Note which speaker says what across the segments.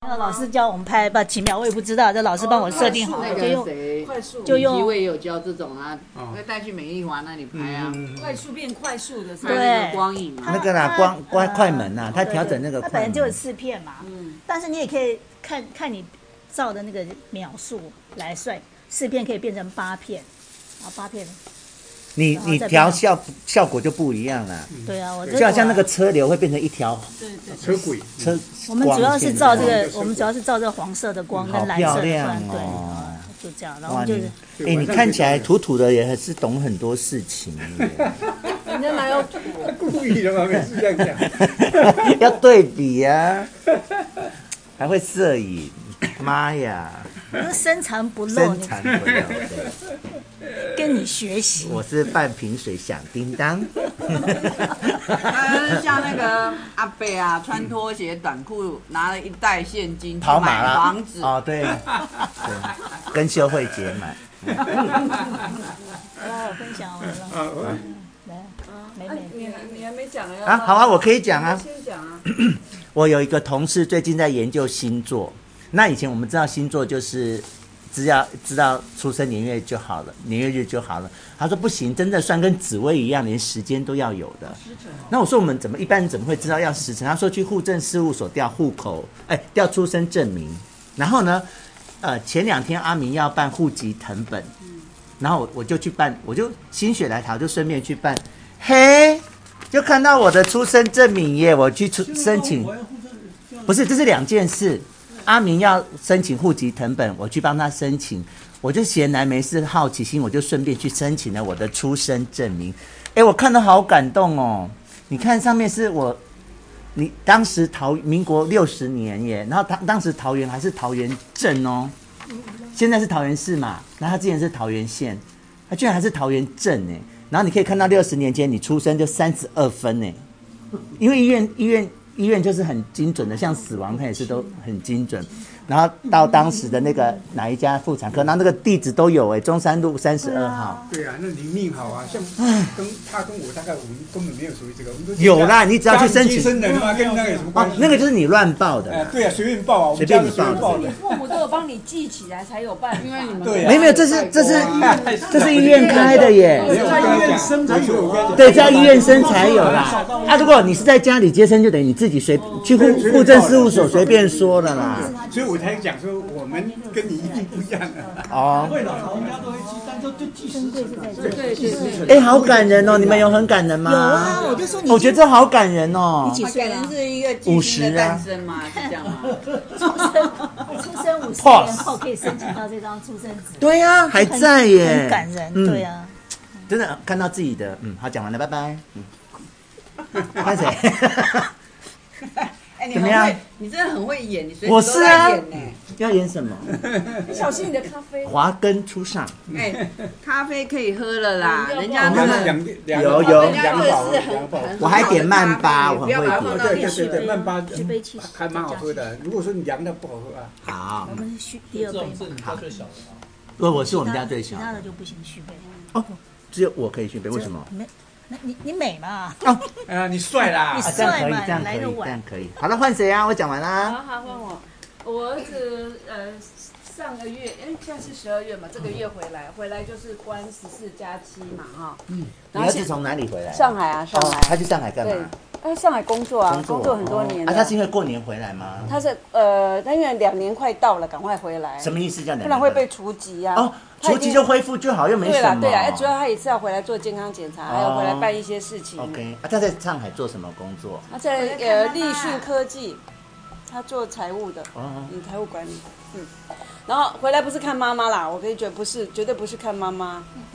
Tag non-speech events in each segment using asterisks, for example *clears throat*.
Speaker 1: 那老师教我们拍吧，奇妙，我也不知道，这老师帮我设定好
Speaker 2: 哦
Speaker 1: 了，就
Speaker 2: 快速那
Speaker 3: 个
Speaker 1: 用
Speaker 3: 谁，
Speaker 2: 快速
Speaker 1: 就用
Speaker 3: 一位有教这种啊
Speaker 4: 哦，嗯
Speaker 3: 带去美丽华那里拍啊，
Speaker 2: 快速变快速的是
Speaker 3: 拍
Speaker 2: 吧，
Speaker 3: 那个光影
Speaker 1: 它
Speaker 3: 啊
Speaker 4: 那，个啦，
Speaker 1: 它
Speaker 4: 光光
Speaker 1: 呃
Speaker 4: 快门呐，它调整那个
Speaker 1: 它
Speaker 4: 快门。
Speaker 1: 本来就有四片嘛，
Speaker 3: 嗯
Speaker 1: 但是你也可以看看你照的那个秒数来算，四片可以变成八片，啊，八片，
Speaker 4: 你
Speaker 1: 然后
Speaker 4: 你
Speaker 1: 再
Speaker 4: 调
Speaker 1: 变
Speaker 4: 效效果就不一样了，
Speaker 1: 对啊，我这
Speaker 4: 嗯就好像那个车流会变成一条
Speaker 2: 对对
Speaker 5: 车轨，
Speaker 4: 车。
Speaker 1: 我们主要是照
Speaker 4: 光
Speaker 1: 这
Speaker 4: 线的
Speaker 1: 个，我们主要是照这个黄色的光跟蓝色
Speaker 4: 好漂
Speaker 1: 的
Speaker 4: 亮
Speaker 1: 光，对，
Speaker 4: 哦
Speaker 1: 啊就这样，然后
Speaker 4: 哇，
Speaker 1: 就
Speaker 4: 你
Speaker 1: 是
Speaker 4: 哎、你看起来土土的，也还是懂很多事情耶， *laughs*
Speaker 2: 人家哪有
Speaker 5: 故意的嘛，每次这样
Speaker 4: *laughs*
Speaker 5: 讲。
Speaker 4: 要对比呀、还会摄影，
Speaker 1: *laughs*
Speaker 4: 妈呀，
Speaker 1: 就是深藏不露，
Speaker 4: 深
Speaker 1: 你
Speaker 4: 藏不了的。
Speaker 1: 跟你学习，
Speaker 4: 我是半瓶水响叮
Speaker 1: *laughs*
Speaker 4: 当，
Speaker 6: 呃
Speaker 3: 他像那个阿贝啊，穿拖鞋短裤，拿了一袋现金去
Speaker 4: 跑马
Speaker 3: 买
Speaker 4: 啦，
Speaker 3: 房子，
Speaker 4: 哦，对，对，跟秀慧姐买。
Speaker 1: 来我分享完了，啊
Speaker 5: 啊，
Speaker 1: 嗯来，美
Speaker 2: 哎
Speaker 1: 美，
Speaker 2: 你还你还没讲要
Speaker 4: 啊，好啊，我可以讲啊。
Speaker 2: 先讲啊，
Speaker 4: 我有一个同事最近在研究星座。那以前我们知道星座就是只要知道出生年月就好了，年月日就好了。他说不行，真的算跟紫薇一样，连时哦间都要有的。那我说我们怎么一般人怎么会知道要时辰？他说去户政事务所调户口，哎，调出生证明。然后呢，呃，前两天阿明要办户籍成本，然后我我就去办，我就心血来潮就顺便去办，嘿，就看到我的出生证明耶，我去出申请，不是，这是两件事。阿明要申请户籍成本，我去帮他申请，我就闲来没事好奇心，我就顺便去申请了我的出生证明。哎，我看到好感动哦！你看上面是我，你当时桃民国六十年耶，然后当当时桃园还是桃园镇哦，现在是桃园市嘛，然后他之前是桃园县，他居然还是桃园镇哎。然后你可以看到六十年间你出生就三十二分哎，因为医院医院医院就是很精准的，像死亡它也是都很精准。然后到当时的那个哪一家妇产科，然后那个地址都有哎，中山路三十二号。
Speaker 5: 对啊，那你命好啊，像跟他跟我大概我们根本没有属于这个，我们都
Speaker 4: 有啦你只要去申
Speaker 5: 家里
Speaker 4: 请
Speaker 5: 接生人嘛，跟那个有什么
Speaker 4: 哦
Speaker 5: 关系，？
Speaker 4: 那个就是你乱报的
Speaker 5: 啊哎
Speaker 4: 啦，，
Speaker 5: 对啊，随便报啊，我
Speaker 4: 随
Speaker 5: 们
Speaker 4: 便
Speaker 5: 家
Speaker 4: 你
Speaker 5: 是随便
Speaker 4: 报
Speaker 5: 报
Speaker 2: 你
Speaker 5: 的，
Speaker 2: 父母都有帮你记起来才有办法，因为你们
Speaker 5: 对啊
Speaker 4: 没有没有，这是这是这是医院开的
Speaker 5: 没有
Speaker 4: 耶，
Speaker 5: 我跟你讲，没有我跟你讲，
Speaker 4: 对，在医院生才有啦。啊，如果你是在家里接生，就等于你自己随去户户政事务所随便说的啦。
Speaker 5: 所以我才讲说我们跟你一定不一样啊。
Speaker 4: 哦，
Speaker 2: 对对对，
Speaker 4: 哎，好感人哦，你们有很感人吗？哦
Speaker 1: 有啊，我就说你
Speaker 4: 我觉得这好感人哦。
Speaker 3: *laughs*
Speaker 1: 几
Speaker 3: 他可
Speaker 1: 岁啊了
Speaker 3: 能？是一个
Speaker 4: 五
Speaker 3: 巨
Speaker 4: 十
Speaker 3: 星
Speaker 4: 啊
Speaker 3: 的诞生嘛，是这样吗？
Speaker 1: 出
Speaker 4: *laughs*
Speaker 1: 生出生五十年后可以申请到这张出生纸，
Speaker 4: 对呀、还
Speaker 1: 啊很
Speaker 4: 在耶，
Speaker 1: 很感人，
Speaker 4: 嗯
Speaker 1: 对，啊呀。
Speaker 4: 真的看到自己的，嗯，好，讲完了，拜拜。嗯，看谁？
Speaker 2: *laughs*
Speaker 3: 哎，你
Speaker 4: 怎么
Speaker 3: 很
Speaker 4: 样
Speaker 3: 会，你真的很会演，你随
Speaker 4: 我
Speaker 3: 时
Speaker 4: 是
Speaker 3: 都
Speaker 4: 啊
Speaker 3: 在演呢。
Speaker 4: 要演什么？
Speaker 2: 你小心你的咖啡，
Speaker 4: 华根初上，
Speaker 3: 哎，咖啡可以喝了啦，
Speaker 2: 嗯
Speaker 3: 人
Speaker 5: 我
Speaker 3: 家那个
Speaker 5: 们两两
Speaker 4: 有有
Speaker 5: 两
Speaker 3: 人家
Speaker 5: 两
Speaker 3: 那
Speaker 5: 宝
Speaker 3: 个是
Speaker 5: 两
Speaker 3: 很
Speaker 5: 宝。
Speaker 3: 很
Speaker 4: 我还点曼巴
Speaker 3: 好的咖啡你不要把它
Speaker 4: 我
Speaker 3: 放
Speaker 4: 很
Speaker 3: 到
Speaker 5: 对
Speaker 3: 电
Speaker 5: 对
Speaker 3: 视
Speaker 5: 对对，曼巴
Speaker 1: 一杯七十
Speaker 5: 还蛮好喝的。如果说你凉的不好喝啊，
Speaker 4: 好
Speaker 1: 我，们续第二杯嘛，
Speaker 4: 我我是我们家最
Speaker 1: 其
Speaker 4: 小的，
Speaker 1: 他的就不行续杯。
Speaker 4: 只有我可以去背，为什么？
Speaker 1: 没，那你你美
Speaker 7: *laughs*
Speaker 1: 嘛？
Speaker 5: 啊，你帅啦
Speaker 1: 你
Speaker 4: 啊，这样可
Speaker 1: 帅
Speaker 4: 以
Speaker 1: 嘛，
Speaker 4: 这样可
Speaker 1: 来
Speaker 4: 以，
Speaker 1: 个
Speaker 4: 这
Speaker 1: 碗
Speaker 4: 样可以。好了，换谁啊？我讲完啦。
Speaker 2: 好好问我，我儿子呃上个月，哎现在是十二月嘛，这个月回来，回来就是关十四加七嘛哈，嗯，
Speaker 4: 你
Speaker 2: 然
Speaker 4: 儿
Speaker 2: 后
Speaker 4: 子
Speaker 2: 现
Speaker 4: 从哪里回来？
Speaker 2: 上海啊上
Speaker 4: 哦，他
Speaker 2: 海，
Speaker 4: 去上海干
Speaker 2: 对
Speaker 4: 嘛？，
Speaker 2: 他上海工作啊，
Speaker 4: 工作
Speaker 2: 工作很多年
Speaker 4: 哦啊，
Speaker 2: 了，
Speaker 4: 他是因为过年回来吗？
Speaker 2: 他是呃，那因为两年快到了，赶快回来，
Speaker 4: 什么意思？叫
Speaker 2: 不然会被除籍啊。
Speaker 4: 哦，
Speaker 2: 他已
Speaker 4: 除
Speaker 2: 经
Speaker 4: 夕就恢复就好，又没
Speaker 2: 对
Speaker 4: 什
Speaker 2: 啦
Speaker 4: 么。
Speaker 2: 对啦，哎主要他也是要回来做健康检查，还
Speaker 4: 哦
Speaker 2: 要回来办一些事情。
Speaker 4: OK 啊，他在上海做什么工作？
Speaker 2: 他在呃立讯科技，他做财务的，
Speaker 4: 哦，
Speaker 2: 嗯，财务管理，嗯。然后回来不是看妈妈啦，我可以觉得不是，绝对不是看妈妈， *laughs*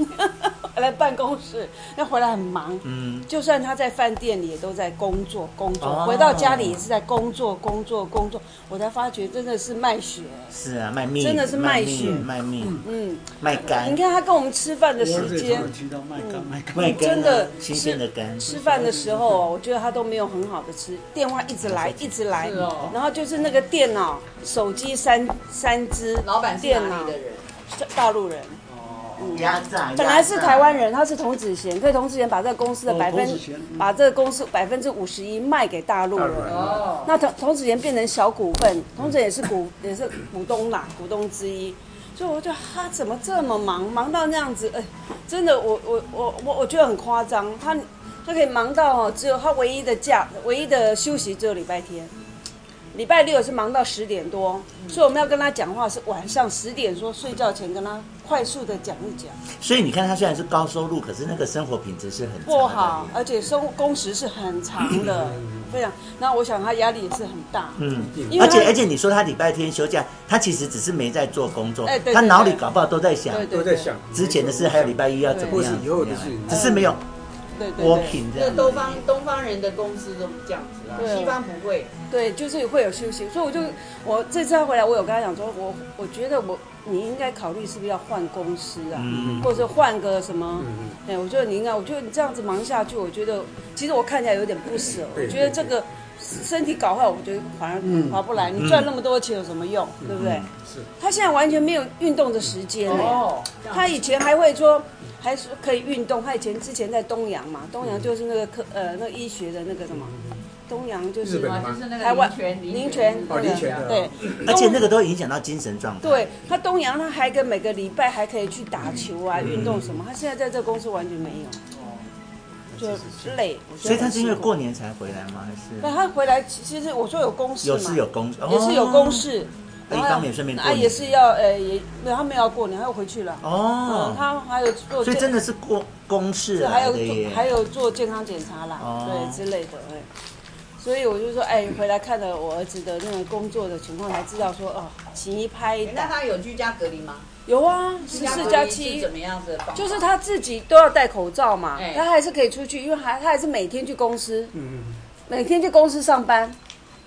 Speaker 2: 回来办公室，那回来很忙。
Speaker 4: 嗯。
Speaker 2: 就算他在饭店里也都在工作，工
Speaker 4: 哦
Speaker 2: 作，回到家里也是在工作，工作，工作。我才发觉真的是卖血，
Speaker 4: 是啊，卖命，
Speaker 2: 真的是卖血
Speaker 4: 卖命，
Speaker 2: 嗯。
Speaker 4: 卖肝
Speaker 3: 哎
Speaker 2: 你，看他跟我们吃饭的时间，
Speaker 5: 提到麦
Speaker 2: 嗯
Speaker 5: 干麦干
Speaker 4: 卖肝啊，
Speaker 2: 真的
Speaker 4: 新鲜的肝。
Speaker 2: 吃饭的时候哦，我觉得他都没有很好的吃，电话一直来，一直来，
Speaker 3: 是哦
Speaker 2: 然后就是那个电脑、手机三三只，
Speaker 3: 老板是
Speaker 2: 电
Speaker 3: 哪
Speaker 2: 脑
Speaker 3: 里的人？
Speaker 2: 大陆人，
Speaker 3: 哦，
Speaker 4: 压榨。
Speaker 2: 本来是
Speaker 4: 压榨
Speaker 2: 台湾人，他是童子贤，可是童子贤把这个公司的
Speaker 5: 哦
Speaker 2: 百分
Speaker 5: 童子贤嗯
Speaker 2: 把这个公司百分之五十一卖给大陆
Speaker 5: 大陆人嗯
Speaker 2: 了。那童童子贤变成小股份，童子贤也是股也是股东啦，股东之一。所以我就他怎么这么忙，忙到那样子，哎、真的，我我我我我觉得很夸张。他他可以忙到哦，只有他唯一的假，唯一的休息只有礼拜天。礼拜六是忙到十点多，所以我们要跟他讲话是晚上十点，说睡觉前跟他快速的讲一讲。
Speaker 4: 所以你看，他虽然是高收入，可是那个生活品质是很差的
Speaker 2: 不好，而且收工时是很长的，
Speaker 5: 嗯
Speaker 2: 非常。那我想他压力也是很大。
Speaker 4: 嗯
Speaker 2: 因，为
Speaker 4: 而且
Speaker 2: 他
Speaker 4: 而且你说他礼拜天休假，他其实只是没在做工作，
Speaker 2: 哎对对
Speaker 4: 他脑里
Speaker 2: 对
Speaker 4: 搞不好都在想
Speaker 2: 对对
Speaker 5: 都在想
Speaker 4: 之前的事，还有礼拜一要怎么
Speaker 5: 对
Speaker 4: 样啊
Speaker 5: 或，是以后的
Speaker 4: 怎么样
Speaker 5: 事
Speaker 4: 只是没有
Speaker 2: 对对对，
Speaker 4: working 这
Speaker 6: 这
Speaker 4: 样。
Speaker 6: 东方东方人的公司都这样子啊，
Speaker 2: 对
Speaker 6: 西方不会。
Speaker 2: 对，就是会有休息。所以我就我这次他回来，我有跟他讲说，我我觉得我你应该考虑是不是要换公司啊，
Speaker 4: 嗯
Speaker 2: 或者换个什么。
Speaker 5: 嗯
Speaker 2: 哎、我觉得你应该，我觉得你这样子忙下去，我觉得其实我看起来有点不舍。我
Speaker 5: 对
Speaker 2: 觉得这个身体搞坏，我觉得反而
Speaker 5: 嗯
Speaker 2: 划不来。你赚那么多钱有什么用，对不对？
Speaker 5: 是
Speaker 2: 他现在完全没有运动的时间、哎
Speaker 6: 哦，
Speaker 2: 他以前还会说，还是可以运动。他以前之前在东阳嘛，东阳就是那个科呃那个医学的那个什么，东阳就
Speaker 5: 日
Speaker 2: 是
Speaker 5: 本
Speaker 6: 啊，
Speaker 5: 吗
Speaker 6: 就是那
Speaker 2: 台
Speaker 6: 个
Speaker 2: 湾
Speaker 6: 林权，
Speaker 2: 林
Speaker 6: 权
Speaker 2: 权，
Speaker 5: 哦林权的
Speaker 2: 对
Speaker 4: 而且那个都会影响到精神状态。
Speaker 2: 对，他东阳他还跟每个礼拜还可以去打球啊，运动什么。他现在在这公司完全没有，
Speaker 5: 哦
Speaker 2: 就累。我觉得
Speaker 4: 所以他
Speaker 2: 很
Speaker 4: 是因为
Speaker 2: 辛苦
Speaker 4: 过，年才回来吗？还
Speaker 2: 那
Speaker 4: 是
Speaker 2: 他回来其其实我说有公事
Speaker 4: 有
Speaker 2: 嘛，
Speaker 4: 是有公，哦
Speaker 2: 也是有公事，
Speaker 4: 那
Speaker 2: 然
Speaker 4: 一
Speaker 2: 后
Speaker 4: 方面顺便过
Speaker 2: 啊
Speaker 4: 年
Speaker 2: 也是要呃也没有他没有要过年，他要回去了。嗯，
Speaker 4: 哦。
Speaker 2: 他还有做
Speaker 4: 所以
Speaker 2: 健
Speaker 4: 真的是过公事
Speaker 2: 是还
Speaker 4: 来
Speaker 2: 有
Speaker 4: 的耶
Speaker 2: 做。还有做健康检查啦，
Speaker 4: 哦
Speaker 2: 对之类的，哎，所以我就说，哎，回来看了我儿子的那个工作的情况，才知道说，哦，勤一拍一
Speaker 6: 哎那
Speaker 2: 打，
Speaker 6: 他有居家隔离吗？
Speaker 2: 有啊，十四
Speaker 6: 隔
Speaker 2: 加
Speaker 6: 离是
Speaker 2: 七
Speaker 6: 怎。么样子的方法？
Speaker 2: 就是他自己都要戴口罩嘛，
Speaker 6: 哎
Speaker 2: 他还是可以出去，因为还他还是每天去公司，
Speaker 5: 嗯嗯，
Speaker 2: 每天去公司上班。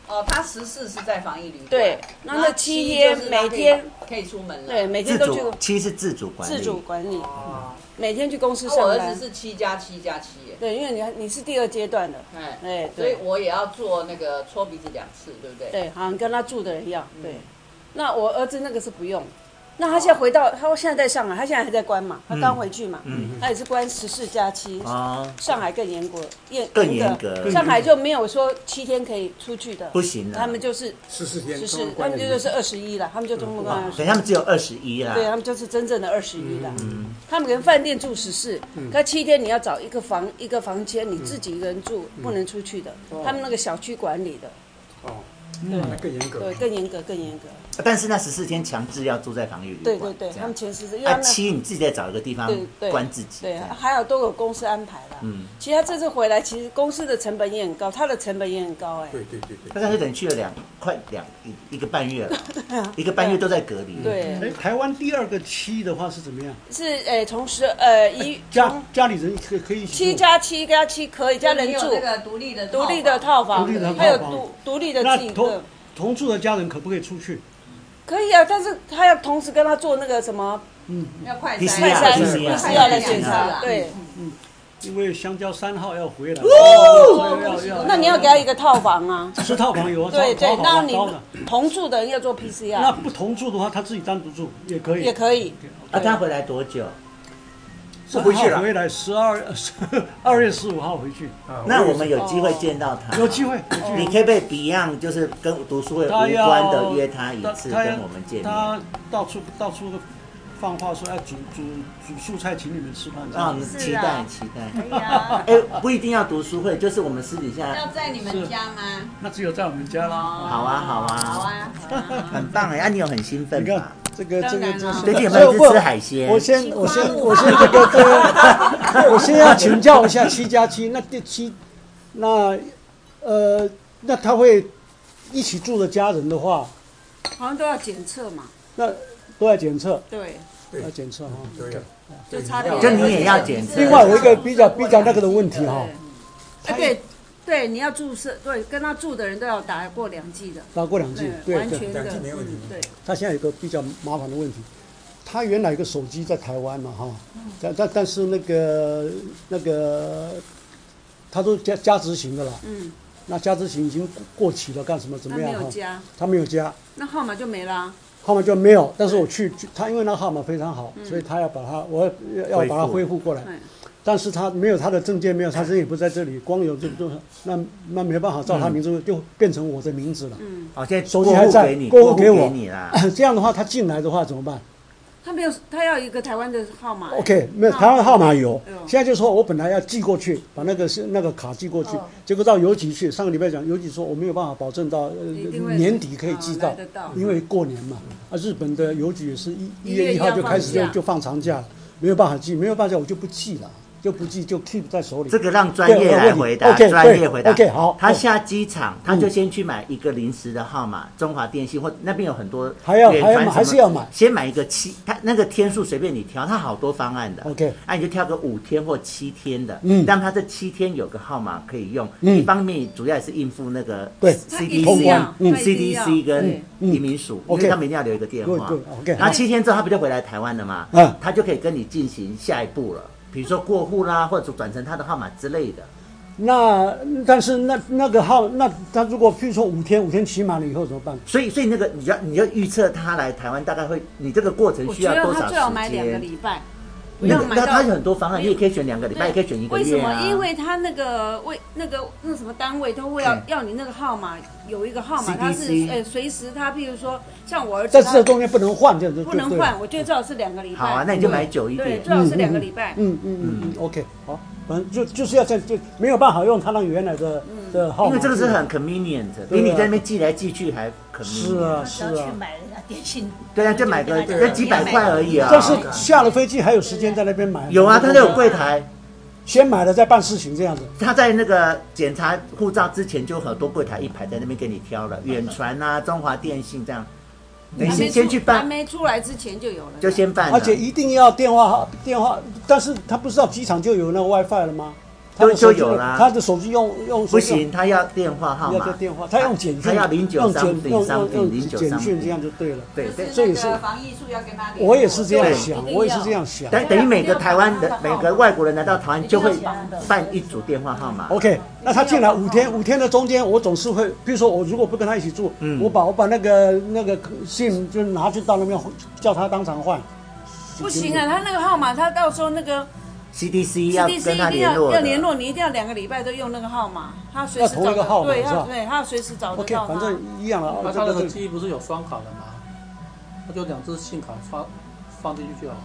Speaker 6: 哦，他十四是在防疫旅馆，
Speaker 2: 对，那那七天
Speaker 6: 就是他
Speaker 2: 每
Speaker 6: 可以
Speaker 2: 天，
Speaker 6: 可以出门了。
Speaker 2: 对，每
Speaker 4: 自
Speaker 2: 天都去
Speaker 4: 主其实是自主管理。
Speaker 2: 自主管理，
Speaker 6: 哦，
Speaker 2: 每天去公司
Speaker 6: 那
Speaker 2: 上
Speaker 6: 我儿
Speaker 2: 班
Speaker 6: 子。是七加七加七耶，
Speaker 2: 对，因为你还你是第二阶段的，
Speaker 6: 哎，
Speaker 2: 哎，
Speaker 6: 所以
Speaker 2: 对。
Speaker 6: 我也要做那个搓鼻子两次，对不对？
Speaker 2: 对，好像跟他住的人一样。
Speaker 4: 嗯
Speaker 2: 对，那我儿子那个是不用。那他现在回到，他现在在上海，他现在还在关嘛，他刚回去嘛，
Speaker 4: 哦嗯
Speaker 2: 他也是关十四加七。
Speaker 4: 哦，
Speaker 2: 上海更严格，严
Speaker 4: 更严格
Speaker 2: 的上海就没有说七天可以出去的，
Speaker 4: 不行了啊
Speaker 2: 他们就是
Speaker 5: 十四天
Speaker 2: 十
Speaker 5: 都
Speaker 2: 四
Speaker 5: 是，
Speaker 2: 他
Speaker 5: 关
Speaker 2: 们
Speaker 5: 在
Speaker 2: 就就
Speaker 5: 里面
Speaker 2: 是二十一了，他们就中国关二
Speaker 4: 所
Speaker 2: 十
Speaker 4: 以他们只有二十一啦。
Speaker 2: 对啊他们就是真正的二十一了。
Speaker 4: 嗯
Speaker 2: 他们可能饭店住十四，可七天你要找一个房一个房间，你自己一个人住，
Speaker 4: 嗯
Speaker 2: 不能出去的。
Speaker 4: 哦
Speaker 2: 他们那个小区管理的，
Speaker 5: 哦，那更严格
Speaker 2: 嗯
Speaker 4: 嗯
Speaker 2: 对，，更严格，更严格。
Speaker 4: 但是那十四天强制要住在防疫旅
Speaker 2: 对
Speaker 4: 馆。
Speaker 2: 对对，
Speaker 4: 这
Speaker 2: 他
Speaker 4: 样
Speaker 2: 们前十是因为他
Speaker 4: 啊，
Speaker 2: 们
Speaker 4: 七你自己再找一个地方
Speaker 2: 对对
Speaker 4: 关自己。
Speaker 2: 对，啊
Speaker 4: 这样
Speaker 2: 还有都有公司安排啦。
Speaker 4: 嗯
Speaker 2: 其实他这次回来，其实公司的成本也很高，他的成本也很高哎、
Speaker 5: 对对对对，
Speaker 4: 大概就等于去了两快两一一个半
Speaker 2: *laughs*
Speaker 4: 月了，一个半月都在隔离。
Speaker 2: 啊对，
Speaker 7: 哎，台湾第二个七的话是怎么样？哎
Speaker 2: 是哎，从十呃一
Speaker 7: 家家里人可可以一起
Speaker 2: 七
Speaker 7: 住
Speaker 2: 加七加七可以，加人
Speaker 6: 就
Speaker 2: 住
Speaker 6: 你有那个独立的
Speaker 2: 独立的套房
Speaker 7: 独立的，套
Speaker 2: 还有
Speaker 7: 房
Speaker 2: 独独立的
Speaker 7: 那
Speaker 2: 自己的
Speaker 7: 同。同住的家人可不可以出去？
Speaker 2: 可以啊，但是他要同时跟他做那个什么
Speaker 6: 要快
Speaker 4: 第四
Speaker 6: 筛
Speaker 2: 快
Speaker 4: 亚
Speaker 2: 筛、
Speaker 4: 第
Speaker 2: 不
Speaker 4: 四
Speaker 2: 是
Speaker 4: 亚
Speaker 7: 啊
Speaker 2: 要的检
Speaker 6: 对
Speaker 2: 查，
Speaker 6: 啊
Speaker 2: 对。
Speaker 7: 嗯因为香蕉三号要回来，
Speaker 2: 哦
Speaker 7: 要要
Speaker 2: 那你要给他一个套房啊，
Speaker 7: 十套房有啊，啊
Speaker 2: 对对
Speaker 7: 超。超
Speaker 2: 那
Speaker 7: 好
Speaker 2: 你啊
Speaker 7: 高的。
Speaker 2: 同住的人要做
Speaker 7: 那
Speaker 2: PCR
Speaker 7: 不同住的话，他自己单独住也可以，
Speaker 2: 也可以，
Speaker 4: 啊，他回来多久？
Speaker 5: 不回去
Speaker 7: 3
Speaker 5: 了
Speaker 7: 号回来十二 *laughs* 二月十五号回去，
Speaker 5: 啊
Speaker 4: 那我
Speaker 5: 也
Speaker 4: 们
Speaker 5: 是
Speaker 4: 有机会见到他。
Speaker 7: 有机
Speaker 4: *laughs*
Speaker 7: 会。有机会
Speaker 4: 你可以被 Beyond 就是跟读书会
Speaker 7: 他
Speaker 4: 无
Speaker 7: 要
Speaker 4: 关的约他一
Speaker 7: 他
Speaker 4: 次，
Speaker 7: 他
Speaker 4: 跟我们见面。
Speaker 7: 他到处到处放话说，哎，煮煮煮蔬菜请你们吃饭。
Speaker 4: 让我们
Speaker 1: 是
Speaker 4: 期待
Speaker 1: 啊
Speaker 4: 期
Speaker 1: 哎
Speaker 4: 待。
Speaker 1: 呀，
Speaker 4: 哎，不一定要读书会，就是我们私底
Speaker 6: 要
Speaker 4: 下，
Speaker 6: 在你们家吗？
Speaker 7: 那只有在我们家了。
Speaker 4: 好啊好
Speaker 6: 好
Speaker 4: 啊，
Speaker 6: 啊，好啊
Speaker 4: *laughs* 很棒哎！啊，你有很兴奋
Speaker 7: 你看
Speaker 4: 吧？
Speaker 7: 这个这个
Speaker 4: 最
Speaker 7: 这是。
Speaker 4: 近有没有去吃海鲜
Speaker 7: 我？
Speaker 2: 哎
Speaker 7: 先我先我先这个这个，我 *laughs* 先要请教一下七加七，那第七，那呃，那他会一起住的家人的话，
Speaker 2: 好像都要检测嘛，
Speaker 7: 那都要检测，
Speaker 2: 对，
Speaker 5: 对
Speaker 7: 要检测哈。
Speaker 5: 对啊，
Speaker 2: 就差
Speaker 5: 对
Speaker 2: 点。
Speaker 4: 就你也要检测。
Speaker 7: 另外我一个比较比较那个的问题哈，
Speaker 2: 哎，对对，你要注射，对，跟他住的人都要打过两剂的，
Speaker 7: 打过两剂，对
Speaker 2: 完
Speaker 7: 对，
Speaker 2: 全
Speaker 5: 两
Speaker 2: 的
Speaker 5: 剂，没问题
Speaker 2: 嗯对，
Speaker 7: 他现在有个比较麻烦的问题，他原来有个手机在台湾嘛哈，
Speaker 2: 嗯
Speaker 7: 但但但是那个那个他都加加执行的了，
Speaker 2: 嗯，
Speaker 7: 那加执行已经过过期了，干什么怎
Speaker 2: 他
Speaker 7: 么
Speaker 2: 没
Speaker 7: 样
Speaker 2: 有
Speaker 7: 哈？
Speaker 2: 加，
Speaker 7: 他没有加，
Speaker 2: 那号码就没啦。啊
Speaker 7: 号码就没有，但是我去他，因为那个号码非常好，所以他要把它，我要要把它嗯恢复过来。但是他没有他的证件，没有他证也不在这里，光有这个东西，那那没办法，照他名字就变成我的名字了。
Speaker 4: 哦，现在
Speaker 7: 手机
Speaker 4: 过
Speaker 7: 还
Speaker 4: 户
Speaker 7: 在
Speaker 4: 给你，
Speaker 7: 过户
Speaker 4: 过户
Speaker 7: 给我
Speaker 4: 你啦。
Speaker 7: *coughs* 这样的话，他进来的话怎么办？
Speaker 2: 他没有，他要一个台湾的号码。
Speaker 4: 哦
Speaker 7: OK，没有台湾号码有
Speaker 2: 哎呦，
Speaker 7: 现在就说我本来要寄过去，把那个是那个卡寄过去
Speaker 1: 哦，
Speaker 7: 结果到邮局去，上个礼拜讲邮局说我没有办法保证到
Speaker 2: 一定
Speaker 7: 呃
Speaker 2: 会
Speaker 7: 年底可以寄
Speaker 2: 哦
Speaker 7: 到
Speaker 2: 来得到，
Speaker 7: 因为过年嘛，啊，日本的邮局也是一
Speaker 2: 一
Speaker 7: 一
Speaker 2: 月
Speaker 7: 月一
Speaker 2: 一号
Speaker 7: 号就开始就
Speaker 2: 放假
Speaker 7: 就放长假了，没有办法寄，没有办法我就不寄了，就不寄就 keep 在手里
Speaker 4: 这。个让专业来回答，
Speaker 7: 对我问你 OK，
Speaker 4: 专业
Speaker 7: 对
Speaker 4: 回答。
Speaker 7: OK，好哦嗯
Speaker 4: 他下机场，他就先去买一个临时的号码，中华电信或那边有很多
Speaker 7: 还要
Speaker 4: 远
Speaker 7: 还要
Speaker 4: 传
Speaker 7: 买
Speaker 4: 什么
Speaker 7: 还是要买
Speaker 4: 先买一个七，他那个天数随便你挑，他好多方案的。
Speaker 7: OK
Speaker 4: 那你就挑个五天或七天的，
Speaker 7: 嗯
Speaker 4: 让他这七天有个号码可以用。
Speaker 7: 嗯
Speaker 4: 一方面主要也是应付那个
Speaker 7: 对
Speaker 2: 他一定
Speaker 4: CDC
Speaker 2: 要，
Speaker 7: 嗯
Speaker 2: 他一定要
Speaker 4: CDC 跟
Speaker 2: 对
Speaker 4: 移民署，因
Speaker 7: OK
Speaker 4: 为他们一定要留一个电话
Speaker 7: Good, good, OK。
Speaker 4: 然后啊七天之后他不就回来台湾了吗？
Speaker 7: 嗯
Speaker 4: 他就可以跟你进行下一步了，比如说过户啦，或者转成他的号码之类的。
Speaker 7: 那但是那那个号，那他如果譬如说五天五天期满了以后怎么办？
Speaker 4: 所以，所以那个你要你要预测他来台湾大概会，你这个过程
Speaker 2: 我
Speaker 4: 需
Speaker 2: 觉
Speaker 4: 要
Speaker 2: 得
Speaker 4: 多
Speaker 2: 他
Speaker 4: 少
Speaker 2: 最好买
Speaker 4: 时
Speaker 2: 两个
Speaker 4: 间？
Speaker 2: 礼拜，不
Speaker 4: 那
Speaker 2: 要
Speaker 4: 个
Speaker 2: 买
Speaker 4: 那
Speaker 2: 到
Speaker 4: 他有很多方案，你也可以选两个礼拜，也可以选一个
Speaker 2: 为什
Speaker 4: 月
Speaker 2: 么
Speaker 4: 啊？。
Speaker 2: 因为他那个为那个那什么单位都会要
Speaker 4: 嗯
Speaker 2: 要你那个号码有一个号码，
Speaker 4: CDC
Speaker 2: 他是呃随时他，譬如说像我儿子
Speaker 7: 在这
Speaker 2: 他
Speaker 7: 中间不能换，这样就
Speaker 2: 不能
Speaker 7: 对了
Speaker 2: 换，我觉得最好是两个礼拜。嗯
Speaker 4: 好啊，那你就买久一
Speaker 2: 对，
Speaker 4: 点。
Speaker 2: 最好是两个礼拜。
Speaker 7: 嗯嗯嗯嗯，OK，好，反正就就是要这样，就没有办法用他那原来的的号码，
Speaker 2: 哦
Speaker 4: 因为这个是很 convenient，的比你在那边寄来寄去还
Speaker 7: 啊是
Speaker 4: convenient。
Speaker 7: 啊
Speaker 1: 他只
Speaker 7: 是
Speaker 1: 嗯要去
Speaker 7: 啊，
Speaker 1: 买人家电信，
Speaker 4: 对啊，就买个
Speaker 1: 对啊
Speaker 4: 那几百块而已啊。
Speaker 7: 但是下了飞机还有时间在那边买，
Speaker 4: 有啊，他都有柜台，
Speaker 7: 先买了再办事情这样子，
Speaker 4: 他在那个检查护照之前就有很多柜台一排在那边给你挑了，远传啊、中华电信这样，你
Speaker 2: 还没
Speaker 4: 先
Speaker 2: 出
Speaker 4: 先去
Speaker 2: 还
Speaker 4: 办，
Speaker 2: 没出来之前就有了。
Speaker 4: 就先办了。
Speaker 7: 而且一定要电话号电话，但是他不知道机场就有那个 WiFi 了吗？他的手
Speaker 4: 就
Speaker 7: 机
Speaker 4: 就有啦
Speaker 7: 他的手机用用
Speaker 4: 不行，他要电话号
Speaker 7: 要
Speaker 4: 码
Speaker 7: 叫。电话，他用简讯，
Speaker 4: 他要零九
Speaker 7: 用简
Speaker 4: something
Speaker 7: 用
Speaker 4: something
Speaker 7: 用
Speaker 4: 零九
Speaker 7: 简讯
Speaker 4: something
Speaker 7: 这样就对了。
Speaker 4: 对对。
Speaker 6: 就
Speaker 7: 这
Speaker 6: 是
Speaker 7: 也
Speaker 6: 那
Speaker 7: 是
Speaker 6: 个防疫术要跟他联络。
Speaker 7: 我也是这样
Speaker 4: 对
Speaker 7: 想，
Speaker 6: 一定
Speaker 7: 我也是
Speaker 6: 要
Speaker 7: 这样想。
Speaker 4: 等等于每个台湾人、每个外国人来到台湾，就会办一组电话号码。
Speaker 7: OK，那他进来五天，五天的中间，我总是会，比如说我如果不跟他一起住，
Speaker 4: 嗯
Speaker 7: 我把我把那个那个信就拿去到那边，叫他当场换。
Speaker 2: 不行啊，他那个号码，他到时候那个
Speaker 4: CDC 要
Speaker 2: CDC
Speaker 4: 跟
Speaker 2: 一
Speaker 4: 他
Speaker 2: 定
Speaker 4: 联
Speaker 2: 要
Speaker 4: 络
Speaker 2: 要
Speaker 4: 的，
Speaker 2: 联络你，一定要两个礼拜都用那个号码，他随时
Speaker 7: 要同
Speaker 2: 找
Speaker 7: 一个号
Speaker 2: 得
Speaker 7: 码
Speaker 2: 对，
Speaker 7: 是吧
Speaker 2: 要对，他要随时找得
Speaker 7: OK，
Speaker 2: 到
Speaker 7: 反
Speaker 2: 他
Speaker 7: 正。一样了。
Speaker 8: 那
Speaker 7: 哦
Speaker 8: 他那
Speaker 7: 这
Speaker 8: 个
Speaker 7: 个
Speaker 8: 机不是有双卡的吗？那就两只信卡放放进去就好了。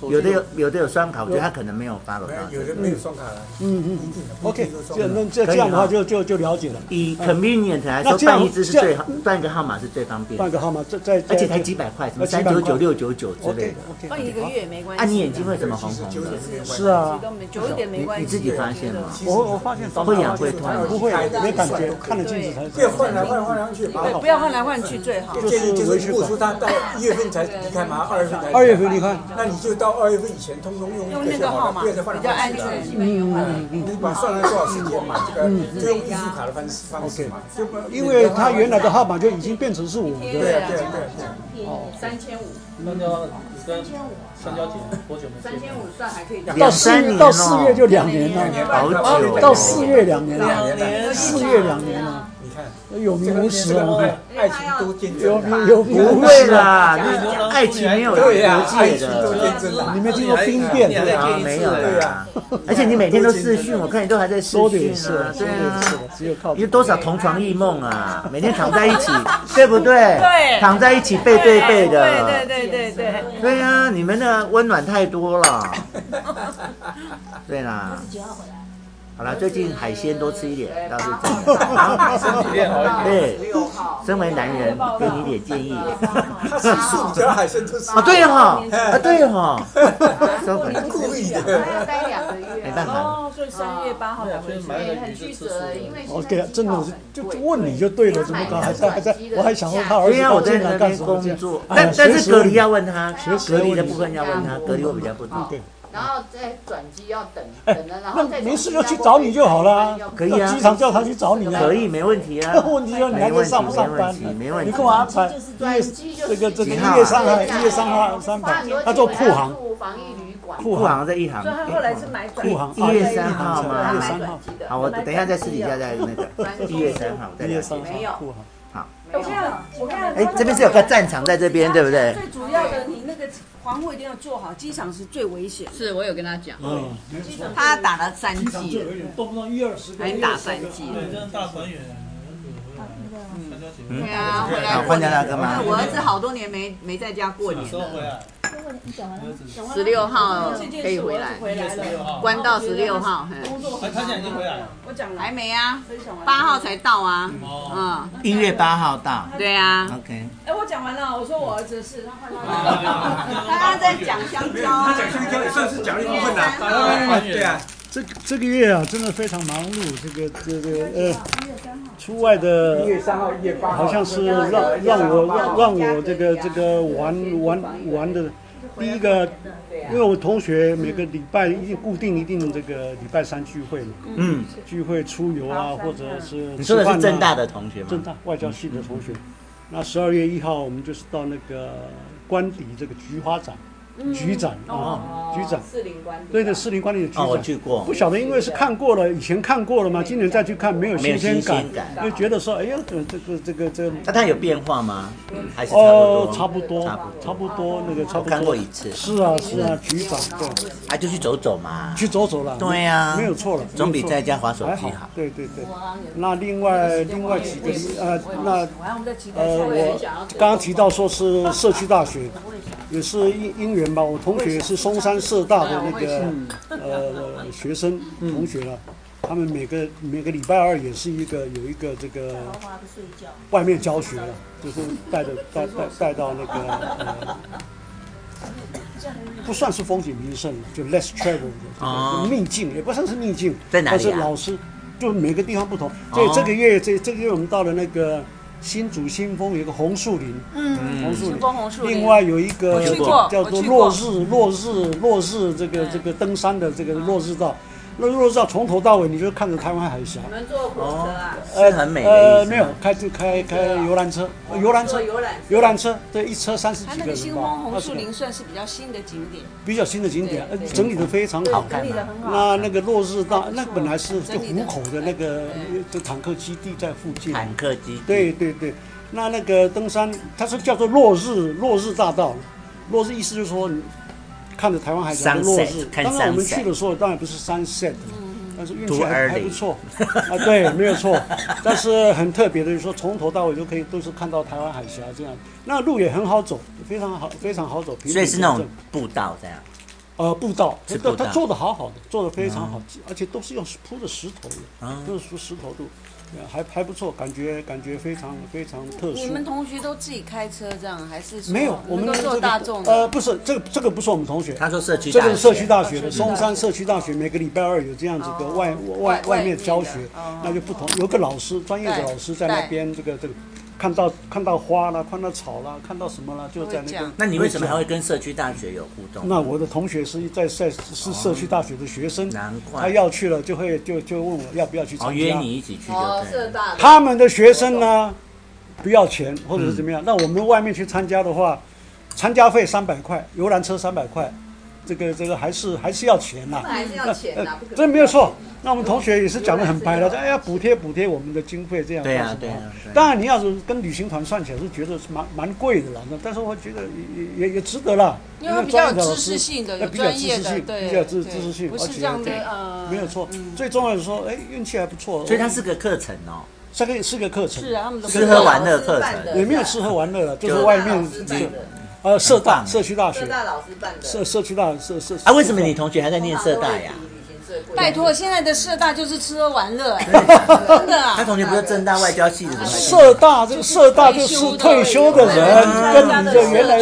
Speaker 8: 手机
Speaker 4: 有的有有的有双卡，我觉得他可能没有 follow
Speaker 5: 没
Speaker 4: 到
Speaker 5: 有
Speaker 4: 这
Speaker 5: 啊有的
Speaker 4: 个。
Speaker 5: 没有双卡了，
Speaker 7: 嗯嗯
Speaker 5: 一定的
Speaker 7: ，OK，
Speaker 5: 不一定都双卡
Speaker 7: 这那这
Speaker 4: 可以
Speaker 7: 这样的
Speaker 4: 哈
Speaker 7: 话就就就了解了。
Speaker 4: 以 convenient 来
Speaker 7: 那
Speaker 4: 说，
Speaker 7: 这样
Speaker 4: 办一支是
Speaker 7: 这样
Speaker 4: 最好，办一个号码是最方便
Speaker 7: 换
Speaker 4: 的，
Speaker 7: 个号码，这再
Speaker 4: 而
Speaker 7: 再
Speaker 4: 且才几百块，什么
Speaker 7: 那几
Speaker 4: 三
Speaker 7: 百
Speaker 4: 九
Speaker 7: 块
Speaker 4: 九六九九之类
Speaker 7: OK
Speaker 4: 的。
Speaker 7: OK，
Speaker 2: 放一个月也没关系。
Speaker 4: 啊，你眼睛为什么红
Speaker 5: 其
Speaker 4: 红
Speaker 5: 实
Speaker 4: 的
Speaker 5: 九？点没有关系
Speaker 7: 是，啊
Speaker 2: 都。没久一点没关系。
Speaker 4: 你自己发现吗？
Speaker 5: 其实
Speaker 7: 我我发现早
Speaker 4: 会痒会痛
Speaker 7: 不会
Speaker 5: 开，的
Speaker 7: 没感
Speaker 5: 算
Speaker 7: 觉
Speaker 5: 都，可以
Speaker 7: 看着镜子才知道
Speaker 5: 不要换来换来换来换去，蛮
Speaker 2: 对，
Speaker 5: 好
Speaker 2: 不。要换来换去最好。
Speaker 5: 我建议就是如果说他到一月份才离开嘛，二月份才离开
Speaker 7: 二月份你看，
Speaker 5: 那你就到二月份以前，通通用
Speaker 2: 用
Speaker 5: 这
Speaker 2: 那
Speaker 5: 些
Speaker 2: 个
Speaker 5: 号
Speaker 2: 号码
Speaker 5: 码，不要再换
Speaker 2: 比较
Speaker 5: 来换
Speaker 2: 安
Speaker 5: 去了。
Speaker 2: 全。
Speaker 5: 嗯嗯，你把算了多少时间嘛，这个就用艺术卡的方式方式嘛，就不
Speaker 7: 因为他原来的号码就已经变成是我
Speaker 5: 对
Speaker 7: 的。
Speaker 5: 啊对啊对啊，
Speaker 6: 三千五，
Speaker 8: 香蕉，你跟香蕉姐多久没见？
Speaker 6: 三千五算还可以。
Speaker 7: 到
Speaker 4: 两
Speaker 7: 四
Speaker 4: 三年
Speaker 7: 到四月就两年
Speaker 5: 两
Speaker 7: 了，
Speaker 5: 年半
Speaker 4: 好久哦
Speaker 7: 到四月两年了，
Speaker 5: 两年了，
Speaker 7: 四月两年了。
Speaker 5: 你看
Speaker 7: 有
Speaker 5: 这
Speaker 7: 名
Speaker 5: 个
Speaker 7: 无
Speaker 5: 这
Speaker 7: 实
Speaker 5: 个
Speaker 7: 啊，
Speaker 5: 爱爱情多见
Speaker 7: 有
Speaker 5: 证啊，
Speaker 7: 名有名
Speaker 4: 不
Speaker 7: 无
Speaker 4: 会
Speaker 7: 实
Speaker 4: 啦，
Speaker 7: 啊，
Speaker 4: 那爱情没有国
Speaker 5: 对呀，爱
Speaker 4: 界
Speaker 5: 情多见
Speaker 4: 的。
Speaker 5: 证啊
Speaker 7: 你。没听说兵变？
Speaker 4: 对啊，没有啦。而且你每天都视讯，我看你都还在视
Speaker 7: 说的
Speaker 4: 讯
Speaker 7: 也是
Speaker 4: 啊，，
Speaker 7: 说
Speaker 4: 对
Speaker 7: 的也
Speaker 4: 啊
Speaker 7: 是。，只有靠
Speaker 4: 有多少同床异梦啊？每天躺在一起，对不对？对躺在一起嗯背对背的。
Speaker 2: 对对对对对。
Speaker 4: 对啊，你们的温暖太多了。对啦，
Speaker 1: 十九号回来。
Speaker 4: 好啦，最近海鲜多吃一点，倒是真的。
Speaker 8: 身体练好一点。
Speaker 4: 对，
Speaker 6: 六号，
Speaker 4: 身为男人，给你一点建议。
Speaker 5: 他是塑胶海鲜，这是
Speaker 4: 啊，对哈，啊对哈，收回来，
Speaker 5: 故意的。
Speaker 6: 要待两个月
Speaker 4: 没办法，
Speaker 2: 哦，所以三月八号才回去。
Speaker 8: 买了
Speaker 6: 很
Speaker 8: 女士
Speaker 6: 曲
Speaker 8: 吃素
Speaker 6: 折，因为
Speaker 7: OK，真哦啊的是就就问你就对了，怎么搞？还在还在，我还想问他儿
Speaker 4: 虽
Speaker 7: 子
Speaker 4: 然我
Speaker 7: 到
Speaker 4: 在
Speaker 7: 进
Speaker 4: 那
Speaker 7: 来干
Speaker 4: 边
Speaker 7: 什么这
Speaker 4: 工
Speaker 7: 样？
Speaker 4: 作，
Speaker 7: 哎呀
Speaker 2: 啊
Speaker 4: 但但
Speaker 7: 随
Speaker 4: 是
Speaker 7: 时
Speaker 4: 隔
Speaker 7: 问
Speaker 4: 离要问他
Speaker 6: 随，时
Speaker 4: 隔离
Speaker 7: 问
Speaker 4: 的
Speaker 7: 你
Speaker 4: 部分要问他，
Speaker 2: 嗯
Speaker 4: 隔离我比较不懂。
Speaker 6: 对然后再转机要等
Speaker 7: 哎
Speaker 6: 等了，然
Speaker 7: 那
Speaker 6: 后再
Speaker 7: 没事就去找你就好啦
Speaker 6: 要，
Speaker 4: 可以啊
Speaker 7: 到机场叫他去找
Speaker 2: 嗯
Speaker 7: 你啊。
Speaker 4: 可以，没问题啊
Speaker 2: *laughs*
Speaker 7: 那。问题就是你还在上不上班
Speaker 4: 没问题？没问题
Speaker 7: 你干嘛安排？
Speaker 6: 转机就是
Speaker 7: 这个这个一
Speaker 4: 几号啊
Speaker 7: 月三号，一月三号三
Speaker 6: 花
Speaker 7: 百
Speaker 6: 很多，钱
Speaker 7: 他做库航，
Speaker 6: 住防疫旅馆，
Speaker 7: 库
Speaker 4: 不好
Speaker 7: 航，
Speaker 4: 像在一行
Speaker 2: 所以，他后来是买转
Speaker 7: 库航
Speaker 4: 一月三号
Speaker 7: 啊
Speaker 4: 嘛
Speaker 7: 一月三号，
Speaker 4: 好，我等一下再私底下再那个，一月三号再
Speaker 7: 一
Speaker 4: 聊
Speaker 7: 月。三号，
Speaker 6: 没有
Speaker 7: 库航。
Speaker 6: 没
Speaker 2: 我看了，我看了。
Speaker 4: 哎，这边是有个战场在这边，
Speaker 2: 啊
Speaker 9: 啊
Speaker 4: 对不对？
Speaker 2: 最主要的，你那个防护一定要做好，机场是最危险。
Speaker 9: 是我有跟他讲，
Speaker 7: 嗯，
Speaker 3: 他打了三
Speaker 5: 机场
Speaker 3: 季
Speaker 5: 最
Speaker 3: 了，
Speaker 5: 危险，
Speaker 8: 动不动一二十个，
Speaker 3: 还打三剂
Speaker 8: 对，真的大团圆。
Speaker 3: 嗯
Speaker 4: 嗯
Speaker 3: 对啊，回来
Speaker 4: 啊，
Speaker 3: 过
Speaker 4: 欢家
Speaker 3: 年。
Speaker 4: 大哥吗？
Speaker 3: 我儿子好多年没没在家过
Speaker 8: 小
Speaker 3: 年
Speaker 8: 时候回
Speaker 3: 了，
Speaker 8: 来，
Speaker 1: 如果你讲完了，
Speaker 9: 十六
Speaker 6: 嗯
Speaker 9: 号
Speaker 2: 这件
Speaker 9: 可以
Speaker 2: 事我
Speaker 9: 回
Speaker 2: 儿
Speaker 9: 来
Speaker 2: 子，回来
Speaker 8: 16
Speaker 2: 了，
Speaker 8: 号
Speaker 9: 关到16号嘿
Speaker 2: 工作
Speaker 8: 哎，
Speaker 2: 很
Speaker 8: 他现在已经
Speaker 2: 忙
Speaker 8: 回来了。
Speaker 2: 我讲了，
Speaker 9: 还没啊，
Speaker 2: 分享完了
Speaker 9: 八号才到啊，
Speaker 8: 哦，
Speaker 9: 嗯，
Speaker 4: 一月八号到
Speaker 9: 对啊，
Speaker 4: ，OK。
Speaker 2: 哎，我讲完了，我说我儿子的事，他换他
Speaker 3: *laughs*
Speaker 8: 啊
Speaker 3: 刚刚在讲香蕉啊，
Speaker 5: 讲香蕉也算是讲了一部分啦。
Speaker 8: 打到大团圆。
Speaker 5: 对啊，
Speaker 7: 这个这个月啊，真的非常忙碌，这个这个呃，出外的
Speaker 5: 三号、一月八
Speaker 7: 好像是让让我让让我这个这个玩玩玩的，第一个，因为我同学每个礼拜一定固定一定这个礼拜三聚会嘛，
Speaker 4: 嗯，
Speaker 7: 聚会出游啊，或者是
Speaker 4: 你说的
Speaker 7: 吃饭
Speaker 4: 是
Speaker 7: 啊
Speaker 4: 正大的同学吗？
Speaker 7: 正大外交系的同学。那十二月一号我们就是到那个官邸这个菊花展，菊展啊，菊展，
Speaker 2: 四零关
Speaker 7: 对对，士林官邸的菊
Speaker 4: 哦，我
Speaker 7: 展。
Speaker 4: 去过
Speaker 7: 不，晓得，因为是看过了，以前看过了嘛，今年再去看没有
Speaker 4: 没有
Speaker 7: 新鲜
Speaker 4: 新
Speaker 7: 感
Speaker 4: 鲜，感。
Speaker 7: 就觉得说，哎呀，这这个这个这个，
Speaker 4: 那它有变化吗？还是差
Speaker 7: 哦，
Speaker 4: 不
Speaker 7: 差
Speaker 4: 多？
Speaker 7: 不多
Speaker 4: 差不，多
Speaker 7: 差不多那个差
Speaker 4: 我
Speaker 7: 不
Speaker 4: 看过
Speaker 7: 多。
Speaker 4: 一次，
Speaker 7: 是啊是啊，局长对，
Speaker 4: 啊，就去走走嘛。
Speaker 7: 去走走了。
Speaker 4: 对呀
Speaker 7: 没有错了，
Speaker 4: 总
Speaker 7: 没
Speaker 4: 比
Speaker 7: 有错
Speaker 4: 在家划手
Speaker 7: 还
Speaker 4: 机
Speaker 7: 好
Speaker 4: 好。。
Speaker 7: 对对对。那另外另外几个呃，那
Speaker 2: 完，我们再期待
Speaker 7: 呃，
Speaker 2: 下一
Speaker 7: 我
Speaker 2: 位。
Speaker 7: 刚刚提到说是社区大学，也是因因缘吧。我同学是松山社大的那个呃学生同学了，他们每个每个礼拜二也是一个有一个这个
Speaker 1: 花不睡觉。
Speaker 7: 外面教学了，就是带着带带带到那个、呃、不算是风景名胜，就 less travel 的、
Speaker 4: 哦
Speaker 7: 秘境，也不算是秘境，
Speaker 4: 在哪里啊哦
Speaker 7: 但是老师就每个地方不同。所以这个月这这个月我们到了那个新竹新丰有一个红树林，
Speaker 4: 嗯
Speaker 7: 红树林。
Speaker 9: 枫红树
Speaker 7: 另外有一个
Speaker 9: 我去过
Speaker 7: 叫
Speaker 9: 我
Speaker 7: 做
Speaker 9: 去
Speaker 7: 落
Speaker 9: 过
Speaker 7: 日落日落日这个这个登山的这个落日道，那落日道从头到尾你就看着台湾海峡，
Speaker 2: 我们坐火车啊，
Speaker 4: 是嗯很美的
Speaker 7: 呃，
Speaker 4: 意思吗
Speaker 7: 没有开这开开游览车，
Speaker 9: 哦
Speaker 7: 呃游览车
Speaker 2: 坐游览车
Speaker 7: 游览车，对，一车三十
Speaker 9: 它
Speaker 7: 几
Speaker 9: 那
Speaker 7: 个
Speaker 9: 个
Speaker 7: 人
Speaker 9: 新
Speaker 7: 吧
Speaker 9: 丰，红
Speaker 7: 二十
Speaker 9: 树
Speaker 7: 个
Speaker 9: 林算是比较新的景点，
Speaker 7: 比较新的景点，呃
Speaker 9: 对对
Speaker 7: 整理的非常好
Speaker 4: 好。看吗？
Speaker 7: 那那个落日道，那本来是就
Speaker 9: 整理
Speaker 7: 虎
Speaker 9: 得
Speaker 7: 口的那个就坦克基地在附近，
Speaker 4: 坦克基地，
Speaker 7: 对对对，那那个登山，它是叫做落日落日大道，落日意思就是说，你看着台湾海峡的落
Speaker 4: Sunset，
Speaker 7: 日。
Speaker 4: 看
Speaker 7: 当然我们
Speaker 4: sunset
Speaker 7: 去的时候，当然不是 sunset，但是运气
Speaker 4: Too
Speaker 7: 还
Speaker 4: early
Speaker 7: 还不错啊，对，没有错。但是很特别的就是说，从头到尾都可以都是看到台湾海峡这样，那路也很好走，非常好，非常好走。平
Speaker 4: 所以
Speaker 7: 平
Speaker 4: 是那
Speaker 7: 整
Speaker 4: 种
Speaker 7: 整
Speaker 4: 步道这样。
Speaker 7: 呃步道，
Speaker 4: 是
Speaker 7: 它
Speaker 4: 步道嗯
Speaker 7: 它做的好好的，做的非常好，而且都是用铺的石头
Speaker 4: 啊
Speaker 7: 的，都是铺石头路，呃还还不错，感觉感觉非常非常特殊。
Speaker 9: 你们同学都自己开车这样，还是说
Speaker 7: 没有，我们
Speaker 9: 都
Speaker 7: 这
Speaker 9: 坐
Speaker 7: 个
Speaker 9: 大众的？
Speaker 7: 呃，不是这个这个不是我们同学，
Speaker 4: 他说社区
Speaker 7: 这
Speaker 4: 大
Speaker 7: 个
Speaker 4: 学，
Speaker 7: 是社区大学的松山社区大学，每个礼拜二有这样子的外外
Speaker 9: 啊外外
Speaker 7: 面
Speaker 9: 面
Speaker 7: 教
Speaker 9: 的
Speaker 7: 学
Speaker 9: 哦，
Speaker 7: 那就不同，有个老师专业的
Speaker 9: 带
Speaker 7: 老师在那
Speaker 9: 带
Speaker 7: 边这个这个。看到看到花啦，看到草啦，看到什么啦，就
Speaker 9: 会
Speaker 7: 在那
Speaker 9: 讲
Speaker 7: 边。
Speaker 4: 那你为什么还会跟社区大学有互动？
Speaker 7: 那我的同学是在在是社区大学的学生，
Speaker 4: 哦难怪
Speaker 7: 他要去了就会就就问我要不要去参
Speaker 4: 哦，
Speaker 7: 加。
Speaker 4: 约你一起去就
Speaker 6: 哦，
Speaker 4: 对
Speaker 6: 社
Speaker 4: 了。
Speaker 6: 大的
Speaker 7: 他们的学生呢，不要钱或者是怎么
Speaker 4: 嗯
Speaker 7: 样。那我们外面去参加的话，参加费三百块，游览车三百块，这个这个还是还是要钱呐、
Speaker 6: 他们还是要钱啊呐不可能
Speaker 7: 这没有错。那我们同学也是讲的很白了，哎呀，补贴补贴我们的经费这样。
Speaker 4: 对呀
Speaker 7: 这样子
Speaker 4: 对呀对呀
Speaker 7: 当然，你要是跟旅行团算起来是觉得是蛮蛮贵的啦，那但是我觉得也也也也值得啦。
Speaker 9: 因为它比较
Speaker 7: 专业的
Speaker 9: 有
Speaker 7: 老
Speaker 9: 知
Speaker 7: 师
Speaker 9: 识性的，
Speaker 7: 那
Speaker 9: 有
Speaker 7: 比较
Speaker 9: 专
Speaker 7: 知
Speaker 9: 业
Speaker 7: 识
Speaker 9: 的，
Speaker 7: 性，
Speaker 9: 对，
Speaker 7: 比较知
Speaker 9: 对
Speaker 7: 知识性，
Speaker 9: 不
Speaker 7: 而
Speaker 9: 是
Speaker 7: 且
Speaker 9: 这样
Speaker 7: 对
Speaker 9: 的呃，
Speaker 7: 没有错。最重要的是说，哎，运气还不错。
Speaker 4: 所以它是个课程哦，
Speaker 7: 这个是个课程，
Speaker 9: 是啊，他们都
Speaker 4: 吃喝玩乐课程。
Speaker 7: 也没有吃喝玩乐了，就
Speaker 4: 就是是
Speaker 7: 外
Speaker 6: 老
Speaker 7: 面
Speaker 6: 师
Speaker 7: 这
Speaker 6: 办
Speaker 7: 个
Speaker 6: 的，
Speaker 7: 呃社大
Speaker 4: 很棒
Speaker 7: 社区大
Speaker 6: 社
Speaker 7: 学
Speaker 6: 大老师办的，
Speaker 7: 社社区大社社
Speaker 4: 啊，为什么你同学还在念社大呀？
Speaker 9: 拜托，现在的社大就是吃喝玩乐，哎真的
Speaker 4: 他
Speaker 9: 啊，
Speaker 4: 同学不是正大外交系的，怎么哦还念
Speaker 7: 社大这个社大就是退休的人，跟你的原来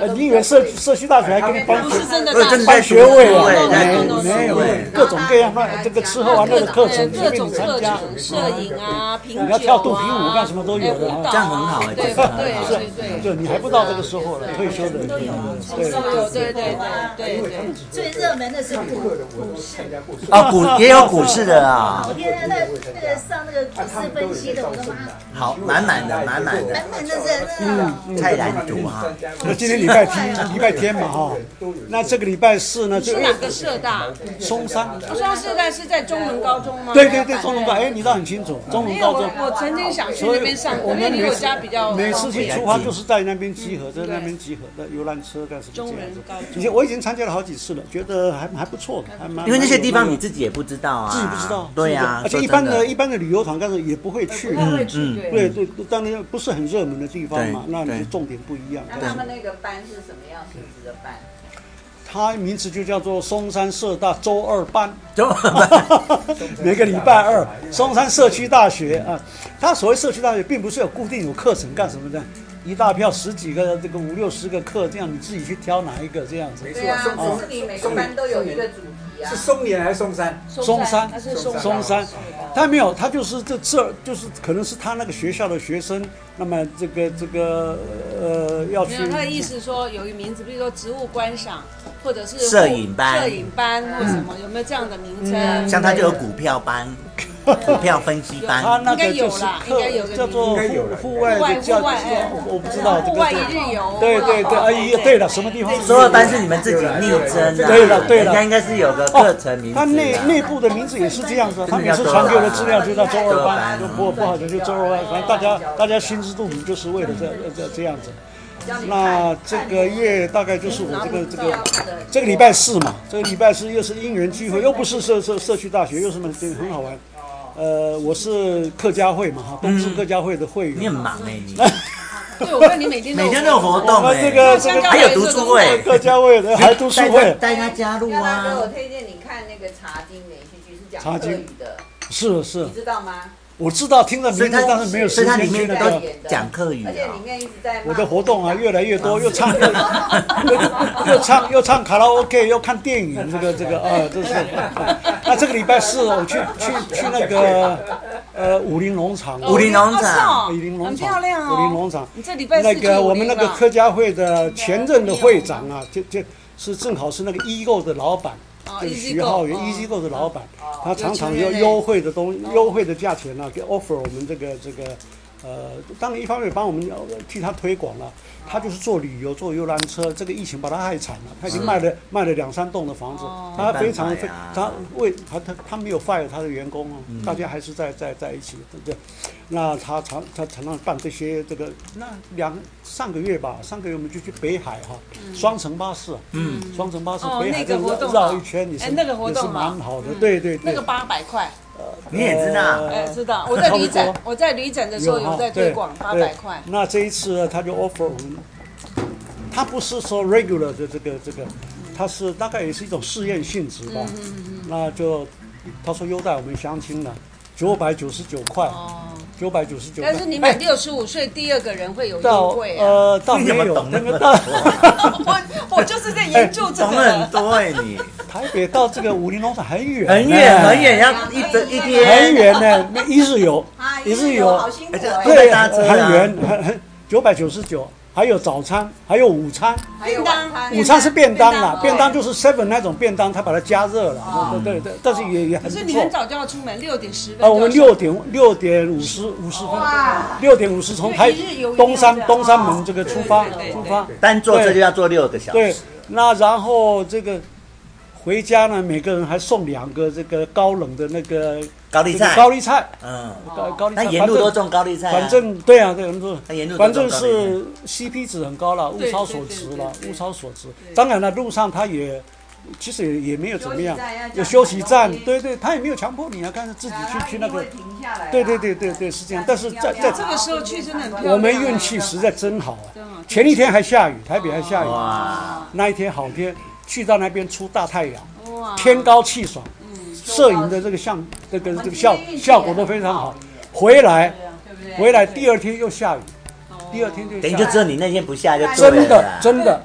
Speaker 7: 呃，你以为社社区大学还给你颁
Speaker 9: 不是真的
Speaker 4: 不是
Speaker 9: 大
Speaker 4: 真的
Speaker 9: 学
Speaker 7: 颁学位啊？
Speaker 4: 对
Speaker 7: 没
Speaker 4: 对
Speaker 7: 没有
Speaker 4: 对
Speaker 7: *laughs* 各种各样的这个吃喝玩乐的课程，随
Speaker 9: 各
Speaker 7: 便
Speaker 9: 种
Speaker 7: 你
Speaker 9: 课
Speaker 7: 参加。
Speaker 9: 程，摄影啊，品酒
Speaker 7: 你
Speaker 9: 啊，
Speaker 7: 要跳肚皮舞干什么都有的
Speaker 9: 哎舞
Speaker 7: 啊
Speaker 9: 蹈啊
Speaker 4: 这样很好哎
Speaker 9: 对
Speaker 4: 这样很好
Speaker 9: 对对对
Speaker 7: 就你还不到这个时候了，退休的人，对
Speaker 9: 对对对对对对
Speaker 1: 最热门的是
Speaker 5: 上
Speaker 1: 古
Speaker 5: 课的我
Speaker 1: 古
Speaker 5: 都参
Speaker 1: 市，
Speaker 5: 加过，我说
Speaker 4: 啊，股也有股市的啊，
Speaker 1: 我天啊，那个那个上那个股
Speaker 5: 啊，他
Speaker 1: 市
Speaker 5: 们都
Speaker 1: 分
Speaker 5: 有
Speaker 1: 析的，
Speaker 5: 在招
Speaker 1: 我的
Speaker 5: 生
Speaker 1: 妈，
Speaker 5: 的，
Speaker 4: 好满满的满满的
Speaker 1: 满满的人啊！
Speaker 4: 太难读啊。
Speaker 7: 那今天礼拜天，礼拜天嘛哈、
Speaker 5: 都有
Speaker 7: 那这个礼拜四呢，就是
Speaker 9: 哪个社大？
Speaker 7: 松山，
Speaker 9: 我说社大是在中文高中吗？
Speaker 7: 对对对，中农大，哎，你倒很清楚，中农
Speaker 9: 因为
Speaker 7: 高
Speaker 9: 我
Speaker 7: 中。
Speaker 9: 我曾经想去
Speaker 7: 所
Speaker 9: 那
Speaker 7: 以
Speaker 9: 边上课，
Speaker 7: 我
Speaker 9: 因为
Speaker 7: 们
Speaker 9: 离
Speaker 7: 每
Speaker 9: 我
Speaker 7: 次
Speaker 9: 家比较
Speaker 7: 每次去出发就是在那边集合，在
Speaker 9: 对
Speaker 7: 那边集合的游览车干什么这样
Speaker 9: 中
Speaker 7: 子？
Speaker 9: 人高中
Speaker 7: 以前我已经参加了好几次了，觉得还还不错的，还蛮。
Speaker 4: 因为那些地方
Speaker 7: 蛮有
Speaker 4: 你自己也不知道啊，
Speaker 7: 自己不知道，
Speaker 4: 对呀、
Speaker 7: 自己不知道而且一
Speaker 4: 说
Speaker 7: 般
Speaker 4: 真嗯
Speaker 7: 的一般的旅游团干什么也不会去，
Speaker 6: 不会去对。
Speaker 7: 对对，当然不是很热门的地方嘛，
Speaker 4: 对
Speaker 7: 那你
Speaker 4: 对
Speaker 7: 重点不一样。
Speaker 6: 那他们那个班是什么样性质的班？
Speaker 7: 它名字就叫做松山社大周二
Speaker 6: *laughs*
Speaker 7: 班，
Speaker 4: 就 *laughs*
Speaker 7: 每个礼拜二，松山社区大学啊，它所谓社区大学，并不是有固定有课程干什么的，一大票十几个这个五六十个课，这样你自己去挑哪一个这样子。
Speaker 5: 没
Speaker 6: 对
Speaker 5: 错，
Speaker 6: 啊，
Speaker 5: 松
Speaker 6: 只
Speaker 5: 松
Speaker 6: 是你每个班都有一个主题啊
Speaker 5: 是。松年还是松山？
Speaker 7: 松山
Speaker 9: 它是松
Speaker 7: 松
Speaker 9: 山，
Speaker 7: 山，他没有，他就是这这就是可能是他那个学校的学生，那么这个这个呃要
Speaker 9: 没
Speaker 7: 去
Speaker 9: 有他的意思说有一名字，比如说植物观赏，或者是
Speaker 4: 摄影班
Speaker 9: 摄影班或什么，有没有这样的名
Speaker 4: 嗯
Speaker 9: 称？
Speaker 4: 像他就有股票
Speaker 7: *laughs*
Speaker 4: 班、股票分析
Speaker 7: 他
Speaker 4: 班，
Speaker 7: 那个就是
Speaker 9: 应
Speaker 7: 课
Speaker 9: 该有啦应该有个名字
Speaker 7: 叫做
Speaker 5: 应该有
Speaker 7: 户
Speaker 5: 啦
Speaker 7: 户外的教，
Speaker 9: 户外户外
Speaker 7: 我我不知道这
Speaker 9: 户
Speaker 7: 个
Speaker 9: 外一
Speaker 7: 是。
Speaker 9: 日游，啊
Speaker 7: 对对对，哎呀，对了，什么地方？
Speaker 4: 所有班是你们自己力争啊，
Speaker 7: 对了对了
Speaker 4: 人
Speaker 7: 哦
Speaker 4: 家应该是有个课程名字、啊
Speaker 7: 他内内部的名字也是这样子，啊
Speaker 5: *laughs*
Speaker 7: 他每次传给我的资料就叫周二班，就不不好的就周二班，反正大家大家心知肚明，就是为了这这这样子。那这个月大概就是我这个这个这个礼拜四嘛，这个礼拜四又是因缘聚会，又不是社社社区大学，又是什么对很好玩。呃，我是客家会嘛哈，东市客家会的会
Speaker 4: 嗯你
Speaker 7: 员
Speaker 4: 很。忙哎、你
Speaker 9: 对，我看你每天都
Speaker 4: 每天都有活动
Speaker 7: 我
Speaker 4: 哎、
Speaker 7: 们这个这
Speaker 9: 香
Speaker 7: 个
Speaker 9: 港
Speaker 4: 还有读书会，
Speaker 7: *laughs* 客家会的还读书
Speaker 4: 带
Speaker 7: 会
Speaker 4: 他，带他加入
Speaker 6: 刚刚给我
Speaker 4: 啊，
Speaker 6: 推荐你看那个《茶经》连续剧，是讲
Speaker 7: 茶
Speaker 6: 客
Speaker 7: 经
Speaker 6: 语的，
Speaker 7: 是是
Speaker 6: 你，知道吗？
Speaker 7: 我知道听了名
Speaker 4: 所以
Speaker 7: 字，
Speaker 4: 他
Speaker 7: 但是没有
Speaker 4: 所
Speaker 7: 时
Speaker 4: 以它
Speaker 7: 间
Speaker 4: 里
Speaker 7: 去
Speaker 4: 面
Speaker 7: 那
Speaker 4: 都
Speaker 7: 个。
Speaker 4: 讲客语
Speaker 6: 而且里
Speaker 4: 啊，
Speaker 6: 面一直在骂
Speaker 7: 嗯我的活动啊越来越多，又唱又
Speaker 6: 又
Speaker 7: 又 *laughs* 唱又唱卡拉 OK，又看电影，这个这个啊，这是。那这个礼拜四我去去去那个呃武林农场，
Speaker 4: 武林农
Speaker 9: 哦
Speaker 4: 场
Speaker 7: 武林
Speaker 9: 很
Speaker 7: 农场
Speaker 9: 漂亮哦，
Speaker 7: 武林农场
Speaker 9: 你这礼拜四
Speaker 7: 那
Speaker 9: 去武
Speaker 7: 个
Speaker 9: 林
Speaker 7: 我们那个
Speaker 9: 了嗯
Speaker 7: 客家会的前任的会长啊，就就是正好是那个易购的老板。
Speaker 9: 哦
Speaker 7: 就
Speaker 9: Easy
Speaker 7: 是徐
Speaker 9: Go，
Speaker 7: 浩源
Speaker 9: 哦
Speaker 7: 一机构的老板，他常常
Speaker 9: 啊有
Speaker 7: 有
Speaker 9: 钱人啊
Speaker 7: 优惠的东优惠的价钱呢、给 offer 我们这个这个，呃，当然一方面帮我们呃替他推广了，他就是做旅游做游览车，这个疫情把他害惨了，他已经卖了卖了两三栋的房子，
Speaker 9: 哦
Speaker 7: 他非常
Speaker 4: 嗯没办法
Speaker 7: 非
Speaker 4: 呀嗯
Speaker 7: 他为他他他没有 fire 他的员工哦，大家还是在在在一起，对不对？那他常他常常办这些这个，那两上个月吧，上个月我们就去北海哈、双层巴士，嗯，双层巴士
Speaker 9: 哦
Speaker 7: 北海
Speaker 9: 那个
Speaker 7: 这
Speaker 9: 活动
Speaker 7: 绕
Speaker 9: 啊
Speaker 7: 一圈也是
Speaker 9: 哎那个活
Speaker 7: 也
Speaker 9: 动
Speaker 7: 是
Speaker 9: 啊
Speaker 7: 蛮好的，对对
Speaker 9: 那
Speaker 7: 对哦嗯
Speaker 9: 个。八百块，
Speaker 4: 你也知道，
Speaker 9: 哎，知道我在旅
Speaker 7: 差
Speaker 9: 展
Speaker 7: 不多，
Speaker 9: 我在旅展的时候有
Speaker 7: 哈
Speaker 9: 在推广八百块。
Speaker 7: 对那这一次呢他就 offer 我们，他不是说 regular 的这个这个，他是大概也是一种试验性质
Speaker 9: 嗯
Speaker 7: 吧。那就他说优待我们相亲了，九百九十九块，
Speaker 9: 哦，
Speaker 7: 九百九十九。
Speaker 9: 但是你满
Speaker 7: 哎
Speaker 9: 六十五岁，第二个人会有
Speaker 7: 到
Speaker 9: 优惠啊！
Speaker 7: 呃到
Speaker 4: 你
Speaker 7: 没
Speaker 4: 怎么
Speaker 7: 有
Speaker 4: 懂
Speaker 7: 那
Speaker 4: 那
Speaker 7: 个
Speaker 4: 么
Speaker 7: 到
Speaker 4: 多？
Speaker 9: 我 *laughs* 我就是在研究这
Speaker 4: 懂
Speaker 9: 个
Speaker 4: 很
Speaker 9: 的，
Speaker 4: 多哎、你
Speaker 7: 台北到这个武林农场 *laughs* 很远，
Speaker 4: 很远很，远，要一整一
Speaker 7: 很
Speaker 4: 天，
Speaker 7: 远呢，那一日游
Speaker 6: 啊，，
Speaker 7: 一日游
Speaker 6: 有，好辛苦
Speaker 4: 而且
Speaker 6: 哎，
Speaker 7: 对，
Speaker 4: 搭车啊
Speaker 7: 很远，很很九百九十九，还有早餐，还有午餐，
Speaker 6: 还有晚餐
Speaker 7: 午餐是便当啦，
Speaker 9: 便
Speaker 7: 便
Speaker 9: 当哦
Speaker 7: 当就是 seven 那种便当，它把它加热了，对对对，但是也也还
Speaker 9: 可是
Speaker 7: 不
Speaker 9: 你
Speaker 7: 错
Speaker 9: 很。早就要出门，六点十分就
Speaker 7: 啊，
Speaker 9: 要
Speaker 7: 我们
Speaker 9: 出门
Speaker 7: 六点六点五十五十分，六点五十从台
Speaker 9: 因为一日游一定要
Speaker 7: 东山
Speaker 9: 这样
Speaker 7: 东山门这个出发
Speaker 9: 哦对对对对
Speaker 7: 出发，
Speaker 4: 单坐车就要坐六个小
Speaker 7: 对
Speaker 4: 时，，
Speaker 7: 那然后这个回家呢，每个人还送两个这个高冷的那个
Speaker 4: 高丽
Speaker 7: 这个
Speaker 4: 菜，
Speaker 7: 高丽菜，
Speaker 4: 嗯，
Speaker 7: 高高丽
Speaker 4: 那
Speaker 7: 菜，
Speaker 4: 沿路
Speaker 7: 反正
Speaker 4: 都种高
Speaker 9: 哎
Speaker 4: 丽菜、啊，
Speaker 7: 反正对啊，对，我们说
Speaker 4: 那沿路都
Speaker 7: 反正
Speaker 4: 种高丽
Speaker 7: 是 CP 值很高了，物
Speaker 9: 对
Speaker 7: 超
Speaker 9: 对
Speaker 7: 所
Speaker 9: 对
Speaker 7: 值
Speaker 9: 对
Speaker 7: 了，
Speaker 9: 对
Speaker 7: 物超所值。当然了，路上他也其实也也没有怎么样
Speaker 6: 休息站要，
Speaker 7: 有
Speaker 6: 叫
Speaker 7: 休息站
Speaker 6: 买东，西
Speaker 7: 对对，他也没有强迫你啊，但是自己去去那个，
Speaker 6: 停下来，啊
Speaker 7: 对对，对对
Speaker 9: 啊
Speaker 7: 对，是这样。但是在在
Speaker 9: 这个时候去真的很漂亮啊
Speaker 7: 我们运气实在真好啊
Speaker 9: 真好！
Speaker 7: 前一天还下雨，台北还下雨，
Speaker 4: 哇，
Speaker 7: 那一天好天，去到那边出大太阳，
Speaker 9: 哇
Speaker 7: 天高气爽，
Speaker 9: 嗯
Speaker 7: 摄影的这个像这个这个效效果都非常好。回来
Speaker 9: 对不对？哦
Speaker 7: 回来第二天又下雨，第二天就
Speaker 4: 等于
Speaker 7: 下
Speaker 4: 就
Speaker 7: 雨
Speaker 4: 只有你那天不下就对啊了
Speaker 7: 真的真的，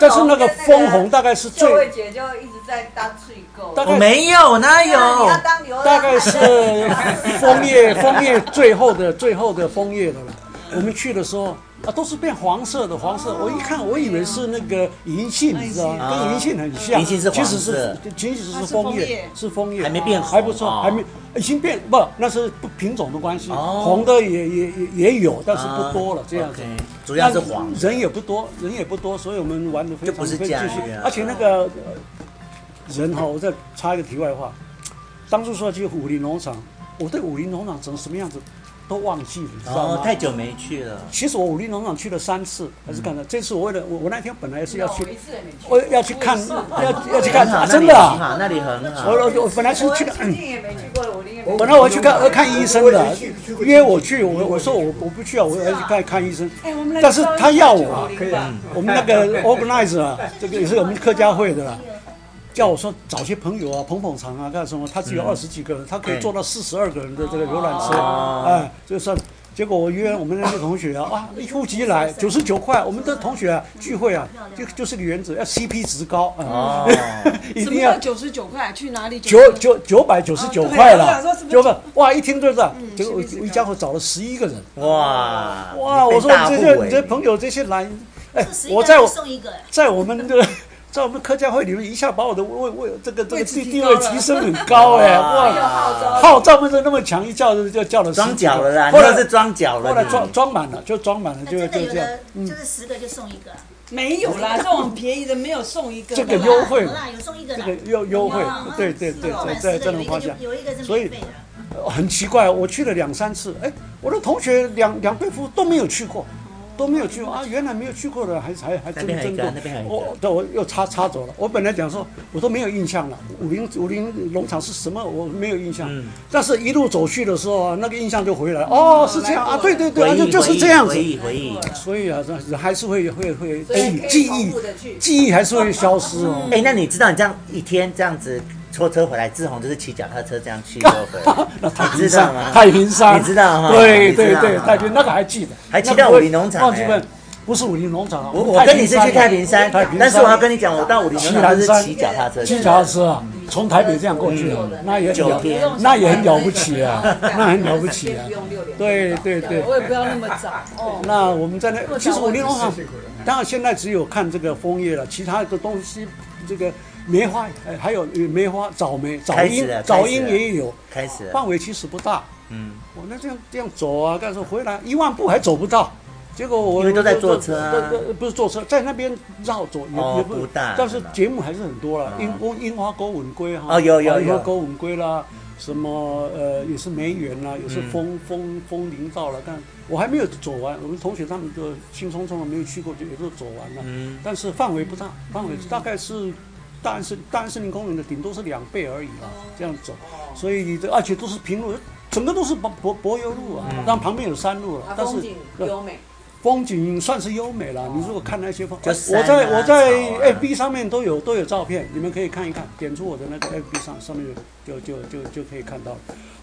Speaker 7: 但是那个枫红大概是
Speaker 6: 秀
Speaker 7: 最
Speaker 6: 慧姐啊就一直在当睡购，
Speaker 7: 大
Speaker 4: 我
Speaker 7: 概
Speaker 4: 没有哪有，
Speaker 6: 啊你
Speaker 7: 啊
Speaker 6: 要当牛郎
Speaker 7: *laughs* 大概是枫叶枫叶最后的最后的枫叶的了。我们去的时候啊，都是变黄色的，黄色。我一看，我以为是那个银杏，你知道吗？哦跟银杏很像。
Speaker 4: 银杏是
Speaker 7: 其
Speaker 4: 黄
Speaker 7: 实
Speaker 4: 色
Speaker 7: 是其实
Speaker 3: 它
Speaker 7: 是
Speaker 3: 是
Speaker 7: 枫
Speaker 3: 枫叶
Speaker 7: 叶，是枫叶，
Speaker 4: 还没变红
Speaker 7: 还不错
Speaker 4: 哦，
Speaker 7: 还没已经变不，那是不品种的关系，
Speaker 4: 哦
Speaker 7: 红的也也也也有，但是不多了这样子。
Speaker 4: OK，主要是黄
Speaker 7: 那人也不多，人也不多，所以我们玩的非
Speaker 4: 就
Speaker 7: 常
Speaker 4: 不是
Speaker 7: 非
Speaker 4: 假
Speaker 7: 常尽兴
Speaker 4: 日啊
Speaker 7: 而且那个呃人哈，我再插一个题外话，当初说去武林农场，我对武林农场长什么样子都忘记了，你知道
Speaker 4: 哦
Speaker 7: 吗？，
Speaker 4: 太久没去了，
Speaker 7: 其实我武林农场去了三次，还是
Speaker 4: 嗯
Speaker 7: 看了。这次我为了我我那天本来是要去
Speaker 6: 我，一次也没去
Speaker 7: 我要去看，要要去看
Speaker 4: 很好，
Speaker 7: 啊，
Speaker 4: 那
Speaker 7: 真
Speaker 4: 里
Speaker 7: 的
Speaker 4: 很
Speaker 7: 啊。
Speaker 4: 好，那里很好
Speaker 7: 我。我我本来是
Speaker 6: 我
Speaker 7: 去的，
Speaker 6: 最
Speaker 7: 嗯
Speaker 6: 近也没去过，我应该没
Speaker 7: 本来我要去看呃看医生
Speaker 5: 我
Speaker 7: 的
Speaker 5: 也去去过，
Speaker 7: 约我去，我我说我我不去啊，我要去看看医生。
Speaker 9: 哎
Speaker 7: 但是他要我啊，
Speaker 5: 可以啊，
Speaker 7: 我们那个 organizer *laughs* 啊，这个也是我们客家会的啦，叫我说找些朋友啊，捧捧场啊，干什么？他只有二十几个人，他可以坐到四十二个人的这个游览车，
Speaker 4: 哦
Speaker 7: 哎，就算。结果我约我们那个同学啊，哇，一户籍来九十九块，我们的同学啊聚会啊，就就是个原则，要 CP 值高啊，
Speaker 4: 哦，
Speaker 7: *laughs* 一
Speaker 9: 什么
Speaker 7: 定
Speaker 9: 叫
Speaker 7: 要
Speaker 9: 九十九块？啊去哪里？
Speaker 7: 九九九百九十九块
Speaker 2: 我想说
Speaker 7: 了
Speaker 2: 是不，是
Speaker 7: 九百哇，一听就是啊，结果我我一家伙找了十一个人，
Speaker 4: 哇
Speaker 7: 哇，我说
Speaker 4: 些
Speaker 7: 这些你这朋友这些来，哎
Speaker 1: 这，十一
Speaker 7: 我
Speaker 1: 个
Speaker 7: 在
Speaker 1: 人
Speaker 7: 我
Speaker 1: 送一个，
Speaker 7: 在我们的 *laughs* 在我们客家会里面，一下把我的位位这个这个
Speaker 2: 位置
Speaker 7: 地
Speaker 2: 提
Speaker 7: 地
Speaker 2: 高
Speaker 7: 位
Speaker 2: 了
Speaker 7: 提升很高哎、哇！
Speaker 4: 哇，
Speaker 7: 号召不是那么强，一叫就就叫了十几
Speaker 4: 装脚了啦，
Speaker 7: 后
Speaker 4: 那
Speaker 7: 来
Speaker 4: 是装脚了
Speaker 7: 后来
Speaker 4: 你
Speaker 7: 装装满了，就装满了，
Speaker 1: 那
Speaker 7: 就
Speaker 1: 真的
Speaker 7: 就
Speaker 1: 有
Speaker 7: 这样。
Speaker 1: 的就是十个就送一个，
Speaker 9: 没有啦，这种便宜的没有送一个的
Speaker 7: 这
Speaker 9: 啦。
Speaker 7: 个优惠
Speaker 1: 有啦，有送一个
Speaker 7: 这
Speaker 1: 啦
Speaker 7: 个。优优惠
Speaker 1: 有啊，
Speaker 7: 对对对，
Speaker 1: 送
Speaker 7: 在
Speaker 1: 满
Speaker 7: 在
Speaker 1: 十个
Speaker 7: 这种
Speaker 1: 有一
Speaker 7: 况
Speaker 1: 个就
Speaker 7: 下，
Speaker 1: 有一个是
Speaker 7: 所以
Speaker 1: 免费的。
Speaker 7: 呃很奇怪，我去了两三次，哎，我的同学两两对夫妇都没有去过，都没有去过啊，原来没有去过的，还还还
Speaker 4: 哦
Speaker 7: 真
Speaker 4: 那边还有一
Speaker 7: 真
Speaker 4: 个
Speaker 7: 过
Speaker 4: 那边还有一。个
Speaker 7: 我对我又插插走了，我本来讲说我都没有印象了，武林武林农场是什么我没有印象，
Speaker 4: 嗯
Speaker 7: 但是一路走去的时候啊，那个印象就回来，哦，是这样啊，对对对，啊
Speaker 4: 回
Speaker 7: 就
Speaker 4: 忆
Speaker 7: 就
Speaker 4: 回
Speaker 7: 是
Speaker 4: 忆
Speaker 7: 这样
Speaker 4: 回
Speaker 7: 子。
Speaker 4: 忆回忆。
Speaker 7: 所以啊，这还是会会会
Speaker 6: 所以
Speaker 7: 记
Speaker 6: 可以
Speaker 7: 记
Speaker 6: 重
Speaker 7: 忆
Speaker 6: 复地去
Speaker 7: 记忆还是会消失哦。
Speaker 4: 哎，那你知道你这样一天这样子坐车回来，志宏就是骑脚踏车这样去又回来，
Speaker 7: *laughs* 那太
Speaker 4: 你
Speaker 7: 平
Speaker 4: 啊知道
Speaker 7: 山
Speaker 4: 吗，
Speaker 7: 太平山，
Speaker 4: 你知道哈你
Speaker 7: 对
Speaker 4: 知
Speaker 7: 对
Speaker 4: 道
Speaker 7: 对，
Speaker 4: 哈
Speaker 7: 太平那个还记得，
Speaker 4: 还骑
Speaker 7: 那个
Speaker 4: 到
Speaker 7: 不会
Speaker 4: 武林农场
Speaker 7: 忘记
Speaker 4: 哎
Speaker 7: 问，不是武林农场啊，
Speaker 4: 我
Speaker 7: 们
Speaker 4: 我跟你是去
Speaker 7: 山啊
Speaker 4: 太平山
Speaker 7: 太平，山
Speaker 4: 但是我要跟你讲，我到武林
Speaker 7: 西
Speaker 4: 农场
Speaker 7: 南
Speaker 4: 就是
Speaker 7: 山
Speaker 4: 骑脚踏车去的，嗯
Speaker 7: 骑脚踏车啊，从台北这样过去啊，那也
Speaker 4: 九
Speaker 7: 了
Speaker 4: 天，
Speaker 7: 那也很了不起
Speaker 6: *laughs*
Speaker 7: 啊，
Speaker 4: *laughs*
Speaker 7: 那很了不起啊，对对对。
Speaker 9: 我也不要那么早哦。
Speaker 7: 那我们在那，其实武林农场
Speaker 5: 辛苦了。
Speaker 7: 当然现在只有看这个枫叶了，其他的东西，这个梅花，呃还有梅花、早梅、早
Speaker 4: 开始
Speaker 7: 樱
Speaker 4: 了、
Speaker 7: 早
Speaker 4: 开始
Speaker 7: 樱
Speaker 4: 了
Speaker 7: 也有，
Speaker 4: 开始了，
Speaker 7: 范围其实不大。
Speaker 4: 嗯，
Speaker 7: 我那这样这样走啊，干什么？回来一万步还走不到，结果我
Speaker 4: 因为都在坐车啊
Speaker 7: 都都都不是坐车，在那边绕走也、
Speaker 4: 哦
Speaker 7: 也不
Speaker 4: 不大
Speaker 7: 但是节目还是很多了，
Speaker 4: 嗯
Speaker 7: 樱宫樱花勾吻龟哈，
Speaker 4: 哦有有
Speaker 7: 啊樱花
Speaker 4: 有
Speaker 7: 勾吻龟啦，什么呃也是梅园
Speaker 4: 嗯
Speaker 7: 啦，也是风、风风铃道了，但我还没有走完，我们同学他们就兴冲冲的没有去过，就也就走完了，
Speaker 4: 嗯
Speaker 7: 但是范围不大，范围大概是。大安森大安森林公园的顶多是两倍而已啦，
Speaker 4: 哦
Speaker 7: 这样走，所以你这而且都是平路，整个都是柏柏柏油路
Speaker 4: 嗯
Speaker 7: 啊，但旁边有山路了，
Speaker 6: 啊，
Speaker 7: 但是
Speaker 6: 风景
Speaker 7: 呃
Speaker 6: 优美，
Speaker 7: 风景算是优美了。你如果看那些风，
Speaker 4: 哦
Speaker 7: 呃
Speaker 4: 就山
Speaker 7: 我
Speaker 4: 啊
Speaker 7: 在
Speaker 4: 草啊
Speaker 7: 我在 FB 上面都有都有照片，你们可以看一看，点出我的那个 FB 上上面有就就就就可以看到了。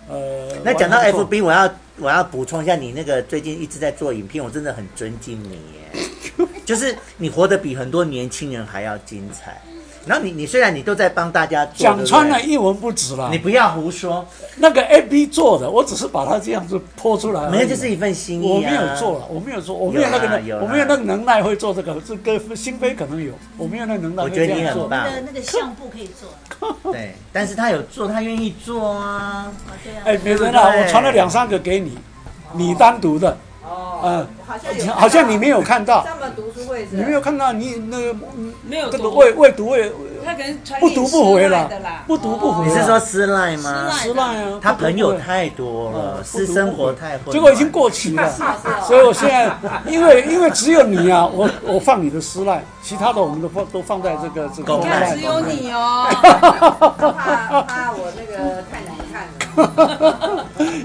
Speaker 7: 呃，
Speaker 4: 那讲到
Speaker 7: 我还不错
Speaker 4: FB，我要我要补充一下，你那个最近一直在做影片，我真的很尊敬你
Speaker 7: *laughs*
Speaker 4: 耶，就是你活得比很多年轻人还要精彩。然后你你虽然你都在帮大家做，
Speaker 7: 讲穿了
Speaker 4: 对不
Speaker 7: 一文不值了
Speaker 4: 对，你不要胡说，
Speaker 7: 那个 FB 做的，我只是把它这样子泼出来而已，
Speaker 4: 没有就是一份心意、啊。
Speaker 7: 嗯我没有做了，我没有做，我没有那个
Speaker 4: 有啦有
Speaker 7: 能，
Speaker 4: 啦
Speaker 7: 我没有那个能耐会做这个，这个心扉可能有，我没有那个能耐
Speaker 4: 我
Speaker 7: 会
Speaker 4: 觉
Speaker 7: 这
Speaker 4: 得你
Speaker 7: 样
Speaker 4: 很
Speaker 7: 做。
Speaker 1: 那
Speaker 4: 棒，
Speaker 1: 个那个相簿可以做，
Speaker 4: 对，但是他有做，他愿意做啊。
Speaker 1: 啊对啊。
Speaker 7: 哎，别人啊，
Speaker 4: 对
Speaker 7: 我传了两三个给你，你单独的，
Speaker 6: 哦
Speaker 7: 嗯，
Speaker 6: 好像有，
Speaker 7: 好像你没有看到，
Speaker 6: 上面读书会是
Speaker 7: 你没有看到你那个
Speaker 9: 没有
Speaker 7: 这个
Speaker 9: 多
Speaker 7: 未未读未
Speaker 9: 他可能传
Speaker 7: 不
Speaker 9: 给
Speaker 7: 读
Speaker 9: 你
Speaker 7: 不回
Speaker 9: 室
Speaker 7: 了
Speaker 9: 外的啦，
Speaker 7: 不读不回
Speaker 4: 你
Speaker 7: 了。
Speaker 4: 是说私赖吗？
Speaker 9: 私赖
Speaker 7: 失败啊？
Speaker 4: 他
Speaker 7: 不读
Speaker 4: 朋
Speaker 7: 不
Speaker 4: 友
Speaker 7: 回
Speaker 4: 太多了，
Speaker 7: 不读
Speaker 4: 私生
Speaker 7: 不
Speaker 4: 活
Speaker 7: 回
Speaker 4: 太混乱。
Speaker 7: 结果已经过期了，
Speaker 9: 啊
Speaker 7: 所以我现在因为因为只有你啊，我我放你的私赖，其他的我们都放都放在这个这个
Speaker 4: 狗
Speaker 9: 你看
Speaker 4: 赖
Speaker 9: 只有你哦，
Speaker 6: 怕怕我那个太难看了，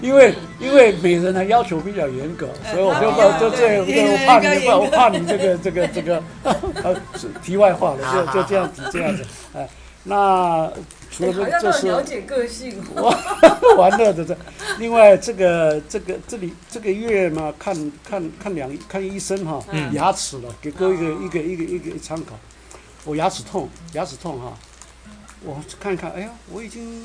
Speaker 7: 因为因为每人的要求比较严格，所以我就怕就这这我怕你我怕你这个这个这个，呃，是题外话了，就就这样子这样子，哎，那除了 *laughs*
Speaker 6: 哎
Speaker 7: 这这是
Speaker 9: 解个性。
Speaker 7: *laughs* 我玩乐的这，另外这个这个这里这个月嘛，看看看两看医生哈，牙齿了，给各位一个一个一个一个参考。我牙齿痛，牙齿痛哈，我看一看，哎呀，我已经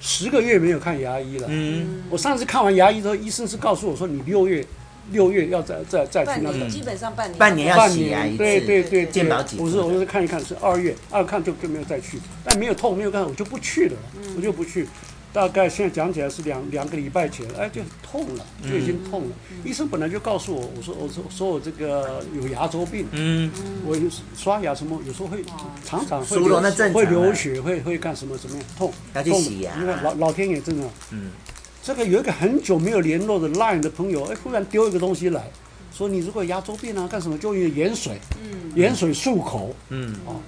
Speaker 7: 十个月没有看牙医了。
Speaker 4: 嗯，
Speaker 7: 我上次看完牙医之后，医生是告诉我说你六月六月要再再再
Speaker 9: 半
Speaker 7: 去那
Speaker 9: 年
Speaker 7: 个。
Speaker 9: 基本上半年，
Speaker 4: 半年嗯要
Speaker 7: 半
Speaker 4: 洗牙
Speaker 7: 年，
Speaker 4: 一次，
Speaker 7: 对对对，
Speaker 4: 健
Speaker 7: 对
Speaker 4: 保几次
Speaker 7: 不是，我是看一看，是二月，二看就就没有再去，但没有痛，没有干，我就不去了，
Speaker 4: 嗯
Speaker 7: 我就不去。大概现在讲起来是两两个礼拜前，哎，就痛了，
Speaker 4: 嗯
Speaker 7: 就已经痛了。医生本来就告诉我，我说我说说我这个有牙周病，
Speaker 4: 嗯，
Speaker 7: 我有时刷牙什么，有时候会常常会
Speaker 4: 疏
Speaker 7: 流
Speaker 4: 漏那正常啊
Speaker 7: 会流血，会会干什么什么样痛，
Speaker 4: 要去
Speaker 7: 痛
Speaker 4: 洗牙
Speaker 7: 因为老老天爷真的，
Speaker 4: 嗯，
Speaker 7: 这个有一个很久没有联络的 LINE 的朋友，哎，忽然丢一个东西来，说你如果牙周病啊干什么，就用盐水，嗯，盐水漱口，
Speaker 4: 嗯，
Speaker 7: 哦，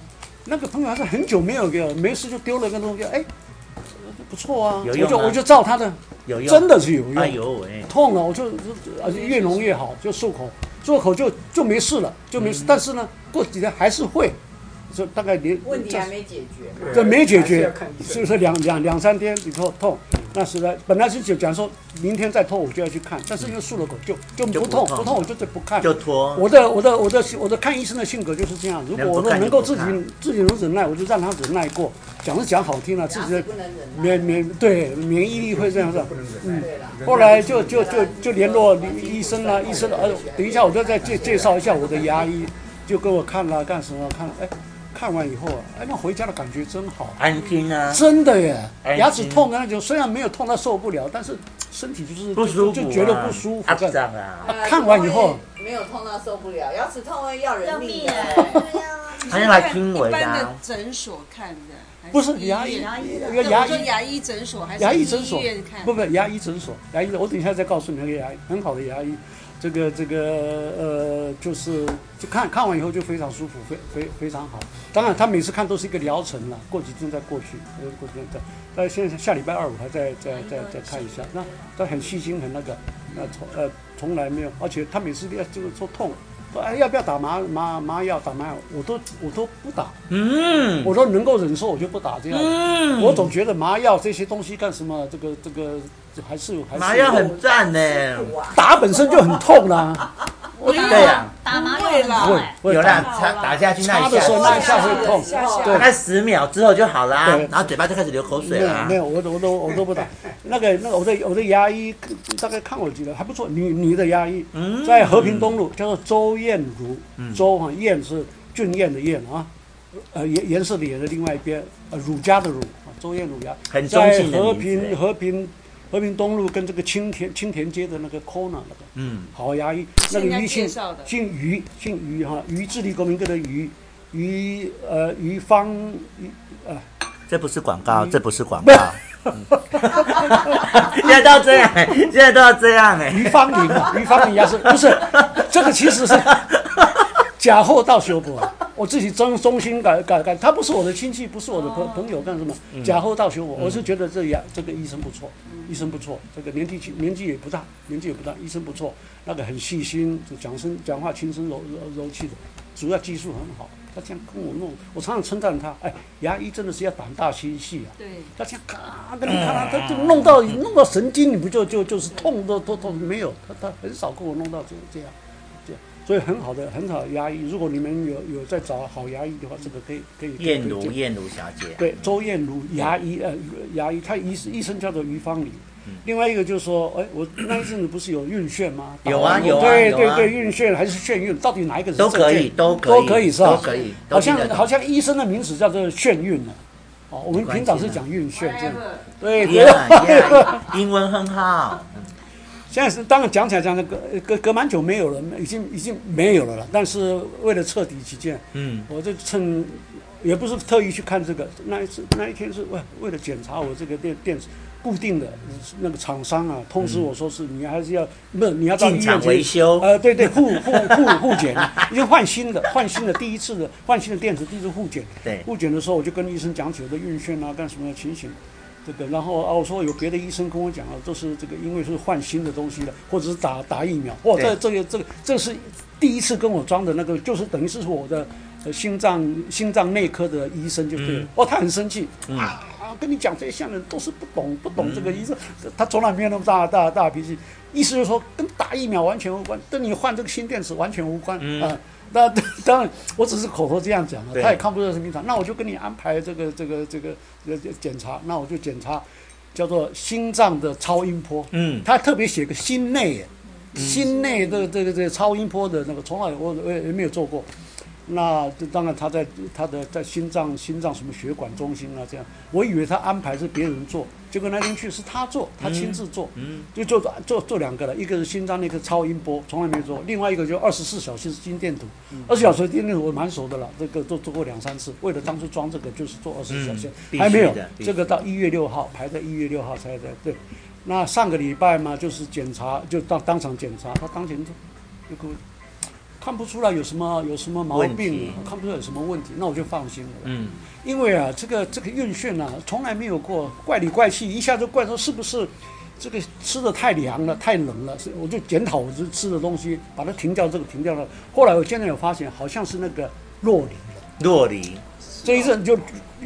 Speaker 7: 那个朋友还是很久没有给我，没事就丢了一个东西，哎，不错啊，
Speaker 4: 有
Speaker 7: 我
Speaker 4: 用
Speaker 7: 就
Speaker 4: 啊
Speaker 7: 我就照他的，
Speaker 4: 有用，
Speaker 7: 真的是有用，
Speaker 4: 哎呦喂，
Speaker 7: 痛了，啊我就而且越浓越好，就漱口，漱口就就没事了，就没
Speaker 4: 嗯
Speaker 7: 事。但是呢，过几天还是会，就大概连
Speaker 6: 问题还没解决嘛。
Speaker 7: 这没解
Speaker 5: 还是要
Speaker 7: 决
Speaker 5: 看医，生
Speaker 7: 是不是两两两三天以后痛？
Speaker 4: 嗯
Speaker 7: 那实在本来是就讲说明天再痛我就要去看，但是又漱了口就就
Speaker 4: 嗯就
Speaker 7: 不
Speaker 4: 不
Speaker 7: 痛
Speaker 4: 痛
Speaker 7: 不痛，我就是不看。
Speaker 4: 就拖，
Speaker 7: 我的我的我的我的看医生的性格就是这样，如果
Speaker 4: 能不
Speaker 7: 我
Speaker 4: 看就
Speaker 7: 能够
Speaker 4: 不
Speaker 7: 自己
Speaker 4: 看
Speaker 7: 自己能忍耐，我就让他忍耐过。讲是讲好听了，自
Speaker 6: 牙
Speaker 7: 己
Speaker 6: 齿
Speaker 7: 的
Speaker 6: 不能忍耐
Speaker 7: 免免对免疫力会这样子。啊嗯
Speaker 5: 不能忍耐。人
Speaker 7: 后来就就就就联络医生啦、医生了，呃，等一下我再再介介绍一下我的牙医，就给我看了干什么看，哎，看完以后啊，哎，那回家的感觉真好，
Speaker 4: 安心啊，
Speaker 7: 真的耶
Speaker 4: 哎，
Speaker 7: 牙齿痛啊，那就虽然没有痛到受不了，但是身体就是
Speaker 4: 不舒服、啊，
Speaker 7: 就就觉得不舒服
Speaker 4: 啊，
Speaker 7: 干
Speaker 4: 胀啊，
Speaker 7: 啊看完以后
Speaker 6: 呃没有痛到受不了，牙齿痛会要人命啊的。
Speaker 1: 要
Speaker 7: *laughs*
Speaker 1: 命啊
Speaker 4: 还要来轻微
Speaker 9: 一
Speaker 4: 的
Speaker 9: 般
Speaker 4: 啊
Speaker 9: 的，诊所看的，还
Speaker 7: 不是
Speaker 9: 医
Speaker 7: 牙医
Speaker 9: 院
Speaker 1: 牙医的
Speaker 7: 因
Speaker 9: 对
Speaker 7: 为牙
Speaker 9: 我说
Speaker 7: 医
Speaker 9: 牙医诊所还是
Speaker 7: 牙医诊所
Speaker 9: 医院看，
Speaker 7: 不不，牙医诊所，牙医，我等一下再告诉你那个牙医，很好的牙医，这个这个呃，就是就看看完以后就非常舒服，非非非常好。当然，他每次看都是一个疗程了，过几天再过去，呃，过几天再，但现在下礼拜二我还再再再再看一下，那他很细心，很那个，那从呃从来没有，而且他每次要就是说痛。说哎，要不要打麻麻麻药？打麻药，我都我都不打，
Speaker 4: 嗯，
Speaker 7: 我都能够忍受，我就不打这样。
Speaker 4: 嗯，
Speaker 7: 我总觉得麻药这些东西干什么？这个这个还是还是
Speaker 4: 麻药很赞呢，
Speaker 7: 打本身就很痛啊啦、
Speaker 1: 我打
Speaker 4: 对呀
Speaker 1: 打麻药很痛哎，
Speaker 7: 会
Speaker 9: 啊
Speaker 4: 有啦，
Speaker 7: 打
Speaker 4: 插打下去那
Speaker 7: 插
Speaker 4: 一
Speaker 7: 的时候
Speaker 4: 下
Speaker 7: 那一下会痛。
Speaker 2: 下下
Speaker 7: 对
Speaker 4: 大概十秒之后就好啦
Speaker 7: 对，
Speaker 4: 然后嘴巴就开始流口
Speaker 7: 没
Speaker 4: 水
Speaker 7: 有
Speaker 4: 啦
Speaker 7: 没，有，我都我都我都
Speaker 4: *laughs*
Speaker 7: 不打。那个那个，我的我的牙医大概看我几个还不错，女女的牙医
Speaker 4: 嗯，
Speaker 7: 在和平东路叫做周艳如，周啊艳是俊彦的彦啊，呃颜颜色的颜是另外一边，呃儒家的儒，啊周艳如牙。
Speaker 4: 很中
Speaker 7: 在
Speaker 4: 性的
Speaker 7: 和
Speaker 4: 名
Speaker 7: 平
Speaker 4: 字，
Speaker 7: 和平和平东路跟这个青田青田街的那个 corner 那个
Speaker 4: 嗯，
Speaker 7: 好牙医，那个
Speaker 9: 人家
Speaker 7: 于姓
Speaker 9: 介绍的
Speaker 7: 姓于姓于哈，于智利国民哥的于于呃于方于呃
Speaker 4: 这不是广告，这不是广告。嗯 *laughs* 现在都要这样哎，现在都要这样哎，
Speaker 7: 于方林啊，于方林牙齿不是这个其实是假货到修补啊，我自己真衷心感感感，他不是我的亲戚，不是我的朋朋友干什么？假货到修补，我是觉得这牙这个医生不错，医生不错，这个年纪轻年纪也不大，年纪也不大，医生不错，那个很细心，就讲声讲话轻声柔柔柔气的，主要技术很好。他这样跟我弄，我常常称赞他，哎，牙医真的是要胆大心细啊。
Speaker 9: 对，
Speaker 7: 他这样咔跟你咔，他就弄到弄到神经，你不就就就是痛都都都没有，他他很少跟我弄到这这样，这样，所以很好的很好的牙医，如果你们有有在找好牙医的话，这个可以可以
Speaker 4: 燕如
Speaker 7: 推荐
Speaker 4: 燕如小姐，啊
Speaker 7: 对周燕如牙医呃牙医，他医医生叫做于芳玲。
Speaker 4: 嗯
Speaker 7: 另外一个就是说，哎，我那一阵子不是有晕眩吗？
Speaker 4: *coughs* 有啊有啊
Speaker 7: 对
Speaker 4: 有
Speaker 7: 对
Speaker 4: 啊
Speaker 7: 对，晕眩还是眩晕，到底哪一个是
Speaker 4: 都可
Speaker 7: 正
Speaker 4: 以
Speaker 7: 确
Speaker 4: 都可以
Speaker 7: 都可以是吧？
Speaker 4: 都可以都
Speaker 7: 好
Speaker 4: 听
Speaker 7: 像
Speaker 4: 得懂
Speaker 7: 好像医生的名词叫做眩晕呢。哦，我们平常是讲晕眩
Speaker 9: 哎
Speaker 7: 这样。对对
Speaker 4: Yeah, yeah，英啊文很好，
Speaker 7: 现在是当然讲起来讲的隔隔隔蛮久没有了，已经已经没有了了。但是为了彻底起见，
Speaker 4: 嗯，
Speaker 7: 我就趁也不是特意去看这个，那一次那一天是为为了检查我这个电电子固定的那个厂商啊，通知我说是你还是要不是你要到
Speaker 4: 进
Speaker 7: 医院
Speaker 4: 厂
Speaker 7: 去
Speaker 4: 维修，
Speaker 7: 呃，对对，护护护护检，已经换新的，换新的第一次的换新的电池，第一次护检。
Speaker 4: 对
Speaker 7: 护检的时候，我就跟医生讲起我的晕眩啊，干什么的情形，这个，然后啊，我说有别的医生跟我讲啊，这是这个因为是换新的东西了，或者是打打疫苗，哇，这
Speaker 4: 对
Speaker 7: 这个这个这是第一次跟我装的那个，就是等于是我的。呃心脏心脏内科的医生就对了，哦，他很生气、啊，跟你讲这些人都是不懂不懂这个医生，他从来没有那么大大大脾气，意思就是说跟打疫苗完全无关，跟你换这个新电池完全无关啊、那当然，我只是口头这样讲了，
Speaker 4: 对
Speaker 7: 他也看不出来什么异常。那我就跟你安排这个这个这个呃检查，那我就检查叫做心脏的超音波，
Speaker 4: 嗯
Speaker 7: 他特别写个心内耶，心内的这个这个超音波的那个从来我我也没有做过。那这当然他在他的在心脏心脏什么血管中心啊这样，我以为他安排是别人做，结果那天去是他做，他亲自做，
Speaker 4: 嗯
Speaker 7: 就做做做两个了，一个是心脏那个超音波，从来没做，另外一个就二十四小时心电图，
Speaker 4: 嗯
Speaker 7: 二十小时心电图我蛮熟的了，这个都做过两三次，为了当初装这个就是做二十四小时，
Speaker 4: 嗯
Speaker 7: 还没有
Speaker 4: 必须的必须的
Speaker 7: 这个到一月六号排在一月六号才在对，那上个礼拜嘛就是检查就当当场检查，他当前就就给我看不出来有什么有什么毛
Speaker 4: 问
Speaker 7: 病
Speaker 4: 题，
Speaker 7: 看不出来有什么问题，那我就放心了。
Speaker 4: 嗯，
Speaker 7: 因为啊，这个这个晕眩啊，从来没有过怪里怪气，一下就怪说是不是这个吃的太凉了、太冷了，是我就检讨我这吃的东西，把它停掉，这个停掉了。后来我现在有发现，好像是那个洛梨，
Speaker 4: 洛梨，
Speaker 7: 这一阵就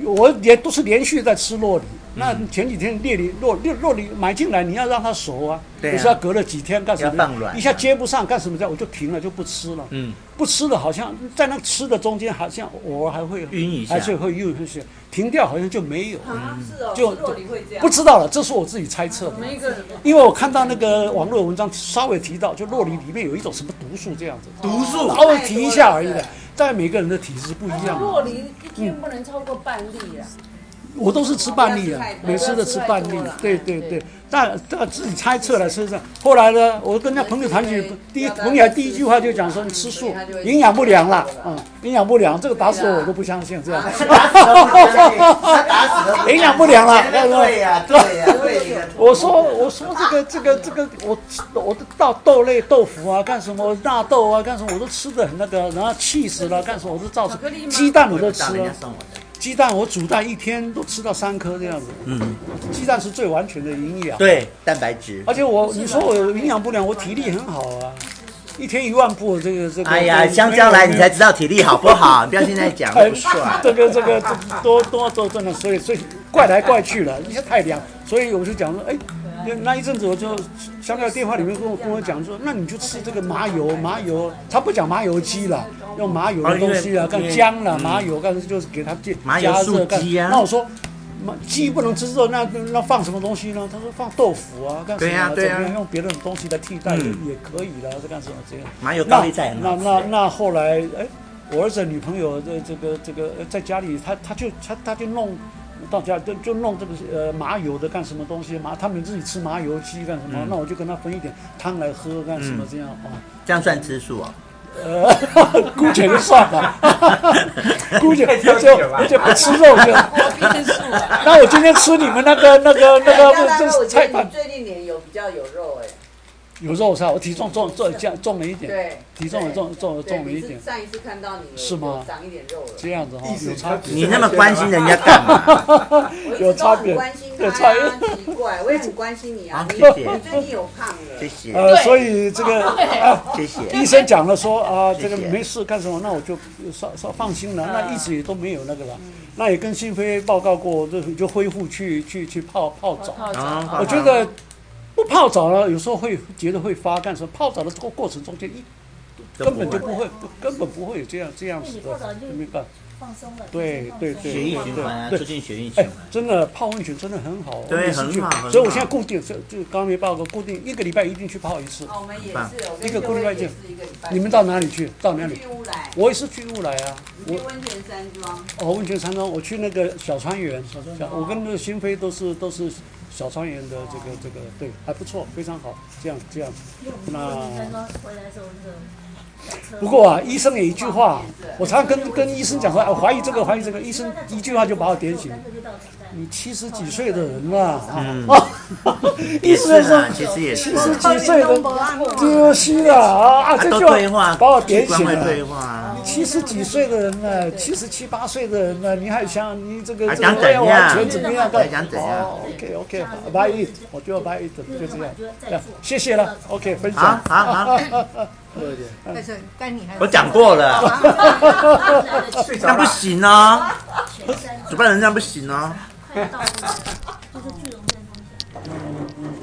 Speaker 7: 我也都是连续在吃洛梨。
Speaker 4: 嗯
Speaker 7: 那前几天烈梨洛洛洛梨买进来，你要让它熟啊，
Speaker 4: 对啊
Speaker 7: 你是要隔了几天干什么？
Speaker 4: 要放软啊
Speaker 7: 一下接不上干什么的，我就停了，就不吃了。
Speaker 4: 嗯，
Speaker 7: 不吃了，好像在那吃的中间，好像偶尔还会
Speaker 4: 晕一下
Speaker 7: 还是会晕一下，停掉好像就没有，
Speaker 6: 啊，是哦，
Speaker 7: 就
Speaker 6: 若你会这样
Speaker 7: 不，知道了，这是我自己猜测的。
Speaker 9: 一个人
Speaker 7: 因为我看到那个网络文章稍微提到，就洛梨里面有一种什么毒素这样子，
Speaker 4: 毒素
Speaker 7: 稍微提一下而已的，但每个人的体质不一样，嗯
Speaker 9: 洛梨一天不能超过半粒啊。
Speaker 7: 我都是吃半粒
Speaker 6: 不要吃
Speaker 7: 啊的
Speaker 6: 太，多
Speaker 7: 每次都吃半
Speaker 9: 不
Speaker 7: 粒
Speaker 9: 要吃太多了，
Speaker 7: 对对对，但但自己猜测了，是不是？后来呢，我跟人家朋友谈起
Speaker 6: 对，
Speaker 7: 第一
Speaker 6: 要不然
Speaker 7: 朋友还第一句话就讲说你吃
Speaker 6: 所
Speaker 7: 素
Speaker 6: 以他就会，
Speaker 7: 营养不良啦
Speaker 6: 吃太，多
Speaker 7: 嗯，营养不良，这个打死我我都不相信，这样。
Speaker 4: 他打死都
Speaker 7: 营养不良了
Speaker 4: 对呀，对呀，对呀。
Speaker 7: *laughs* 我说我说这个这个这个我我的到豆类豆腐啊干什么纳豆啊干什么我都吃的很那个，然后气死了干什么我都照吃
Speaker 6: 巧克力，吗
Speaker 7: 鸡蛋我
Speaker 4: 我
Speaker 7: 都
Speaker 4: 找
Speaker 7: 吃
Speaker 4: 人
Speaker 7: 了
Speaker 4: 家，送我的，
Speaker 7: 鸡蛋我煮蛋一天都吃到三颗这样子，
Speaker 4: 嗯，
Speaker 7: 鸡蛋是最完全的营养，
Speaker 4: 对，蛋白质。
Speaker 7: 而且我你说我有营养不良，我体力很好啊，一天一万步这个这个，
Speaker 4: 哎呀，香蕉来你才知道体力好不好，你不要现在讲，
Speaker 7: 哎
Speaker 4: 不帅。
Speaker 7: 这个这个多多多真的，所以所以怪来怪去了，因为太凉，所以我就讲说，哎，那那一阵子我就香蕉电话里面跟我跟我讲说，那你就吃这个麻油麻油，他不讲麻油鸡了，用麻油的东西啊，
Speaker 4: 哦因
Speaker 7: 干
Speaker 4: 为
Speaker 7: 姜了
Speaker 4: 嗯
Speaker 7: 麻油，干就是给他加
Speaker 4: 麻油
Speaker 7: 加
Speaker 4: 素
Speaker 7: 热干
Speaker 4: 鸡啊
Speaker 7: 那我说。妈鸡不能吃肉，那那那放什么东西呢？他说放豆腐啊，干什么、
Speaker 4: 对呀
Speaker 7: 怎
Speaker 4: 对
Speaker 7: 么
Speaker 4: 呀
Speaker 7: 样用别的东西来替代也、
Speaker 4: 嗯
Speaker 7: 也可以了，是干什么这样？
Speaker 4: 麻油
Speaker 7: 那
Speaker 4: 高丽菜很
Speaker 7: 那
Speaker 4: 好吃。
Speaker 7: 那那后来，哎，我儿子的女朋友这这个这个呃在家里，他他就他他就弄到家就就弄这个呃麻油的干什么东西麻，他们自己吃麻油鸡干什么？
Speaker 4: 嗯
Speaker 7: 那我就跟他分一点汤来喝干什么
Speaker 4: 嗯
Speaker 7: 这样啊、
Speaker 4: 这样算吃素哦？
Speaker 7: 呃，姑且就算了，姑且就就不吃肉
Speaker 6: *laughs*
Speaker 7: 就。那我今天吃你们那个那个那
Speaker 6: 那
Speaker 7: 个
Speaker 6: 那
Speaker 7: 这
Speaker 6: 我觉
Speaker 7: 是菜
Speaker 6: 得你
Speaker 7: 饭
Speaker 6: 最近脸有比较有肉哎，
Speaker 7: 有肉是吧？我体重重
Speaker 6: *laughs*
Speaker 7: 重降重了一点，
Speaker 6: 对，
Speaker 7: 体重了重重
Speaker 6: 对
Speaker 7: 重了一
Speaker 6: 你
Speaker 7: 点
Speaker 6: 是，上一次看到你有
Speaker 7: 是吗
Speaker 6: 有长一点肉了，
Speaker 7: 这样子哦
Speaker 5: 意，思
Speaker 7: 有差别。
Speaker 4: 你那么关心人家干嘛？
Speaker 6: 我一
Speaker 7: 有
Speaker 6: 直
Speaker 7: 差
Speaker 6: 都
Speaker 7: 别
Speaker 6: 很关心他
Speaker 7: 有差别
Speaker 6: 呀，奇怪，我也很关心你啊
Speaker 4: 好，
Speaker 6: 你
Speaker 4: 谢谢
Speaker 6: 你最近有胖了
Speaker 4: 谢，谢，
Speaker 7: 呃，所以这个啊，
Speaker 4: 谢谢。
Speaker 7: 医生讲了说啊，
Speaker 4: 谢谢
Speaker 7: 这个没事干什么，那我就呃稍稍放心了。那一直也都没有那个了，那也跟新飞报告过，就就恢复去去去泡泡澡。
Speaker 4: 哦
Speaker 7: 我觉得不泡澡了，有时候会觉得会发干什么。泡澡的过过程中间一
Speaker 4: 都
Speaker 7: 根
Speaker 4: 不
Speaker 7: 本就不
Speaker 4: 会
Speaker 7: 会，不根本不会有这样这样子
Speaker 1: 那你泡澡
Speaker 7: 的
Speaker 1: 就
Speaker 7: 明白？
Speaker 1: 放松了，
Speaker 7: 对对对
Speaker 4: 血液循环啊，
Speaker 7: 对
Speaker 4: 促进血液循
Speaker 7: 哎
Speaker 4: 环。，
Speaker 7: 真的泡温泉真的很好，
Speaker 4: 对
Speaker 7: 我每次去
Speaker 4: 很好很
Speaker 7: 所以我
Speaker 4: 好
Speaker 7: 现在固定就就刚刚没报告，固定一个礼拜一定去泡一次
Speaker 6: 啊。我们也
Speaker 4: 棒
Speaker 6: 是，我
Speaker 7: 一
Speaker 6: 跟
Speaker 7: 个
Speaker 6: 各
Speaker 7: 孤立
Speaker 6: 位
Speaker 7: 外
Speaker 6: 也
Speaker 7: 界
Speaker 6: 是一个礼拜，
Speaker 7: 你们到哪里去？到哪里？
Speaker 6: 去乌来，
Speaker 7: 我也是去乌来啊，
Speaker 6: 你
Speaker 7: 我
Speaker 6: 去温泉山
Speaker 7: *laughs*
Speaker 6: 庄，
Speaker 7: 哦，温泉山庄，我去那个小川园，小川园，我跟那个新飞都是都是小川园的这个这个，对，还不错，非常好，这样这样。
Speaker 1: 因为我们过年山庄回来的时候那个小车。
Speaker 7: 不过啊，医生也一句话，我常常跟跟医生讲说，啊，怀疑这个怀疑这个，医生一句话就把我点醒，
Speaker 1: 三个就到点了
Speaker 7: 你七十几岁的人了啊
Speaker 4: 嗯，
Speaker 7: 啊，医
Speaker 4: 也是
Speaker 7: 生说
Speaker 4: 啊，其实也是
Speaker 7: 七。十几岁的丢西了啊啊，
Speaker 4: 啊，
Speaker 7: 这
Speaker 4: 都
Speaker 7: 就
Speaker 4: 退化，
Speaker 7: 把我点
Speaker 4: 器官
Speaker 7: 醒
Speaker 4: 会
Speaker 7: 了。
Speaker 4: 退化啊。
Speaker 7: 七十几岁的人了，七十七八岁的人了，你还想你这个
Speaker 4: 还
Speaker 7: 这个
Speaker 4: 想
Speaker 7: 未来
Speaker 4: 怎样
Speaker 7: 完全怎么样？哦
Speaker 4: 还想怎样
Speaker 7: ？OK OK，buy it，我就要 buy it，就这样。哎谢谢了，OK，分
Speaker 4: 好
Speaker 7: 享。
Speaker 4: 好好，
Speaker 6: 但是但你还
Speaker 4: 我讲过
Speaker 10: *laughs*
Speaker 4: 了，
Speaker 5: 睡着
Speaker 4: 那不
Speaker 5: 了。
Speaker 4: 行哦，
Speaker 1: 全山
Speaker 4: 主办人这样不行哦。
Speaker 1: 快到了，就是聚龙山庄。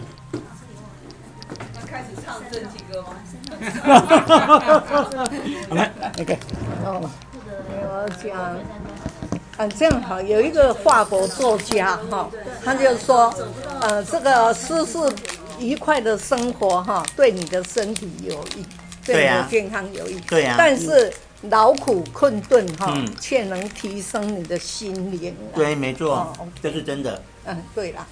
Speaker 6: 开始唱正经歌吗？
Speaker 7: *laughs* 好来，OK，
Speaker 10: 我讲，啊，正好有一个法国作家哈、他就说，呃，这个诗是愉快的生活哈，对你的身体有益，
Speaker 4: 对
Speaker 10: 对你
Speaker 4: 啊
Speaker 10: 的健康有益。
Speaker 4: 对啊
Speaker 10: 但是劳苦困顿哈
Speaker 4: 嗯，
Speaker 10: 却能提升你的心灵啊。
Speaker 4: 对，没错，这是真的。
Speaker 10: 嗯，对啦，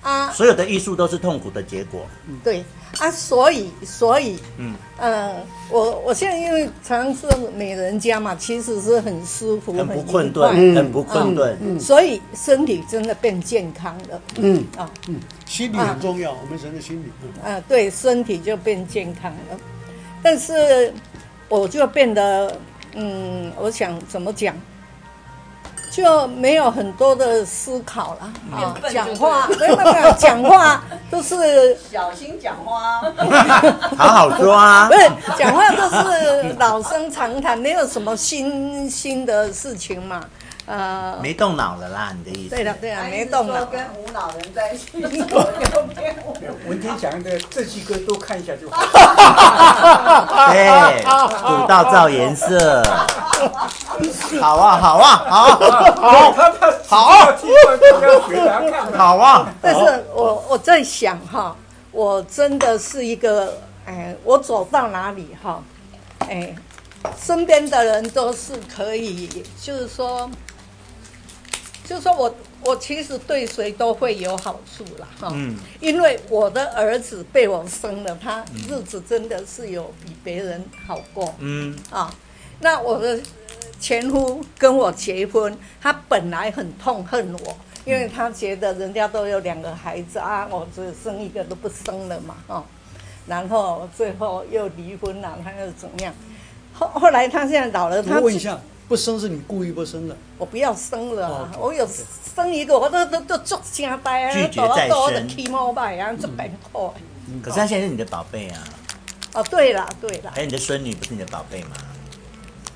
Speaker 10: 啊，
Speaker 4: 所有的艺术都是痛苦的结果。
Speaker 10: 对啊，所以所以
Speaker 4: 嗯，
Speaker 10: 嗯，我我现在因为常是美人家嘛，其实是很舒服，
Speaker 4: 很
Speaker 10: 很
Speaker 4: 不
Speaker 10: 愉
Speaker 4: 困
Speaker 10: 快
Speaker 4: 顿，很不困顿。
Speaker 10: 嗯所以身体真的变健康了。
Speaker 7: 嗯
Speaker 10: 啊，
Speaker 7: 嗯，心理很重要，我们人的心理。嗯
Speaker 10: 呃，对身体就变健康了。但是我就变得，嗯，我想怎么讲，就没有很多的思考了啊
Speaker 6: 变笨就对了。
Speaker 10: 讲话没有没有没有讲话
Speaker 6: *laughs*
Speaker 10: 都是
Speaker 6: 小心讲话哦。
Speaker 4: *laughs*
Speaker 10: *laughs*
Speaker 4: 好好说啊
Speaker 10: 嗯不。是讲话都是老生常谈，没有什么新新的事情嘛。呃，
Speaker 4: 没动脑了啦，你的意思？
Speaker 10: 对的对的，没动
Speaker 6: 他一直说
Speaker 10: 脑。
Speaker 6: 跟无脑人
Speaker 7: *laughs*
Speaker 6: 在一起，我又变无脑。
Speaker 5: 文天祥的这些歌多看一下就好。
Speaker 4: *laughs* 对，古道照颜色。好啊，好啊，好
Speaker 10: *laughs*
Speaker 4: 啊，
Speaker 5: 好，他他好，听观众要回答看看。
Speaker 4: 好啊。
Speaker 10: 但是我我在想哈，我真的是一个，哎，我走到哪里哈，哎，身边的人都是可以，就是说，就是说我我其实对谁都会有好处啦哈，
Speaker 4: 嗯，
Speaker 10: 因为我的儿子被我生了，他日子真的是有比别人好过，
Speaker 4: 嗯，
Speaker 10: 啊，那我的前夫跟我结婚，他本来很痛恨我，因为他觉得人家都有两个孩子啊，我只生一个都不生了嘛，哦，然后最后又离婚了，他又怎么样？后后来他现在老了，他
Speaker 7: 嗯我问一
Speaker 10: 自，
Speaker 7: 下，不生是你故意不生的？
Speaker 10: 我不要生了啊、
Speaker 7: 哦
Speaker 10: 我有生一个，我都都都做家呆啊，
Speaker 4: 拒绝
Speaker 10: 都
Speaker 4: 再
Speaker 10: 要我的
Speaker 4: 生
Speaker 10: chemo 吧，然后做白破。
Speaker 4: 可是他现在是你的宝贝啊，
Speaker 10: 哦，对了对了，
Speaker 4: 哎，你的孙女不是你的宝贝吗？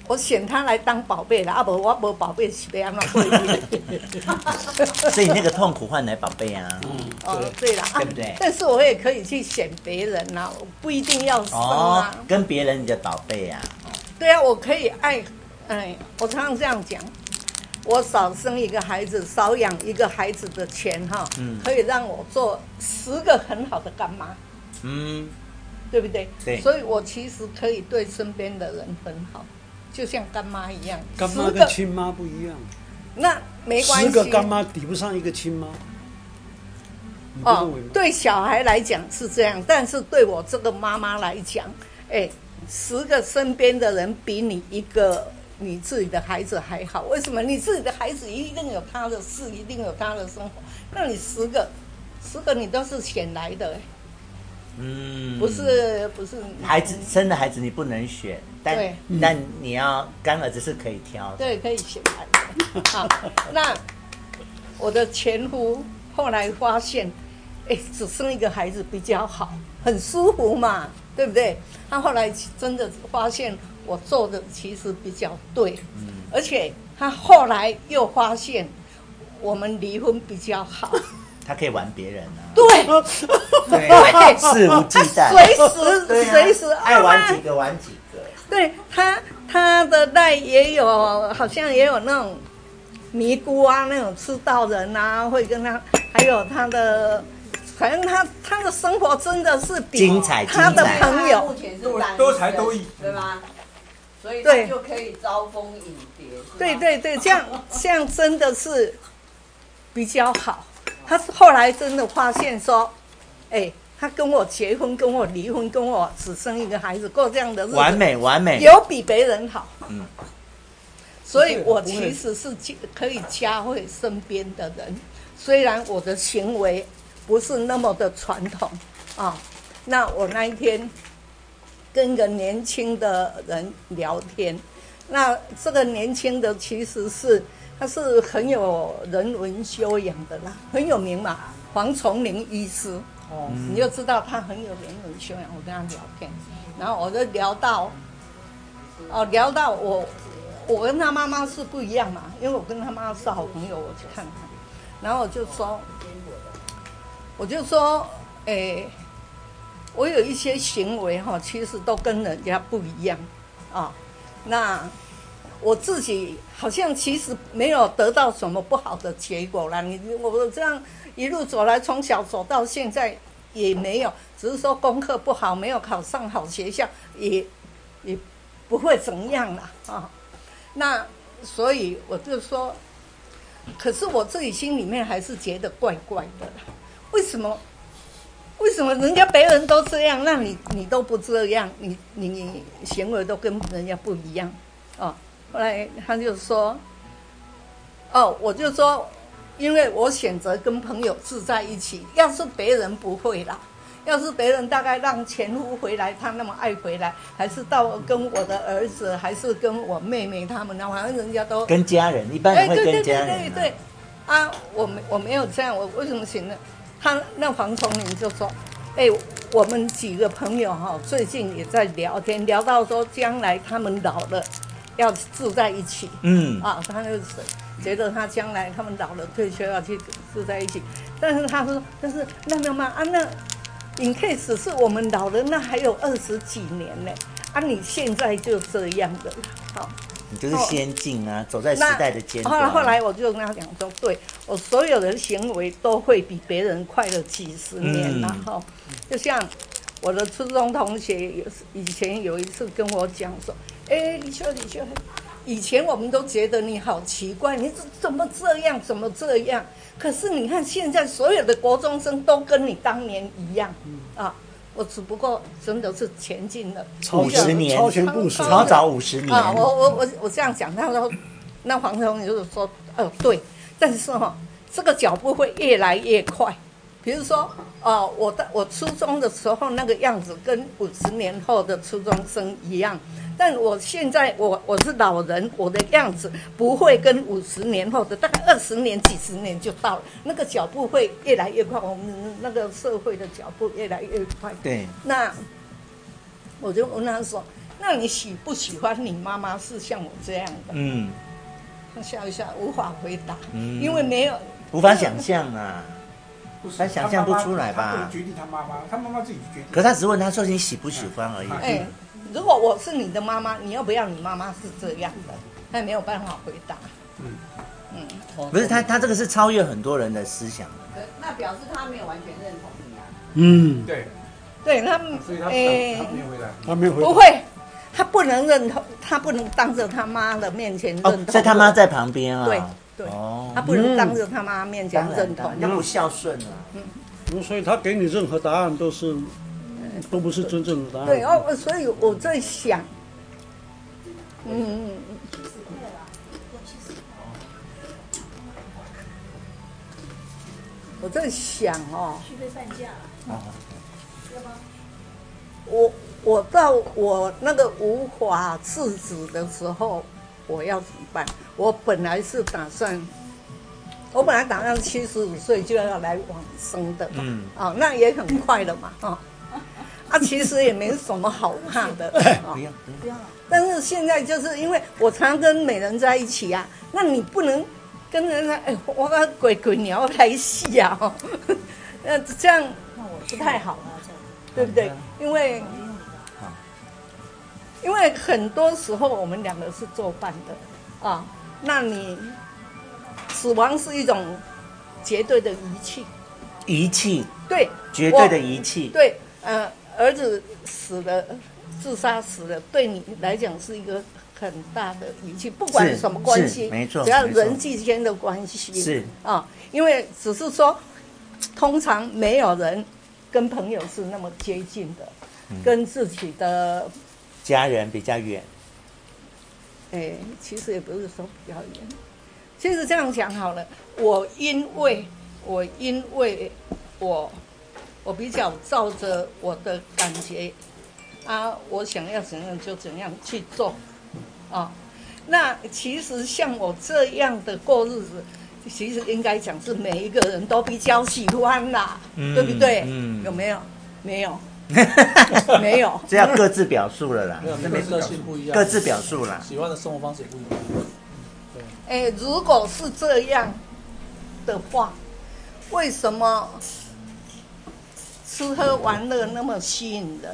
Speaker 10: 我选他来当宝贝了，啊不，我无宝贝是要安怎过日子
Speaker 4: *laughs* 所以你那个痛苦换来宝贝啊。
Speaker 10: 哦，对了，啊
Speaker 4: 对不对
Speaker 10: 但是我也可以去选别人呐、我不一定要生
Speaker 4: 哦
Speaker 10: 啊。，
Speaker 4: 跟别人你的宝贝啊。
Speaker 10: 对啊，我可以爱，哎，我常常这样讲，我少生一个孩子，少养一个孩子的钱哈，
Speaker 4: 嗯
Speaker 10: 可以让我做十个很好的干妈，
Speaker 4: 嗯，
Speaker 10: 对不对？
Speaker 4: 对
Speaker 10: 所以我其实可以对身边的人很好，就像干妈一样。
Speaker 7: 干妈
Speaker 10: 十
Speaker 7: 跟
Speaker 10: 个
Speaker 7: 亲妈不一样，
Speaker 10: 那没关系。
Speaker 7: 十个干妈抵不上一个亲妈。你不
Speaker 10: 哦
Speaker 7: 认为吗，？
Speaker 10: 对小孩来讲是这样，但是对我这个妈妈来讲，哎，十个身边的人比你一个你自己的孩子还好。为什么？你自己的孩子一定有他的事，一定有他的生活。那你十个，十个你都是选来的，哎
Speaker 4: 嗯，
Speaker 10: 不是不是
Speaker 4: 孩子生的孩子你不能选，但
Speaker 10: 对
Speaker 4: 但你要干儿子是可以挑的。
Speaker 10: 对，可以选来的。好，那我的前夫后来发现，哎，只生一个孩子比较好，很舒服嘛，对不对？他后来真的发现我做的其实比较对，而且他后来又发现我们离婚比较好，
Speaker 4: 他可以玩别人啊，
Speaker 10: 对，
Speaker 4: 对
Speaker 10: 对
Speaker 4: 肆无忌惮，
Speaker 10: 他 *laughs* 随时
Speaker 4: 对啊
Speaker 10: 随时
Speaker 4: 爱玩
Speaker 10: 啊
Speaker 4: 几个玩几个。
Speaker 10: 对他他的赖也有，好像也有那种尼姑啊，那种吃道人啊，会跟他，还有他的，反正他他的生活真的是比
Speaker 4: 精彩
Speaker 10: *laughs* 他的
Speaker 4: 精彩
Speaker 10: 朋友
Speaker 6: 目前是单身
Speaker 5: 多才多艺
Speaker 6: 对吧？所以
Speaker 10: 对
Speaker 6: 他就可以招蜂引蝶。是吧
Speaker 10: 对。对对，这样这样真的是比较好。他后来真的发现说，哎，他跟我结婚，跟我离婚，跟我只生一个孩子，过这样的日子，
Speaker 4: 完美完美，
Speaker 10: 有比别人好。
Speaker 4: 嗯
Speaker 10: 所以我其实是加可以加惠身边的人，虽然我的行为不是那么的传统啊。那我那一天跟一个年轻的人聊天，那这个年轻的其实是他是很有人文修养的啦，很有名嘛，黄崇林医师。哦，你就知道他很有人文修养。我跟他聊天，然后我就聊到，哦，聊到我，我跟他妈妈是不一样嘛，因为我跟他妈妈是好朋友，我去看看，然后我就说，我就说，诶、我有一些行为哈，其实都跟人家不一样啊。那我自己好像其实没有得到什么不好的结果啦。你我这样一路走来，从小走到现在，也没有，只是说功课不好，没有考上好学校，也也不会怎样啦啊。那所以我就说，可是我自己心里面还是觉得怪怪的啦，为什么？为什么人家别人都这样，那你你都不这样，你你行为都跟人家不一样，哦。后来他就说，哦，我就说，因为我选择跟朋友住在一起，要是别人不会啦，要是别人大概让前夫回来，他那么爱回来，还是到跟我的儿子，还是跟我妹妹他们，那反正人家都
Speaker 4: 跟家人，一般人
Speaker 10: 哎，
Speaker 4: 会
Speaker 10: 对对
Speaker 4: 跟
Speaker 10: 对
Speaker 4: 家人、
Speaker 10: 对对，啊，我没我没有这样，我为什么行呢？他那黄崇林就说，哎、我们几个朋友哈、最近也在聊天，聊到说将来他们老了要住在一起，
Speaker 4: 嗯
Speaker 10: 啊，他就是觉得他将来他们老了退休要去住在一起，但是他说，但是那没有嘛啊那。in case 是我们老人，那还有二十几年呢，啊，你现在就这样的了，好、
Speaker 4: 你就是先进啊，走在时代的尖
Speaker 10: 后来
Speaker 4: 端。
Speaker 10: 后来我就跟他讲说，对我所有的行为都会比别人快了几十年然
Speaker 4: 嗯
Speaker 10: 后、哈就像我的初中同学有以前有一次跟我讲说，哎，李秋李秋，以前我们都觉得你好奇怪，你怎怎么这样，怎么这样？可是你看现在所有的国中生都跟你当年一样啊。我只不过真的是前进了
Speaker 4: 超前
Speaker 10: 那个
Speaker 4: 超前部署超早50年
Speaker 10: 啊！我我我我这样讲，他说那黄总就是说，呃，对，但是哈、这个脚步会越来越快。比如说，呃，我的我初中的时候那个样子，跟五十年后的初中生一样，但我现在我我是老人，我的样子不会跟五十年后的大概二十年、几十年就到了，那个脚步会越来越快，我们那个社会的脚步越来越快。
Speaker 4: 对，
Speaker 10: 那我就问他说：“那你喜不喜欢你妈妈是像我这样的？”
Speaker 4: 嗯，
Speaker 10: 他笑一下，无法回答，
Speaker 4: 嗯
Speaker 10: 因为没有
Speaker 4: 无法想象啊，
Speaker 5: 不是
Speaker 4: 他想象不出来
Speaker 5: 他妈妈他不
Speaker 4: 吧
Speaker 5: 能？决定他妈妈，他妈妈自己决定。
Speaker 4: 可是他只问他说你喜不喜欢而已。
Speaker 10: 哎、如果我是你的妈妈，你要不要你妈妈是这样的？他也没有办法回答。
Speaker 5: 嗯
Speaker 10: 嗯，
Speaker 4: 不是他，他这个是超越很多人的思想的。
Speaker 6: 那表示他没有完全认同你啊。
Speaker 4: 嗯，
Speaker 5: 对，
Speaker 10: 对他们
Speaker 5: 所以他，
Speaker 10: 哎、
Speaker 5: 他没有回来。
Speaker 7: 他没有回答
Speaker 10: 不会，他不能认同，他不能当着他妈的面前认
Speaker 4: 哦
Speaker 10: 同。，
Speaker 4: 所以他妈在旁边啊。
Speaker 10: 对对
Speaker 4: 哦，
Speaker 10: 他不能当着他妈面前
Speaker 4: 当然
Speaker 10: 认
Speaker 4: 当
Speaker 10: 同
Speaker 4: 然，。那不孝顺啊。
Speaker 7: 嗯所以他给你任何答案都是，都不是真正的答案。
Speaker 10: 对哦，所以我在想，嗯，我在想哦，
Speaker 1: 去被半价了，
Speaker 4: 哦
Speaker 1: 知道吗？
Speaker 10: 我我到我那个无法制止的时候，我要怎么办？我本来是打算，我本来打算七十五岁就要来往生的嘛，
Speaker 4: 嗯
Speaker 10: 哦，那也很快了嘛，哦，啊，其实也没什么好怕的，哦
Speaker 4: 哎不要，不要
Speaker 1: 不要了，
Speaker 10: 但是现在就是因为我常跟美人在一起啊，那你不能跟人家哎，我把鬼鬼鸟来戏啊，哦，那这样
Speaker 1: 那我
Speaker 10: 不太好
Speaker 1: 了，这样
Speaker 10: 对不对？因
Speaker 1: 我
Speaker 10: 为
Speaker 1: 就用你的。
Speaker 10: 因为很多时候我们两个是作伴的啊，那你死亡是一种绝对的遗弃，
Speaker 4: 遗弃，
Speaker 10: 对，
Speaker 4: 绝对的
Speaker 10: 我
Speaker 4: 遗弃。
Speaker 10: 对，呃，儿子死了，自杀死了，对你来讲是一个很大的遗弃，不管
Speaker 4: 是
Speaker 10: 什么关系，
Speaker 4: 是没错
Speaker 10: 只要
Speaker 4: 没错
Speaker 10: 人际间的关系
Speaker 4: 是
Speaker 10: 啊，因为只是说，通常没有人跟朋友是那么接近的，
Speaker 4: 嗯
Speaker 10: 跟自己的。
Speaker 4: 家人比较远， *laughs*
Speaker 10: 哎，其实也不是说表演，其实这样讲好了，我因为我因为我我比较照着我的感觉啊，我想要怎样就怎样去做啊。那其实像我这样的过日子，其实应该讲是每一个人都比较喜欢啦，
Speaker 4: 嗯
Speaker 10: 对不对？
Speaker 4: 嗯
Speaker 10: 有没有？没有，没有。
Speaker 4: 这要各自表述了啦
Speaker 8: 没，有每个人个性不一样，
Speaker 4: 各自表述啦。
Speaker 8: 喜欢的生活方式也不一样。
Speaker 10: 哎，如果是这样的话，为什么吃喝玩乐那么吸引人？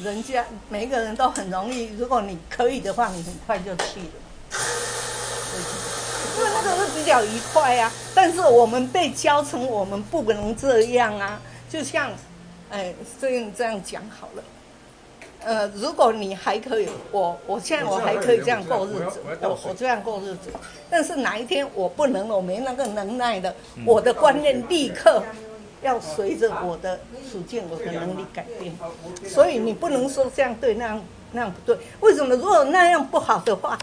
Speaker 10: 人家每个人都很容易，如果你可以的话，你很快就去了。因为那个是比较愉快啊。但是我们被教成我们不能这样啊，就像，哎，这样这样讲好了。呃，如果你还可以，我我现在我还可以这样过日子，我我这样过日子。但是哪一天我不能了，我没那个能耐了，我的观念立刻要随着我的处境、我的能力改变。所以你不能说这样对，那样那样不对。为什么？如果那样不好的话，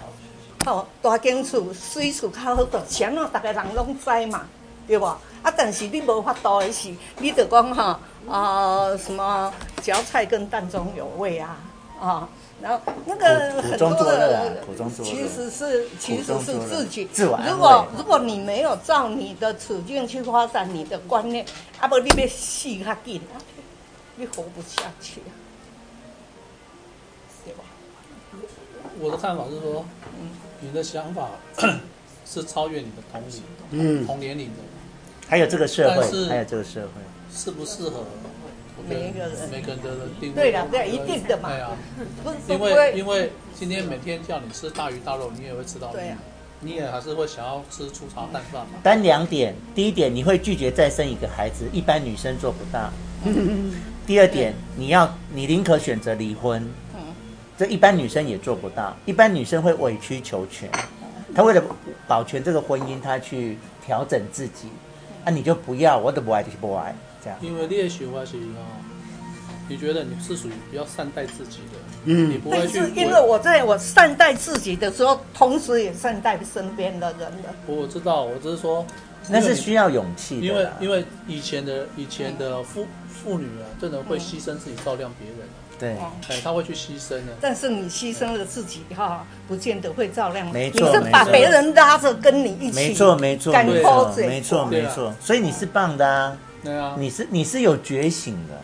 Speaker 10: 哦，大间厝、水厝较好赚钱咯，大家人拢知嘛，对无？啊，但是你无法度的是，你就讲吼，呃，什么嚼菜跟蛋中有味啊，啊、然后那个
Speaker 4: 苦
Speaker 10: 很
Speaker 4: 中
Speaker 10: 多
Speaker 4: 作乐啊
Speaker 10: 的，
Speaker 4: 苦中作乐
Speaker 10: 其实是其实是自己
Speaker 4: 自我安慰
Speaker 10: 如果如果你没有照你的处境去发展你的观念，啊不，你要死较紧啊，你活不下去啊，对吧？
Speaker 8: 我的看法是说，
Speaker 10: 嗯
Speaker 8: 你的想法 *coughs* 是超越你的同龄，
Speaker 4: 嗯
Speaker 8: 同年龄的，
Speaker 4: 还有这个社
Speaker 8: 但是
Speaker 4: 会，还有这个社会。
Speaker 8: 适不适合我觉得
Speaker 10: 每一个人
Speaker 8: 每个人的定位。
Speaker 10: 对了对了一定的嘛
Speaker 8: 对啊，
Speaker 10: 不不
Speaker 8: 因
Speaker 10: 不会
Speaker 8: 为因为今天每天叫你吃大鱼大肉，你也会吃到腻
Speaker 10: 对啊，
Speaker 8: 你也还是会想要吃粗茶淡饭嘛。
Speaker 4: 单两点，第一点，你会拒绝再生一个孩子，一般女生做不到。第二点，你要你宁可选择离婚，
Speaker 10: 嗯
Speaker 4: 这一般女生也做不到。一般女生会委曲求全，她为了保全这个婚姻，她去调整自己。啊，你就不要，我都不爱就是不爱，这样。
Speaker 8: 因为猎血关系哦，你觉得你是属于比较善待自己的，
Speaker 4: 嗯
Speaker 8: 你不会
Speaker 10: 但
Speaker 8: 去
Speaker 10: 是因为我在我善待自己的时候，同时也善待身边的人了。
Speaker 8: 我我知道，我只是说，
Speaker 4: 那是
Speaker 8: 因为你
Speaker 4: 需要勇气
Speaker 8: 因
Speaker 4: 的
Speaker 8: 为
Speaker 4: 啦。
Speaker 8: 因为以前的以前的妇妇女啊，真的会牺牲自己照亮别人，
Speaker 4: 对，
Speaker 8: 哎，她会去牺牲的。
Speaker 10: 但是你牺牲了自己哈，不见得会照亮。
Speaker 4: 没
Speaker 10: 你
Speaker 4: 错
Speaker 10: 是
Speaker 4: 没
Speaker 10: 把
Speaker 4: 错
Speaker 10: 别人拉着跟你一起，
Speaker 4: 没错没错
Speaker 10: 干
Speaker 4: 没
Speaker 10: 包
Speaker 4: 错
Speaker 10: 子
Speaker 4: 没错
Speaker 8: 对
Speaker 4: 没
Speaker 8: 啊
Speaker 4: 错，所以你是棒的啊，
Speaker 8: 对啊，
Speaker 4: 你是你是有觉醒的。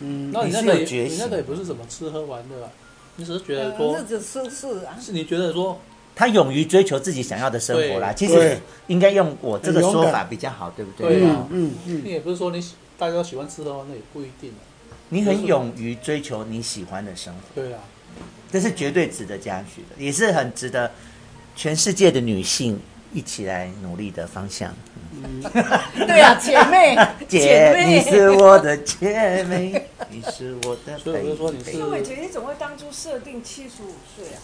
Speaker 4: 嗯，
Speaker 8: 那你那
Speaker 4: 是
Speaker 8: 个
Speaker 4: 有
Speaker 8: 也
Speaker 4: 觉
Speaker 8: 你那
Speaker 4: 醒
Speaker 8: 个
Speaker 4: 的，
Speaker 8: 也不是什么吃喝玩乐啊，你只是觉
Speaker 10: 嗯
Speaker 8: 得说
Speaker 10: 日，子舒适啊。
Speaker 8: 是你觉得说，
Speaker 4: 他勇于追求自己想要的生活啦。
Speaker 8: 对
Speaker 4: 其
Speaker 7: 对
Speaker 4: 实应该用我这个
Speaker 7: 很勇
Speaker 4: 说
Speaker 7: 敢
Speaker 4: 法比较好，对不对？
Speaker 8: 对啊
Speaker 7: 嗯，嗯嗯，
Speaker 8: 你也不是说你喜大家都喜欢吃喝玩乐也不一定啊。
Speaker 4: 你
Speaker 8: 就
Speaker 4: 很
Speaker 8: 是
Speaker 4: 勇于追求你喜欢的生活，
Speaker 8: 对啊，
Speaker 4: 这是绝对值得嘉许的，也是很值得全世界的女性一起来努力的方向。，
Speaker 10: 嗯对啊，姐妹
Speaker 4: *laughs* 姐，
Speaker 10: 妹，
Speaker 4: 你是我的姐妹，你是我的
Speaker 8: 所以我就说你
Speaker 4: baby
Speaker 8: 是
Speaker 2: 因为姐姐总会当初设定七十五岁啊，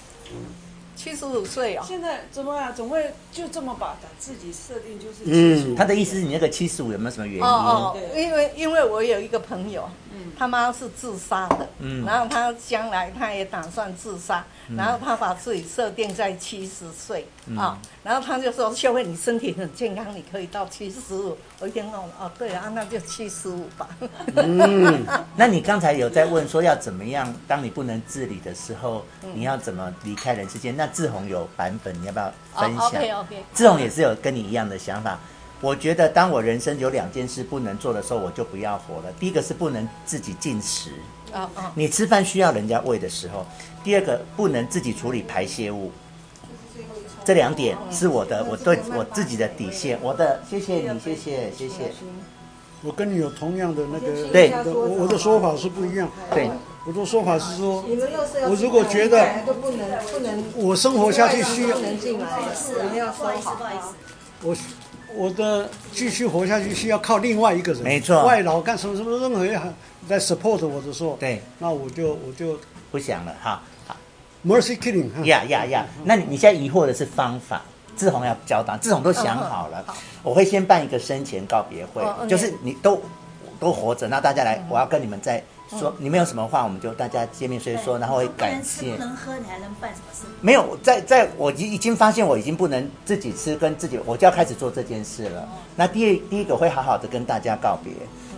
Speaker 10: 七十五岁哦，
Speaker 2: 现在怎么啊？总会就这么把自己设定就是七十五。
Speaker 4: 他的意思是你那个七十五有没有什么原因？
Speaker 10: 哦哦，
Speaker 2: 对
Speaker 10: 因为因为我有一个朋友，
Speaker 6: 嗯
Speaker 10: 他妈是自杀的，
Speaker 4: 嗯
Speaker 10: 然后他将来他也打算自杀，
Speaker 7: 嗯
Speaker 10: 然后他把自己设定在七十岁啊，然后他就说：“秀慧，你身体很健康，你可以到七十五。”我一听哦哦，对啊，那就七十五吧。
Speaker 7: 嗯
Speaker 4: 那你刚才有在问说要怎么样？当你不能自理的时候，你要怎么离开人世间？那志宏有版本，你要不要分
Speaker 2: 哦
Speaker 4: 享？
Speaker 10: OK OK，
Speaker 4: 志宏也是有跟你一样的想法。我觉得，当我人生有两件事不能做的时候，我就不要活了。第一个是不能自己进食，
Speaker 10: *laughs* 哦哦，
Speaker 4: 你吃饭需要人家喂的时候；第二个不能自己处理排泄物。这两点是我的，我对我自己的底线。我的，谢谢你，谢谢，谢谢。
Speaker 7: 我跟你有同样的那个，
Speaker 4: 对
Speaker 7: 我我的说法是不一样。
Speaker 4: 对，
Speaker 7: 我的说法是说，
Speaker 6: 你们又是要
Speaker 7: 我如果觉
Speaker 6: 本
Speaker 7: 得
Speaker 6: 来都不能不能
Speaker 7: 我生活下去需要
Speaker 6: 不能进来的，你们要收好。
Speaker 7: 我我的继续活下去需要靠另外一个人，
Speaker 4: 没错
Speaker 7: 外劳干什么什么任何一行在 support 我的时候，
Speaker 4: 对，
Speaker 7: 那我就我就
Speaker 4: 不想了哈。
Speaker 7: mercy killing 哈。
Speaker 4: 呀呀呀！那你你现在疑惑的是方法，志宏要教导，志宏都想好了，我会先办一个生前告别会，
Speaker 10: 哦，OK
Speaker 4: 就是你都都活着，那大家来，我要跟你们再说，你们有什么话，我们就大家见面说一说，然后会
Speaker 1: 不
Speaker 4: 感
Speaker 1: 能吃
Speaker 4: 谢
Speaker 1: 不。能喝，你还能办什么事？
Speaker 4: 没有，在在我已已经发现我已经不能自己吃跟自己，我就要开始做这件事了。那第一第一个会好好的跟大家告别，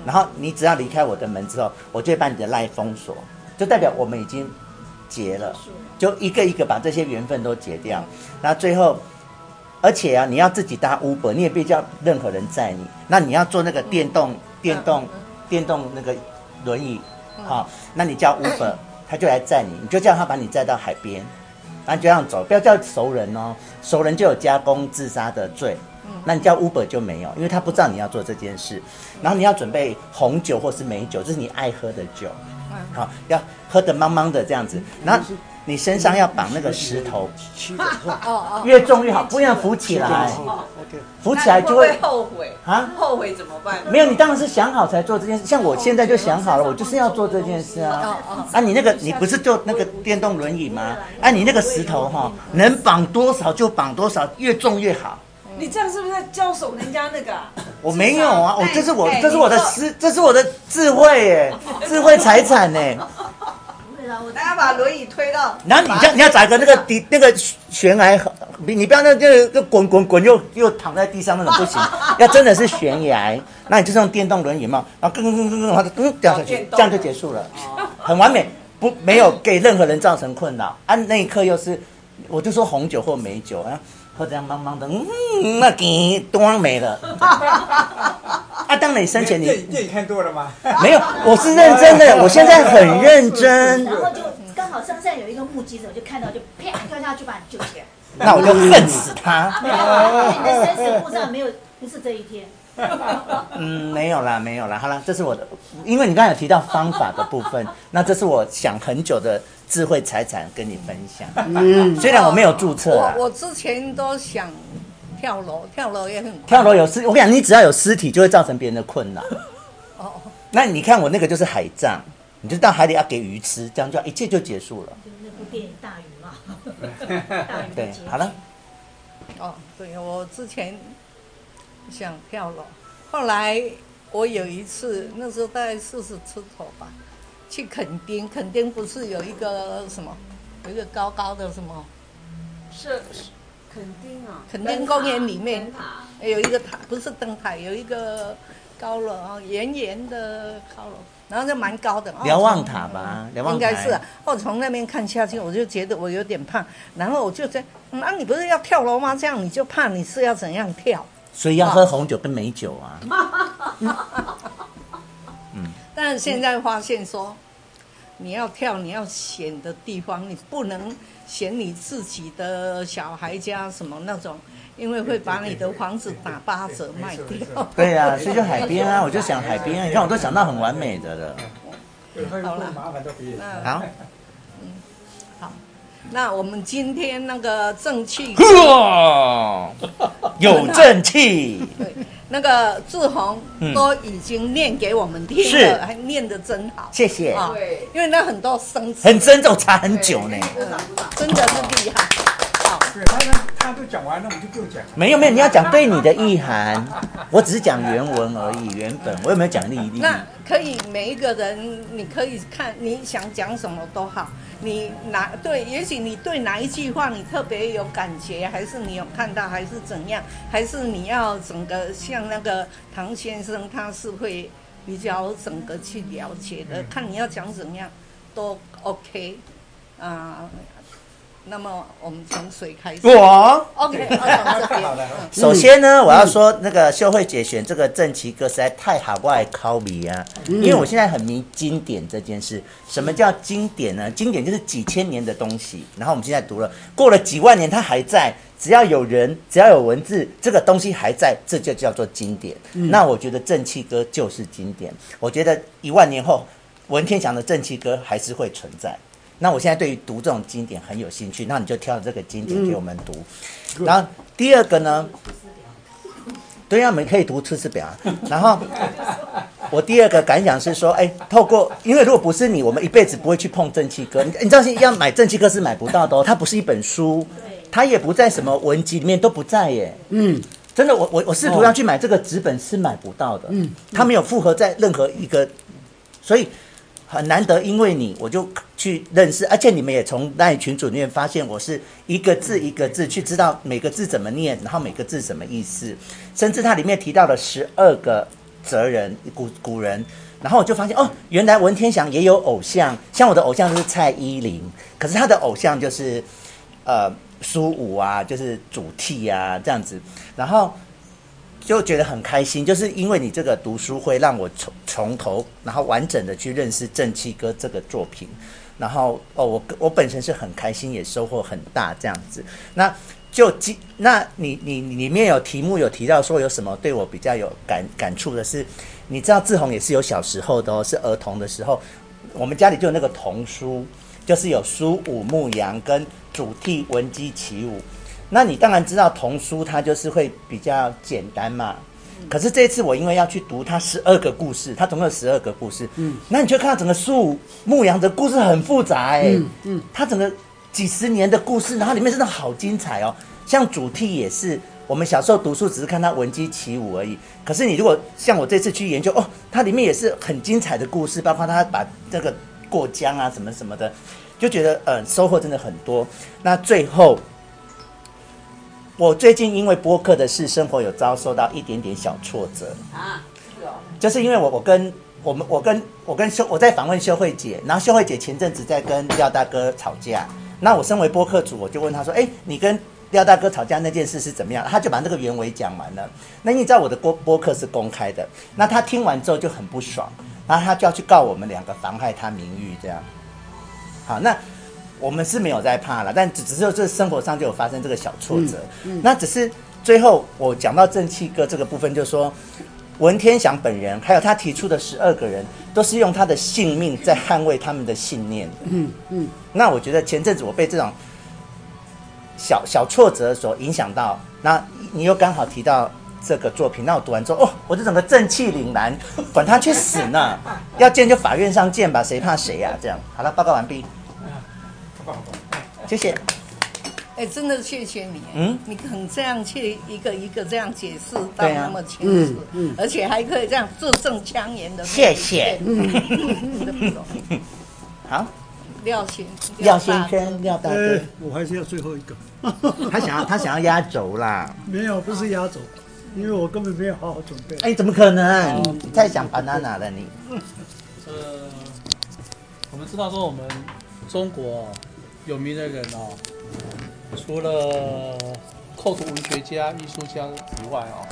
Speaker 4: 然后你只要离开我的门之后，我就会把你的赖封锁，就代表我们已经结了，就一个一个把这些缘分都结掉。那最后，而且啊，你要自己搭 Uber，你也别叫任何人载你。那你要坐那个电动电动电动那个轮椅，好、那你叫 Uber，他就来载你，你就叫他把你载到海边。然后就这样走，不要叫熟人哦，熟人就有加工自杀的罪。
Speaker 6: 嗯
Speaker 4: 那你叫 Uber 就没有，因为他不知道你要做这件事。然后你要准备红
Speaker 6: 嗯
Speaker 4: 酒或是美酒，这是你爱喝的酒，好，要喝的茫茫的这样子。然后你身上要绑那个石头，
Speaker 6: *laughs* 哦
Speaker 4: 越重越好，不要浮起
Speaker 6: *laughs*
Speaker 4: 来，浮起来就
Speaker 6: 会
Speaker 4: 会
Speaker 6: 后悔
Speaker 4: 啊
Speaker 6: 后悔怎么办？
Speaker 4: 没有，你当然是想好才做这件事。像我现在就想好了，我就是要做这件事
Speaker 2: 哦
Speaker 4: 啊。啊，你那个你不是坐那个电动轮椅吗？啊，你那个石头哈、能绑多少就绑多少，越重越好。
Speaker 2: 你这样是不是在教手人家那个啊？
Speaker 4: 我没有啊，我这是我这是我的
Speaker 2: 哎你
Speaker 4: 思，这是我的智慧耶，智慧财产呢。
Speaker 6: 大家把轮椅推到，
Speaker 4: 然后你要你要找一个那个底那个悬崖，你你不要那那个滚滚滚又又躺在地上那种不行，要真的是悬崖，那你就是用电动轮椅嘛，然后噔噔噔噔噔，然后噔嗯掉下去，这样就结束了，很完美，不没有给任何人造成困扰。啊，那一刻又是，我就说红酒或美酒啊，喝这样茫茫的，嗯，那给咚没了。啊，当然你生前你
Speaker 5: 电影电影看多了吗？
Speaker 4: 没有，我是认真的，我现在很认真。
Speaker 1: 然后就刚好山上有一个目击者，就看到就啪跳下去把你救
Speaker 7: *laughs*
Speaker 1: 起来。
Speaker 4: 那我就恨
Speaker 10: 嗯
Speaker 4: 死他。
Speaker 1: 没有啊，因为你的生死簿上没有，不是这一天。 *laughs*
Speaker 4: 嗯，没有啦，没有啦，好啦，这是我的，因为你刚才有提到方法的部
Speaker 10: *laughs*
Speaker 4: 分，那这是我想很久的智慧财产跟你分享。嗯，虽然我没有注册啊
Speaker 10: 呃我，我之前都想跳楼，跳楼也很快
Speaker 4: 跳楼有尸，我跟你讲，你只要有尸体就会造成别人的困扰。
Speaker 10: 哦，
Speaker 4: 那你看我那个就是海葬，你就到海里要给鱼吃，这样就一切就结束了。
Speaker 1: 就是那部电影《大鱼》嘛，大鱼的
Speaker 4: 对
Speaker 1: 结，
Speaker 4: 好了，
Speaker 10: 哦，对，我之前想跳楼，后来我有一次，那时候大概四十出头吧，去垦丁，垦丁不是有一个什么，有一个高高的什么，
Speaker 6: 是是肯定啊，
Speaker 10: 垦丁公园里面
Speaker 6: 灯塔
Speaker 10: 哎有一个塔，不是灯塔，有一个高楼啊，圆圆的高楼，然后就蛮高的。哦
Speaker 4: 瞭望塔吧，瞭望
Speaker 10: 应
Speaker 4: 台
Speaker 10: 该是、啊，我从那边看下去，我就觉得我有点怕，然后我就在，嗯啊，你不是要跳楼吗？这样你就怕你是要怎样跳？
Speaker 4: 所以要喝红酒跟美酒啊。
Speaker 10: 但是现在发现说，你要跳，你要选的地方，你不能选你自己的小孩家什么那种，因为会把你的房子打八折卖掉。
Speaker 4: 对啊，所以就海边啊，我就想海边啊，你看我都想到很完美的了。
Speaker 5: 对，会
Speaker 10: 好了
Speaker 5: 会麻烦到别人。
Speaker 10: 那
Speaker 4: 好，
Speaker 10: 那我们今天那个正气，
Speaker 4: 呵， *laughs* 有正气，
Speaker 10: 对，那个志宏
Speaker 4: 嗯
Speaker 10: 都已经念给我们听
Speaker 4: 是
Speaker 10: 了，还念得真好
Speaker 4: 谢谢，
Speaker 10: 啊
Speaker 6: 对，
Speaker 10: 因为那很多生词，
Speaker 4: 很真，我查很久呢。
Speaker 10: 真的是厉害。好，
Speaker 5: 对，他呢，他都讲完了，我们就不用讲了。
Speaker 4: 没有没有，你要讲对你的意涵，我只是讲原文而已，原本我有没有讲例例？
Speaker 10: 那可以每一个人，你可以看你想讲什么都好。你哪对，也许你对哪一句话你特别有感觉，还是你有看到，还是怎样，还是你要整个像那个唐先生，他是会比较整个去了解的，看你要讲怎样都 OK 啊、那么我们从谁开始
Speaker 4: 我
Speaker 10: ？OK，我从这边。
Speaker 5: 好了
Speaker 10: 嗯
Speaker 4: 首先呢，我要说那个秀慧姐选这个正奇歌实在太好外考迷啊，因为我现在很迷经典这件事。什么叫经典呢？经典就是几千年的东西，然后我们现在读了，过了几万年它还在，只要有人，只要有文字，这个东西还在，这就叫做经典。那我觉得正气歌就是经典，我觉得一万年后文天祥的正气歌还是会存在。那我现在对于读这种经典很有兴趣，那你就挑这个经典给我们读。然后第二个呢，对啊，我们可以读出师表啊。然后我第二个感想是说，哎，透过因为如果不是你，我们一辈子不会去碰正气歌。你你知道是要买正气歌是买不到的哦，它不是一本书，它也不在什么文集里面都不在耶。
Speaker 7: 嗯，
Speaker 4: 真的，我我我试图要去买这个纸本是买不到的，嗯，它没有复合在任何一个，所以很难得，因为你我就去认识，而且你们也从那群组里面发现我是一个字一个字去知道每个字怎么念，然后每个字什么意思，甚至它里面提到了十二个哲人古古人。然后我就发现哦，原来文天祥也有偶像，像我的偶像就是蔡依林，可是他的偶像就是呃苏武啊，就是主题啊这样子，然后就觉得很开心，就是因为你这个读书会让我从从头，然后完整的去认识正气哥这个作品，然后哦，我我本身是很开心，也收获很大这样子。那就记，那你你你里面有题目有提到说有什么对我比较有感感触的是，你知道志宏也是有小时候的哦，是儿童的时候，我们家里就有那个童书，就是有苏武牧羊跟主题文姬起舞。那你当然知道童书它就是会比较简单嘛。可是这次我因为要去读它十二个故事，它总共有十二个故事，嗯，那你就看到整个苏武牧羊的故事很复杂哎、
Speaker 7: 嗯嗯，
Speaker 4: 它整个几十年的故事，然后里面真的好精彩哦。像主题也是，我们小时候读书只是看它闻鸡起舞而已。可是你如果像我这次去研究哦，它里面也是很精彩的故事，包括它把这个过江啊什么什么的，就觉得呃收获真的很多。那最后，我最近因为播客的事，生活有遭受到一点点小挫折。
Speaker 6: 啊，是哦，
Speaker 4: 就是因为我我跟我们我跟我跟修我在访问修慧姐，然后修慧姐前阵子在跟廖大哥吵架，那我身为播客主，我就问他说，哎，你跟廖大哥吵架那件事是怎么样？他就把这个原委讲完了。那你知道我的播播客是公开的，那他听完之后就很不爽，然后他就要去告我们两个妨害他名誉这样。好，那我们是没有在怕了，但只只是这生活上就有发生这个小挫折。
Speaker 7: 嗯嗯
Speaker 4: 那只是最后我讲到正气哥这个部分，就说文天祥本人还有他提出的十二个人，都是用他的性命在捍卫他们的信念的。
Speaker 7: 嗯嗯，
Speaker 4: 那我觉得前阵子我被这种小小挫折所影响到，那你又刚好提到这个作品，那我读完之后，哦，我就整个正气凛然， *laughs* 管他去死呢，要见就法院上见吧，谁怕谁呀、这样，好了，报告完毕，谢谢。
Speaker 10: 哎，真的谢谢你，
Speaker 4: 嗯，
Speaker 10: 你肯这样去一个一个这样解释到
Speaker 4: 对啊
Speaker 10: 那么清
Speaker 4: 嗯
Speaker 10: 楚，
Speaker 4: 嗯
Speaker 10: 而且还可以这样字正腔圆的，
Speaker 4: 谢谢
Speaker 10: 嗯，真的不
Speaker 4: *laughs*
Speaker 10: 容易
Speaker 4: 好，
Speaker 10: 廖先
Speaker 4: 廖先生，廖大哥
Speaker 7: 哎，，我还是要最后一个。
Speaker 4: *laughs*
Speaker 7: *laughs*
Speaker 4: 他想要他想要压轴啦，
Speaker 7: 没有，不是压轴，因为我根本没有好好准备。
Speaker 4: 哎，怎么可能？
Speaker 8: 哦
Speaker 4: 你太想 banana 了你，
Speaker 8: 呃，我们知道说我们中国有名的人哦，除了扣除文学家、艺术家以外哦，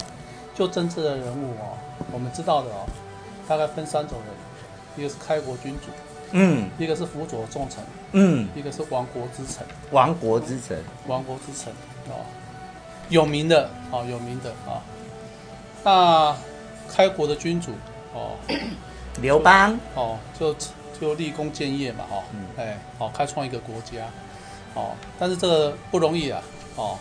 Speaker 8: 就政治的人物哦，我们知道的哦，大概分三种人，一个是开国君主，
Speaker 4: 嗯
Speaker 8: 一个是辅佐重臣，
Speaker 4: 嗯，
Speaker 8: 一个是亡国之臣。
Speaker 4: 亡国之神，
Speaker 8: 亡国之城哦，有名的哦，有名的啊、那开国的君主哦，
Speaker 4: 刘邦，
Speaker 8: 哦，就就立功建业嘛，哦，
Speaker 4: 嗯
Speaker 8: 哎，哦，开创一个国家，哦，但是这个不容易啊，哦，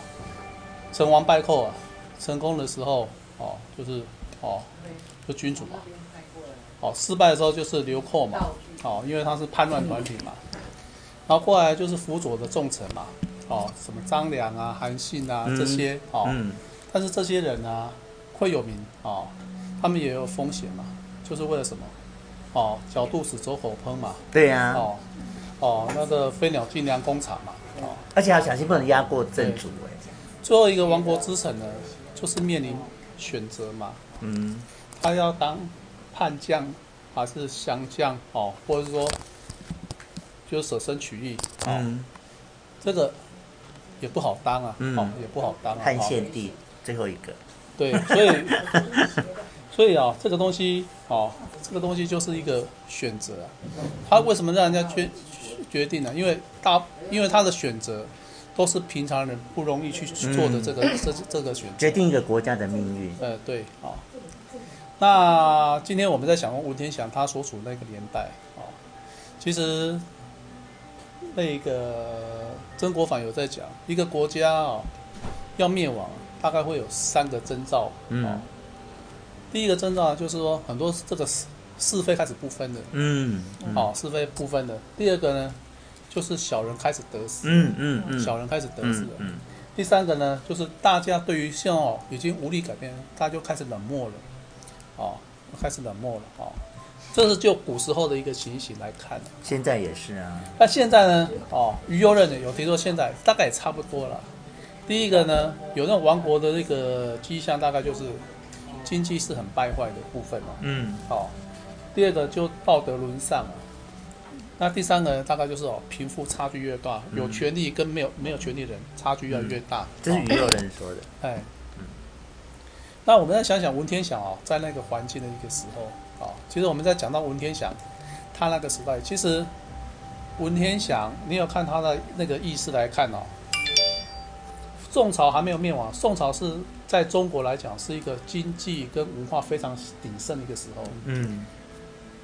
Speaker 8: 成王败寇啊，成功的时候，哦，就是哦，就君主嘛，哦，失败的时候就是流寇嘛，哦，因为他是叛乱团体嘛，然后过来就是辅佐的重臣嘛，哦，什么张良啊、韩信啊
Speaker 4: 嗯
Speaker 8: 这些，哦，
Speaker 4: 嗯
Speaker 8: 但是这些人啊会有名哦，他们也有风险嘛，就是为了什么？哦，狡兔死走狗烹嘛。
Speaker 4: 对呀
Speaker 8: 哦，哦，那个飞鸟尽良弓藏嘛。哦，
Speaker 4: 而且要小心不能压过正主哎，
Speaker 8: 最后一个亡国之臣呢，就是面临选择嘛，
Speaker 4: 嗯
Speaker 8: 他要当叛将还是降将哦，或者说就舍身取义，哦
Speaker 4: 嗯，
Speaker 8: 这个也不好当啊，
Speaker 4: 嗯
Speaker 8: 哦，也不好当、啊。
Speaker 4: 汉
Speaker 8: 哦
Speaker 4: 献帝最后一个，
Speaker 8: 对，所以所以啊、这个东西哦，这个东西就是一个选择啊。他为什么让人家决决定呢、因为大，因为他的选择都是平常人不容易去去做的这个、这这个选
Speaker 4: *laughs*
Speaker 8: 择。
Speaker 4: 决定一个国家的命运。
Speaker 8: 呃，对，好、那今天我们在想文天祥他所处那个年代哦，其实那个曾国藩有在讲，一个国家哦要灭亡，大概会有三个征兆。
Speaker 4: 嗯
Speaker 8: 第一个征兆就是说，很多这个是是非开始不分的，
Speaker 4: 嗯，
Speaker 8: 哦，是非不分的。第二个呢，就是小人开始得势，
Speaker 4: 嗯嗯嗯
Speaker 8: 小人开始得势了。
Speaker 4: 嗯嗯
Speaker 8: 第三个呢，就是大家对于现哦已经无力改变，大家就开始冷漠了，哦，开始冷漠了哦。这是就古时候的一个情形来看的。
Speaker 4: 现在也是啊，
Speaker 8: 那现在呢？哦，于右任呢有提出，现在大概也差不多了。第一个呢，有那种亡国的那个迹象，大概就是经济是很败坏的部分哦。
Speaker 4: 嗯，
Speaker 8: 哦。第二个就道德沦丧啊。那第三个呢大概就是哦，贫富差距越大，
Speaker 4: 嗯
Speaker 8: 有权利跟没有没有权利的人差距越来越大。
Speaker 4: 这是
Speaker 8: 哦
Speaker 4: 于右任说的。
Speaker 8: 哎，那我们再想想文天祥哦，在那个环境的一个时候啊、哦其实我们在讲到文天祥，他那个时代，其实文天祥，你有看他的那个意思来看哦，宋朝还没有灭亡，宋朝是在中国来讲是一个经济跟文化非常鼎盛的一个时候，
Speaker 4: 嗯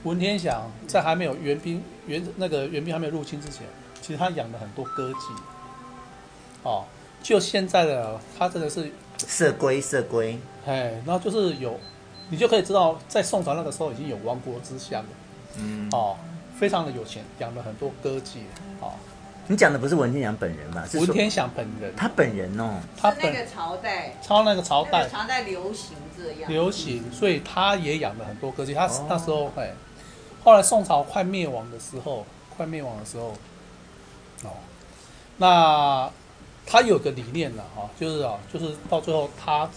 Speaker 8: 文天祥在还没有援兵援那个援兵还没有入侵之前，其实他养了很多歌妓。哦，就现在的他真的是，
Speaker 4: 色龟色龟，
Speaker 8: 哎，然后就是有，你就可以知道，在宋朝那个时候已经有亡国之相了。
Speaker 4: 嗯，
Speaker 8: 哦，非常的有钱，养了很多歌妓。哦，
Speaker 4: 你讲的不是文天祥本人吧？是说
Speaker 8: 文天祥本人，
Speaker 4: 他本人哦，
Speaker 8: 他
Speaker 6: 那
Speaker 8: 本
Speaker 6: 个朝代，
Speaker 8: 超那个朝
Speaker 6: 那
Speaker 8: 代
Speaker 6: 个朝代流行这样，
Speaker 8: 流行，所以他也养了很多歌妓。他那时候哎，后来宋朝快灭亡的时候，快灭亡的时候，哦，那他有个理念了哈、哦，就是哦，就是到最后他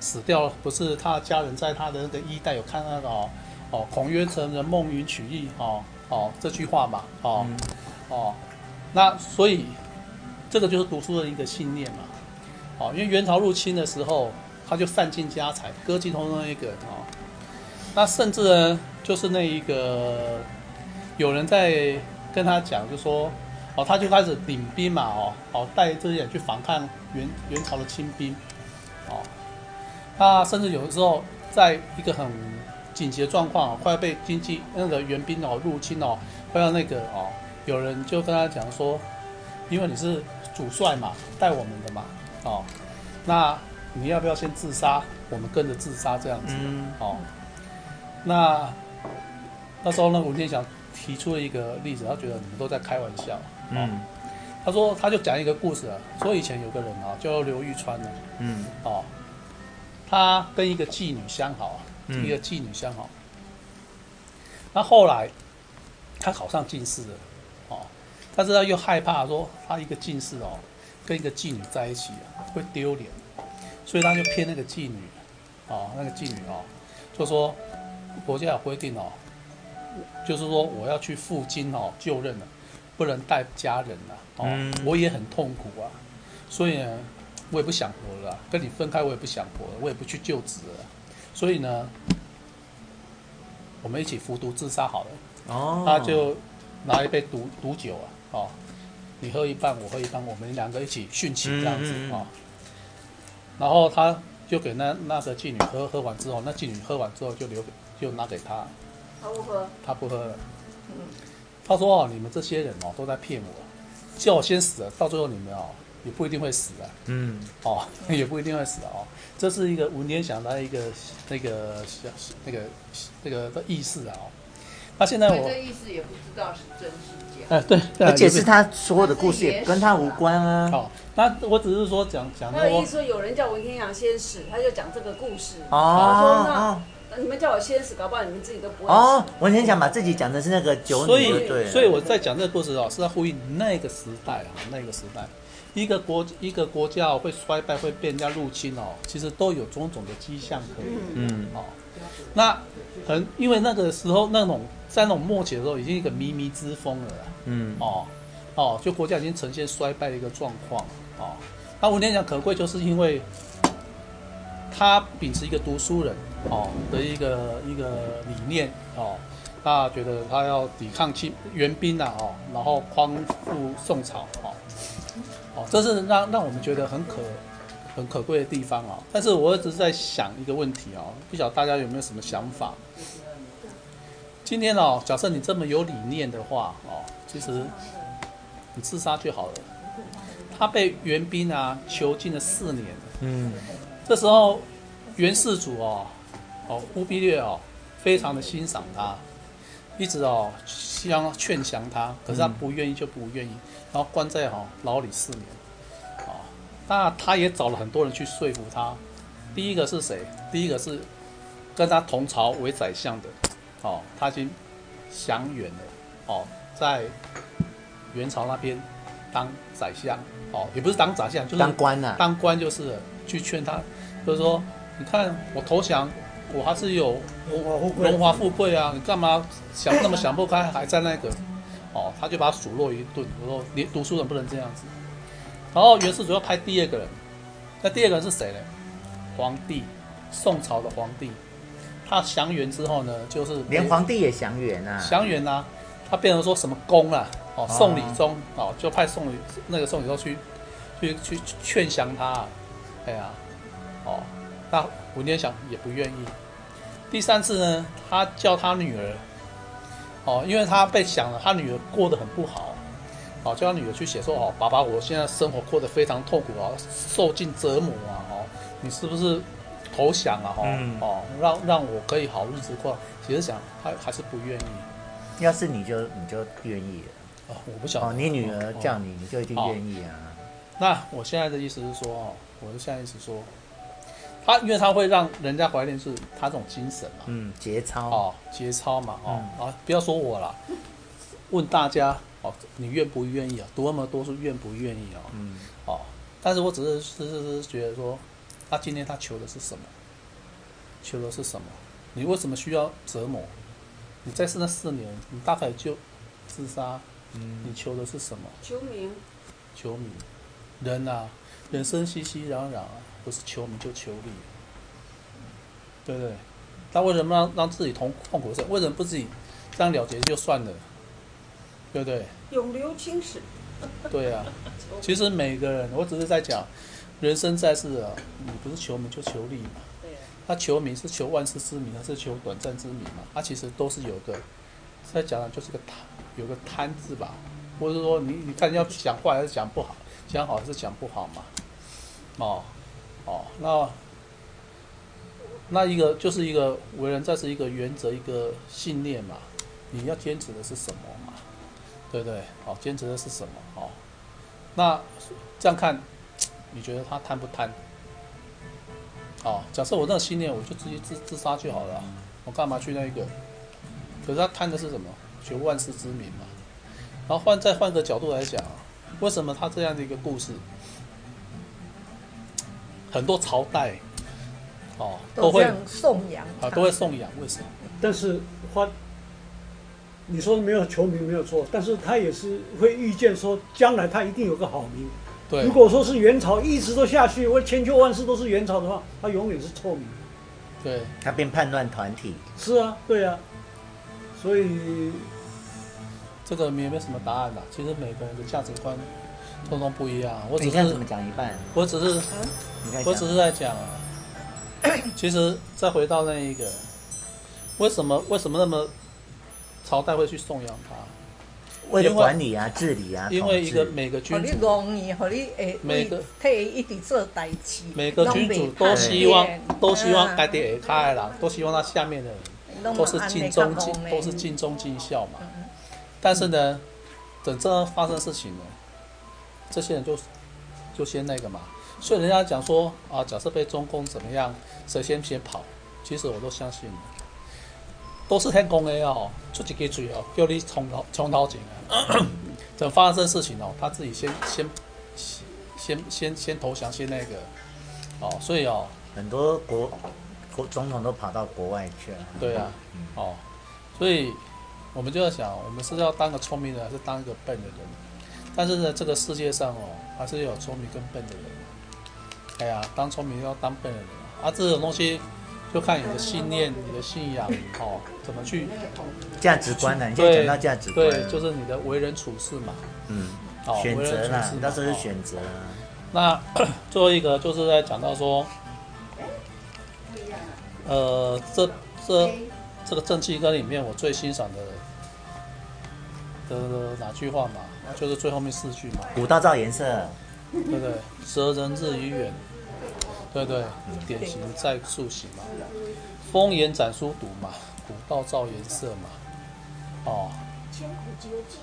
Speaker 8: 死掉了，不是他的家人在他的那个衣带有看那个哦，哦孔曰成人梦云曲意哦哦这句话嘛哦、哦，那所以这个就是读书人一个信念嘛，哦，因为元朝入侵的时候，他就散尽家财，割尽通通一个哦，那甚至呢，就是那一个有人在跟他讲，就说哦，他就开始领兵嘛，哦，哦，带这些人去反抗元元朝的清兵，哦，那甚至有的时候在一个很紧急的状况、哦，快要被经济那个援兵哦入侵哦，快要那个哦，有人就跟他讲说，因为你是主帅嘛，带我们的嘛，哦，那你要不要先自杀？我们跟着自杀这样子，
Speaker 4: 嗯
Speaker 8: 哦，那那时候呢，吴天祥提出了一个例子，他觉得你们都在开玩笑。
Speaker 4: 嗯
Speaker 8: 他说，他就讲一个故事啊，说以前有个人啊，叫刘玉川呢、
Speaker 4: 嗯
Speaker 8: 哦，他跟一个妓女相好啊，
Speaker 4: 嗯
Speaker 8: 一个妓女相好。那后来他考上进士了，哦，但是他又害怕说他一个进士哦，跟一个妓女在一起啊会丢脸，所以他就骗那个妓女，哦，那个妓女哦，就说国家有规定哦，就是说我要去赴京哦就任了，不能带家人了、哦，
Speaker 4: 嗯
Speaker 8: 我也很痛苦啊，所以呢，我也不想活了啊、跟你分开我也不想活了，我也不去就职了啊，所以呢，我们一起服毒自杀好了。
Speaker 4: 哦，
Speaker 8: 他就拿一杯毒毒酒啊，哦，你喝一半，我喝一半，我们两个一起殉情这样子
Speaker 4: 嗯嗯嗯
Speaker 8: 哦。然后他就给那那个妓女喝，喝完之后，那妓女喝完之后就留给就拿给他，
Speaker 6: 他不喝，
Speaker 8: 他不喝了。他说哦，你们这些人哦都在骗我，叫我先死了，到最后你们哦也不一定会死的、
Speaker 4: 嗯
Speaker 8: 哦， *laughs* 也不一定会死哦。这是一个文天祥的一个那个那个那个的意识啊、哦。那现在
Speaker 6: 所以
Speaker 8: 我
Speaker 6: 这意思也不知道是真是假。
Speaker 8: 哎对，对
Speaker 4: 而且是
Speaker 8: 有点
Speaker 4: 他说的故事也跟他无关啊。
Speaker 8: 哦，那我只是说讲讲
Speaker 2: 他的
Speaker 8: 说
Speaker 2: 意，思说，有人叫文天祥先死，他就讲这个故事。
Speaker 4: 哦
Speaker 2: 他说
Speaker 4: 哦
Speaker 2: 那那你们叫我先死，搞不好你们自己都不会
Speaker 4: 哦
Speaker 2: 死。，
Speaker 4: 我很想把自己讲的是那个酒
Speaker 8: 所
Speaker 4: 女，
Speaker 8: 以
Speaker 4: 就对了，啊
Speaker 8: 所以我在讲这个故事哦，是在呼应那个时代啊，那个时代，一个国一个国家哦会衰败，会被人家入侵哦，其实都有种种的迹象可以
Speaker 4: 嗯
Speaker 8: 哦。那很因为那个时候那种在那种末期的时候，已经一个靡靡之风了啦
Speaker 4: 嗯
Speaker 8: 哦哦，就国家已经呈现衰败的一个状况哦。那文天祥可贵，就是因为他秉持一个读书人哦的一个一个理念哦，他觉得他要抵抗清援兵呐、哦，然后匡复宋朝哦哦，这是让让我们觉得很可很可贵的地方哦。但是我一直在想一个问题哦，不晓得大家有没有什么想法？今天哦，假设你这么有理念的话哦，其实你自杀就好了。他被援兵啊囚禁了四年，
Speaker 4: 嗯
Speaker 8: 这时候元世祖哦，哦忽必烈哦，非常的欣赏他，一直哦希望劝降他，可是他不愿意就不愿意，然后关在哦牢里四年，哦，那他也找了很多人去说服他，第一个是谁？第一个是跟他同朝为宰相的，哦，他已经降元了，哦，在元朝那边当宰相，哦，也不是当宰相，就是
Speaker 4: 当官啊呐，
Speaker 8: 当官就是了去劝他，就是说，你看我投降，我还是有
Speaker 7: 荣华富贵
Speaker 8: 荣华富贵啊，你干嘛想那么想不开，还在那个？哦，他就把他数落一顿，我说你读书人不能这样子。然后元世祖要派第二个人，那第二个人是谁呢？皇帝，宋朝的皇帝。他降元之后呢，就是
Speaker 4: 连皇帝也降元啊。
Speaker 8: 祥元啊，他变成说什么公啊，哦，宋理宗哦，就派宋理那个宋理宗去去去去劝降他、啊，哎呀、哦，那文天祥也不愿意。第三次呢，他叫他女儿哦，因为他被想了，他女儿过得很不好，哦，叫他女儿去写说，哦，爸爸，我现在生活过得非常痛苦啊，受尽折磨啊，哦，你是不是投降啊？哦，
Speaker 4: 嗯
Speaker 8: 哦，让让我可以好日子过。其实想还还是不愿意。
Speaker 4: 要是你就你就愿意
Speaker 8: 了。哦，我不晓得
Speaker 4: 哦，你女儿
Speaker 8: 哦
Speaker 4: 叫你，你就一定
Speaker 8: 哦
Speaker 4: 愿意啊。
Speaker 8: 那我现在的意思是说，哦，我是现在意思说，他因为他会让人家怀念是他这种精神嘛，
Speaker 4: 嗯，节操。
Speaker 8: 哦，节操嘛，哦、啊，不要说我啦，问大家哦，你愿不愿意啊？多么多数愿不愿意哦？
Speaker 4: 嗯，
Speaker 8: 哦，但是我只是是是是觉得说，他今天他求的是什么？求的是什么？你为什么需要折磨？你在那四年，你大概就自杀，
Speaker 4: 嗯，
Speaker 8: 你求的是什么？
Speaker 2: 求名，
Speaker 8: 求名，人啊，人生熙熙攘攘啊，不是求名就求利，对不对？那为什么让让自己同痛苦受？为什么不自己这样了结就算了？对不对？
Speaker 2: 永留青史。*laughs*
Speaker 8: 对啊，其实每个人，我只是在讲，人生在世啊，你不是求名就求利嘛。
Speaker 2: 啊
Speaker 8: 他求名是求万世之名，还是求短暂之名嘛？他其实都是有个，在讲的就是个贪，有个贪字吧，或者说你你看要讲坏还是讲不好，讲好还是讲不好嘛？哦，哦，那那一个就是一个为人在世一个原则一个信念嘛，你要坚持的是什么嘛？对不对？哦，坚持的是什么？哦，那这样看，你觉得他贪不贪？哦，假设我那个信念，我就直接自自杀就好了啊、我干嘛去那一个？可是他贪的是什么？学万世之名嘛。然后换再换个角度来讲啊，为什么他这样的一个故事，很多朝代哦都
Speaker 10: 都这
Speaker 8: 会
Speaker 10: 样颂扬
Speaker 8: 啊都会颂扬，为什么？
Speaker 7: 但是花，你说没有球迷没有错，但是他也是会预见说将来他一定有个好名。
Speaker 8: 对
Speaker 7: 如果说是元朝一直都下去，我千秋万世都是元朝的话，他永远是臭名。
Speaker 8: 对，
Speaker 4: 他变叛乱团体。
Speaker 7: 是啊，对啊，所以
Speaker 8: 这个也没什么答案啦、其实每个人的价值观通通不一样啊。我只
Speaker 4: 你
Speaker 8: 是
Speaker 4: 看怎么讲一半？
Speaker 8: 我只是
Speaker 4: 你看，
Speaker 8: 我只是在讲啊。 *coughs* 其实再回到那一个，为什么为什么那么朝代会去颂扬他？
Speaker 4: 为了管理啊、治理啊，
Speaker 8: 因为一个
Speaker 4: 统治
Speaker 8: 每个君
Speaker 10: 互你
Speaker 8: 主，
Speaker 10: 怣伊，互你会
Speaker 8: 每个
Speaker 10: 替伊一直做代志，
Speaker 8: 每个君主都希望都希望该点下的人，都希望他下面的人
Speaker 10: 拢
Speaker 8: 都是尽忠尽
Speaker 10: 安尼较好呢
Speaker 8: 都是尽忠尽孝嘛。但是呢，等真的发生事情了，这些人就就先那个嘛。所以人家讲说啊，假设被中共怎么样，谁先先跑，其实我都相信了，都是天公的哦，出一个嘴哦，叫你冲头冲头前啊。等发生事情哦，他自己先先先先先先投降，先那个哦，所以哦，
Speaker 4: 很多国国总统都跑到国外去了。
Speaker 8: 对啊，
Speaker 4: 嗯
Speaker 8: 哦，所以我们就要想，我们是要当个聪明人，还是当一个笨的人？但是呢，这个世界上哦，还是有聪明跟笨的人。哎呀，当聪明要当笨的人啊，这种东西就看你的信念、你的信仰哦，怎么去
Speaker 4: 价值观啊呢？你现在
Speaker 8: 对
Speaker 4: 讲到价值观，
Speaker 8: 对，就是你的为人处事嘛。
Speaker 4: 嗯
Speaker 8: 哦，
Speaker 4: 选
Speaker 8: 为
Speaker 4: 择
Speaker 8: 人处
Speaker 4: 啦
Speaker 8: 事，嘛
Speaker 4: 到时候
Speaker 8: 哦
Speaker 4: 是选择啊啦。
Speaker 8: 那 *coughs* 最后一个就是在讲到说，呃，这这这个正气歌里面，我最欣赏的的哪句话嘛？就是最后面四句嘛，
Speaker 4: 古道照颜色，
Speaker 8: 对不对？蛇人日已远，对不对，
Speaker 4: 嗯
Speaker 8: 典型在塑形嘛，风言展书读嘛，古道照颜色嘛，哦，
Speaker 11: 千古绝技。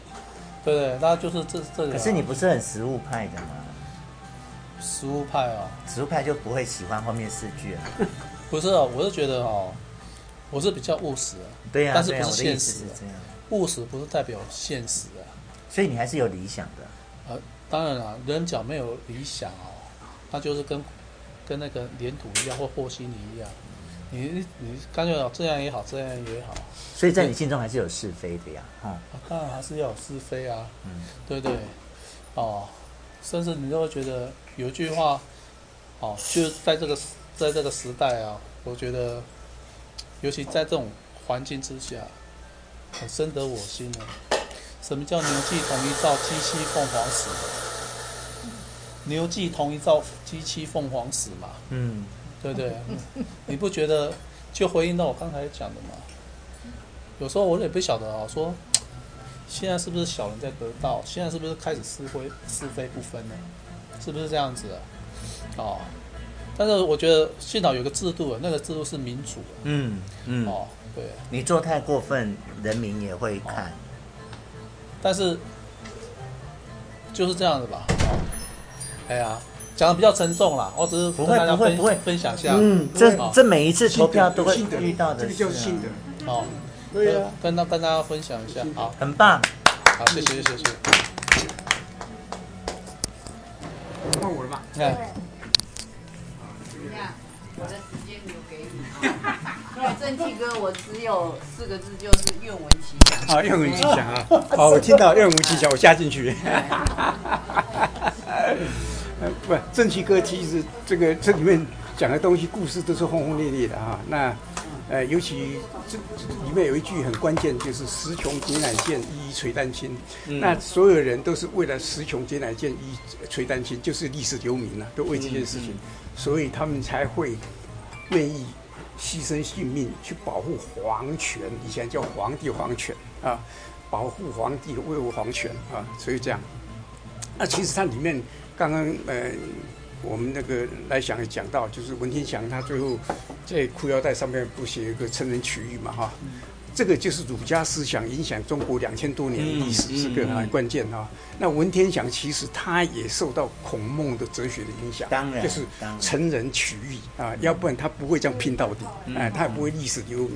Speaker 8: 对不对？那就是这这个
Speaker 4: 可
Speaker 8: 啊。
Speaker 4: 是你不是很实物派的吗？
Speaker 8: 实物派哦，
Speaker 4: 实物派就不会喜欢后面四句啊。
Speaker 8: 不是、哦，我是觉得哦，我是比较务实、
Speaker 4: 对呀、
Speaker 8: 但是
Speaker 4: 对呀、啊
Speaker 8: 不
Speaker 4: 我的
Speaker 8: 是
Speaker 4: 意
Speaker 8: 现
Speaker 4: 思
Speaker 8: 实、啊
Speaker 4: 是这样。
Speaker 8: 务实不是代表现实啊。
Speaker 4: 所以你还是有理想的。
Speaker 8: 呃，当然啦，人只要没有理想哦，那就是跟跟那个粘土一样或和稀泥一样，你你干脆哦这样也好，这样也好，
Speaker 4: 所以在你心中还是有是非的呀，哈、
Speaker 8: 啊当然还是要有是非啊，
Speaker 4: 嗯，
Speaker 8: 对不对？哦，甚至你都会觉得有一句话，哦，就是在这个时在这个时代啊，我觉得，尤其在这种环境之下，很深得我心啊。什么叫牛气同一照，鸡栖凤凰死？牛气同一照，鸡栖凤凰死嘛，
Speaker 4: 嗯，
Speaker 8: 嗯对不对？你不觉得就回应到我刚才讲的吗？有时候我也不晓得哦，说现在是不是小人在得道？现在是不是开始是非是非不分了？是不是这样子啊？哦，但是我觉得幸好有个制度啊，那个制度是民主的
Speaker 4: 嗯嗯，
Speaker 8: 哦，对。
Speaker 4: 你做太过分，人民也会
Speaker 8: 哦
Speaker 4: 看。
Speaker 8: 但是就是这样子吧。哦、哎呀，讲的比较沉重啦，我只是
Speaker 4: 不
Speaker 8: 跟
Speaker 4: 会
Speaker 8: 大家
Speaker 4: 不会
Speaker 8: 分
Speaker 4: 不会
Speaker 8: 分享一下。
Speaker 4: 嗯，这这每一次投票都会
Speaker 5: 信德
Speaker 4: 遇到的
Speaker 5: 这
Speaker 4: 事
Speaker 5: 个
Speaker 4: 啊，
Speaker 5: 叫信德。
Speaker 8: 哦，
Speaker 7: 对呀、
Speaker 8: 跟大跟大家分享一下，好，
Speaker 4: 很棒。
Speaker 8: 好，谢谢谢谢谢谢。
Speaker 5: 换我了
Speaker 4: 啊
Speaker 5: 吧？
Speaker 8: 哎，
Speaker 6: 这样，我的时间留给你。正气哥，我只有四个字，就是愿闻其详。
Speaker 5: 啊，愿闻其详
Speaker 4: *laughs*
Speaker 5: 啊！好，我听到愿闻其详，我下进去。 *laughs* 呃，不，正气哥其实这个这里面讲的东西，故事都是轰轰烈烈的啊。那呃，尤其这这里面有一句很关键，就是“十穷解乃见，一一垂丹青”
Speaker 4: 嗯
Speaker 5: 那所有人都是为了“十穷解乃见，一一垂丹青”，就是历史留名了、啊都为这件事
Speaker 4: 嗯
Speaker 5: 情，所以他们才会愿意牺牲性命去保护皇权，以前叫皇帝皇权啊，保护皇帝维护皇权啊，所以这样。那其实它里面刚刚呃，我们那个来想也讲到，就是文天祥他最后在裤腰带上面不写一个成人曲艺嘛哈、这个就是儒家思想影响中国两千多年的历史，
Speaker 8: 嗯
Speaker 5: 这个
Speaker 8: 嗯
Speaker 5: 很关键啊。那文天祥其实他也受到孔孟的哲学的影响，
Speaker 4: 当然
Speaker 5: 就是
Speaker 4: 当然
Speaker 5: 成人取义啊，要不然他不会这样拼到底，
Speaker 4: 嗯
Speaker 5: 哎，他也不会历史留名。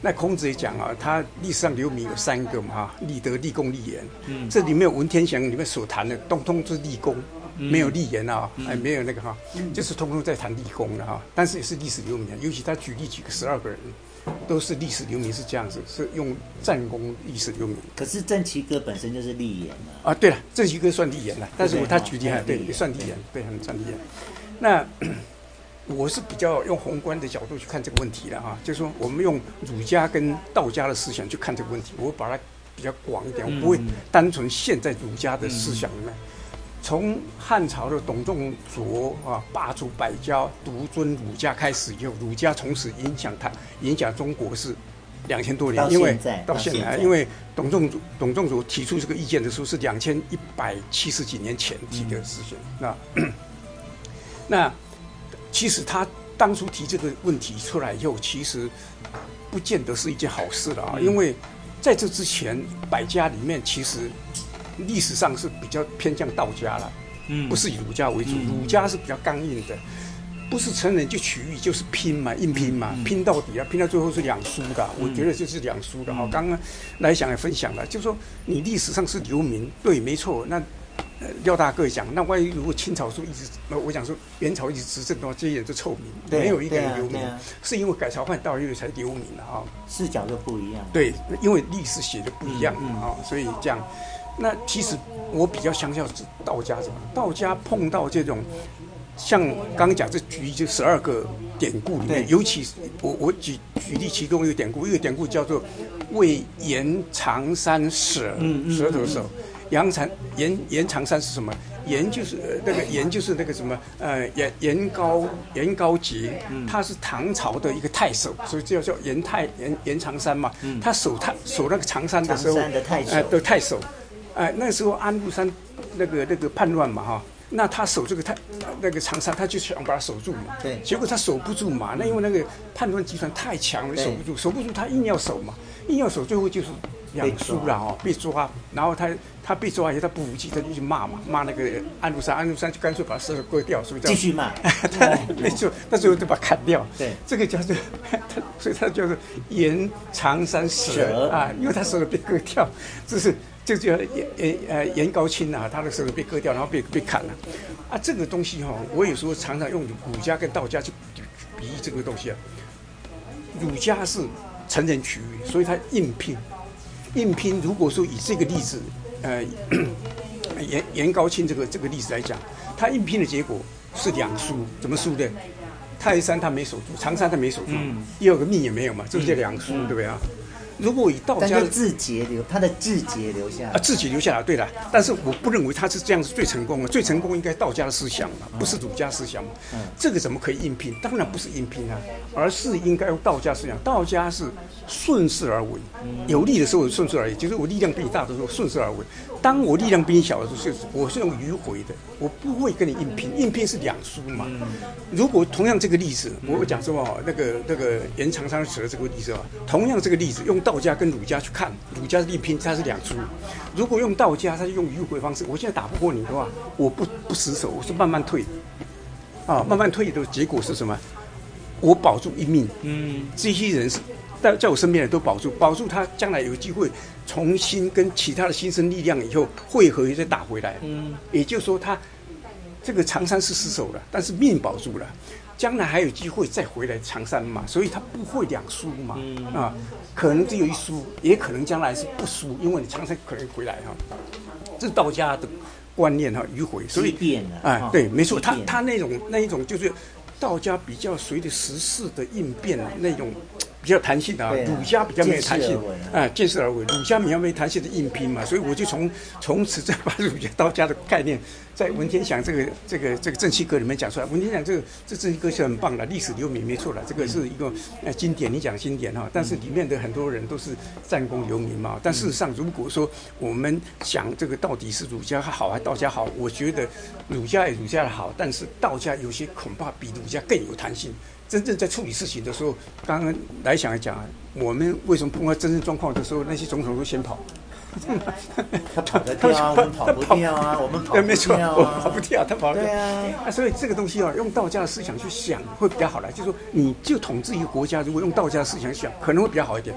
Speaker 5: 那孔子也讲啊，他历史上留名有三个嘛，哈，立德、立功、立言。嗯，这里面文天祥里面所谈的，通通是立功，没有立言啊，哎，没有那个哈，就是通通在谈立功的哈，但是也是历史留名的。尤其他举例举个十二个人，都是历史留名是这样子，是用战功历史留名。
Speaker 4: 可是郑奇哥本身就是立言啊，
Speaker 5: 啊，对了，这一个算立言了，但是我
Speaker 4: 对
Speaker 5: 他
Speaker 4: 哦
Speaker 5: 举例还
Speaker 4: 算立
Speaker 5: 对，
Speaker 4: 言
Speaker 5: 也算立言，对，很算立言。那我是比较用宏观的角度去看这个问题的啊，就是说我们用儒家跟道家的思想去看这个问题，我把它比较广一点，我不
Speaker 4: 嗯
Speaker 5: 会单纯陷在儒家的思想里面。从汉朝的董仲卓啊罢黜百家，独尊儒家开始以后，儒家从此影响他，影响中国是两千多
Speaker 4: 到
Speaker 5: 年，因为
Speaker 4: 现在
Speaker 5: 到
Speaker 4: 到
Speaker 5: 现
Speaker 4: 现
Speaker 5: 在，
Speaker 4: 在
Speaker 5: 因为董仲祖董仲祖提出这个意见的时候是两千一百七十几年前提的事情。那 *clears throat* 那其实他当初提这个问题出来以后，其实不见得是一件好事了啊，
Speaker 4: 嗯
Speaker 5: 因为在这之前，百家里面其实历史上是比较偏向道家了，
Speaker 4: 嗯
Speaker 5: 不是以儒家为主，儒家是比较刚硬的，不是成人就取义，就是拼
Speaker 4: 嗯
Speaker 5: 嘛，硬拼嘛，拼到底啊，拼到最后是两输的啊、我觉得就是两输的哈、
Speaker 4: 嗯
Speaker 5: 刚刚来想也分享了，就是说你历史上是流民，对，没错，那。呃廖大哥也讲，那万一如果清朝说一直，呃我想说元朝一直执政的话，这些人都臭名，
Speaker 4: 对
Speaker 5: 没有一个
Speaker 4: 对
Speaker 5: 人
Speaker 4: 啊
Speaker 5: 留名，
Speaker 4: 对啊
Speaker 5: 是因为改朝换代以后才留名的啊、
Speaker 4: 视角就不一样。
Speaker 5: 对，因为历史写的不一样啊、所以这样。那其实我比较相信道家怎么，道家碰到这种，像刚刚讲这举这十二个典故里面
Speaker 4: 对，
Speaker 5: 尤其是我我举举例其中一个典故，一个典故叫做“为延长山舍”，
Speaker 4: 嗯
Speaker 5: 舌头手。阳长延延长山是什么？延就是、呃那个延就是那个什么呃延延高延高杰，
Speaker 4: 嗯
Speaker 5: 他是唐朝的一个太守，所以就叫延太延延长山嘛。他守太守那个长山的时候，
Speaker 4: 嗯长山的太守
Speaker 5: 呃的太守，哎、那时候安禄山那个那个叛乱嘛哈，那他守这个太那个长山，他就想把它守住嘛。
Speaker 4: 对
Speaker 5: 结果他守不住嘛，那因为那个叛乱集团太强了，
Speaker 4: 对
Speaker 5: 守不住，守不住他硬要守嘛，硬要守，最后就是两输了哦，被抓，然后他他被抓以后他不服气，他就去骂嘛，骂那个安禄山，安禄山就干脆把他舌头割掉，所以这
Speaker 4: 继
Speaker 5: 样
Speaker 4: 续骂，
Speaker 5: 他没错， *laughs* 那时候就把它砍掉。
Speaker 4: 哦对
Speaker 5: 这个叫做，他所以他叫做延长山
Speaker 4: 蛇
Speaker 5: 蛇啊，因为他舌头被割掉，这是这就叫延延呃延高卿啊，他的舌头被割掉，然后被被砍了。啊，这个东西哈、我有时候常常用儒家跟道家去比比喻这个东西啊。儒家是成人取义，所以他硬拼。硬拼，如果说以这个例子，呃，严严高清这个这个例子来讲，他硬拼的结果是两输，怎么输的？泰山他没守住，长山他没守住，第二个命也没有嘛，这不就两输，对不对啊？如果以道
Speaker 4: *laughs* 但
Speaker 5: 家
Speaker 4: 就
Speaker 5: 的
Speaker 4: 字节流，他的字节留下
Speaker 5: 啊，自己留下来，对了。但是我不认为他是这样是最成功的，最成功应该道家的思想嘛，不是儒家思想嘛。这个怎么可以硬拼？当然不是硬拼啊，而是应该用道家思想。道家是顺势而为，有利的时候顺势而为，就是我力量比你大的时候顺势而为。当我力量比你小的时候，就是我是用迂回的，我不会跟你硬拼。硬拼是两输嘛。如果同样这个例子，我讲说哦，那个那个严长山死的这个例子啊，同样这个例子用道家跟儒家去看，儒家是力拼，它是两出。如果用道家，他就用迂回方式。我现在打不过你的话，我不不死守，我是慢慢退，啊，慢慢退的结果是什么？我保住一命。嗯，这些人是在在我身边的人都保住，保住他将来有机会重新跟其他的新生力量以后汇合再打回来。嗯，也就是说他这个长山是失守了，但是命保住了，将来还有机会再回来长山嘛，所以他不会两输嘛，啊，可能只有一输，也可能将来是不输，因为你长山可能回来哈、这是道家的观念哈、迂回，所以
Speaker 4: 畸变了
Speaker 5: 哎
Speaker 4: 哈，
Speaker 5: 对，没错，
Speaker 4: 畸
Speaker 5: 他
Speaker 4: 变
Speaker 5: 他那种那一种就是道家比较随着时事的应变那种。比较弹性的、啊，
Speaker 4: 对啊
Speaker 5: 儒家比较没有弹
Speaker 4: 见
Speaker 5: 性
Speaker 4: 势而为啊，
Speaker 5: 哎，见势而为。儒家比较没有弹性的硬拼嘛，所以我就从从此再把儒家道家的概念，在文天祥这个这个这个正气歌里面讲出来。文天祥这个这正气歌是很棒的，历史留名没错了，
Speaker 4: 嗯
Speaker 5: 这个是一个呃经典，你讲经典哈，但是里面的很多人都是战功留名嘛。但事实上，如果说我们想这个到底是儒家好还是道家好，我觉得儒家有儒家的好，但是道家有些恐怕比儒家更有弹性。真正在处理事情的时候，刚刚来想讲，我们为什么碰到真正状况的时候，那些总统都先跑？
Speaker 4: 他跑得掉啊，我们跑不掉啊，我们跑
Speaker 5: 对，哎
Speaker 4: 不
Speaker 5: 没错，
Speaker 4: 掉
Speaker 5: 我跑
Speaker 4: 啊
Speaker 5: 不。掉，他跑不掉。
Speaker 4: 对啊
Speaker 5: 所以这个东西啊，用道家的思想去想会比较好啦。就是说，你就统治一个国家，如果用道家的思想想，可能会比较好一点。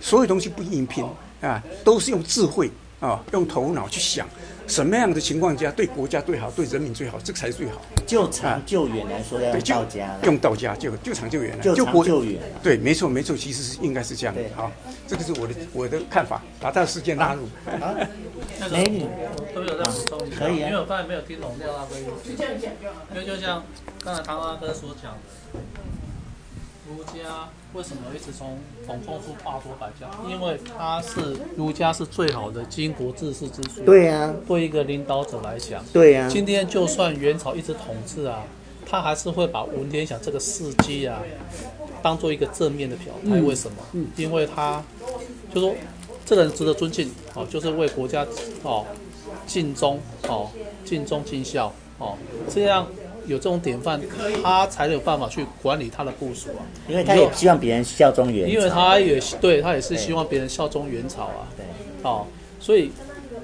Speaker 5: 所有东西不硬拼啊，都是用智慧啊，用头脑去想，什么样的情况下对国家最好，对人民最好，这个才是最好。
Speaker 4: 救长救远来说要
Speaker 5: 对，
Speaker 4: 用
Speaker 5: 就
Speaker 4: 道家了，
Speaker 5: 用道家就就长救援了，
Speaker 4: 救长
Speaker 5: 国
Speaker 4: 救远啊。
Speaker 5: 对，没错没错，其实是应该是这样的
Speaker 4: 对。
Speaker 5: 好，这个是我的我的看法，把大事件拉入。
Speaker 8: 那个
Speaker 4: 美女
Speaker 8: 我都有在补充一下，
Speaker 4: 可以啊
Speaker 8: 因为我刚才没有听懂廖大哥意思。因为就像刚才唐大哥所讲的，儒家为什么一直从统控出跨多百家？因为他是儒家是最好的巾帼志士之术。
Speaker 4: 对啊呀，
Speaker 8: 对一个领导者来讲，
Speaker 4: 对
Speaker 5: 啊
Speaker 4: 呀，
Speaker 8: 今天就算元朝一直统治啊，他还是会把文天祥这个事迹啊，当做一个正面的表态。为什么？因为他就说这个人值得尊敬哦，就是为国家哦尽忠哦尽忠尽孝哦，这样有这种典范，他才有办法去管理他的部署啊。
Speaker 4: 因为他也希望别人效忠元朝，
Speaker 8: 因为他也对他也是希望别人效忠元朝啊。
Speaker 4: 对
Speaker 8: 哦，所以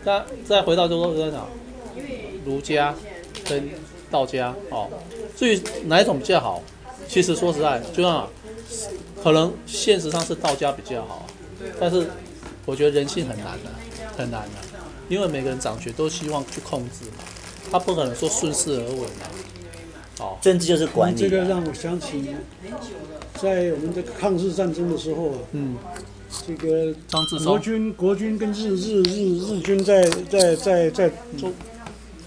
Speaker 8: 那再回到就说跟讲儒家跟道家哦，至于哪一种比较好，其实说实在，就像啊可能现实上是道家比较好，但是我觉得人性很难的、很难的、因为每个人掌权都希望去控制嘛，他不可能说顺势而为嘛。哦，
Speaker 4: 政治就是管理
Speaker 7: 这个
Speaker 4: 啊，
Speaker 7: 让我想起，在我们这个抗日战争的时候啊，
Speaker 8: 嗯，
Speaker 7: 这个
Speaker 8: 张自
Speaker 7: 国
Speaker 8: 忠，
Speaker 7: 军国军跟日日日日军在在在在中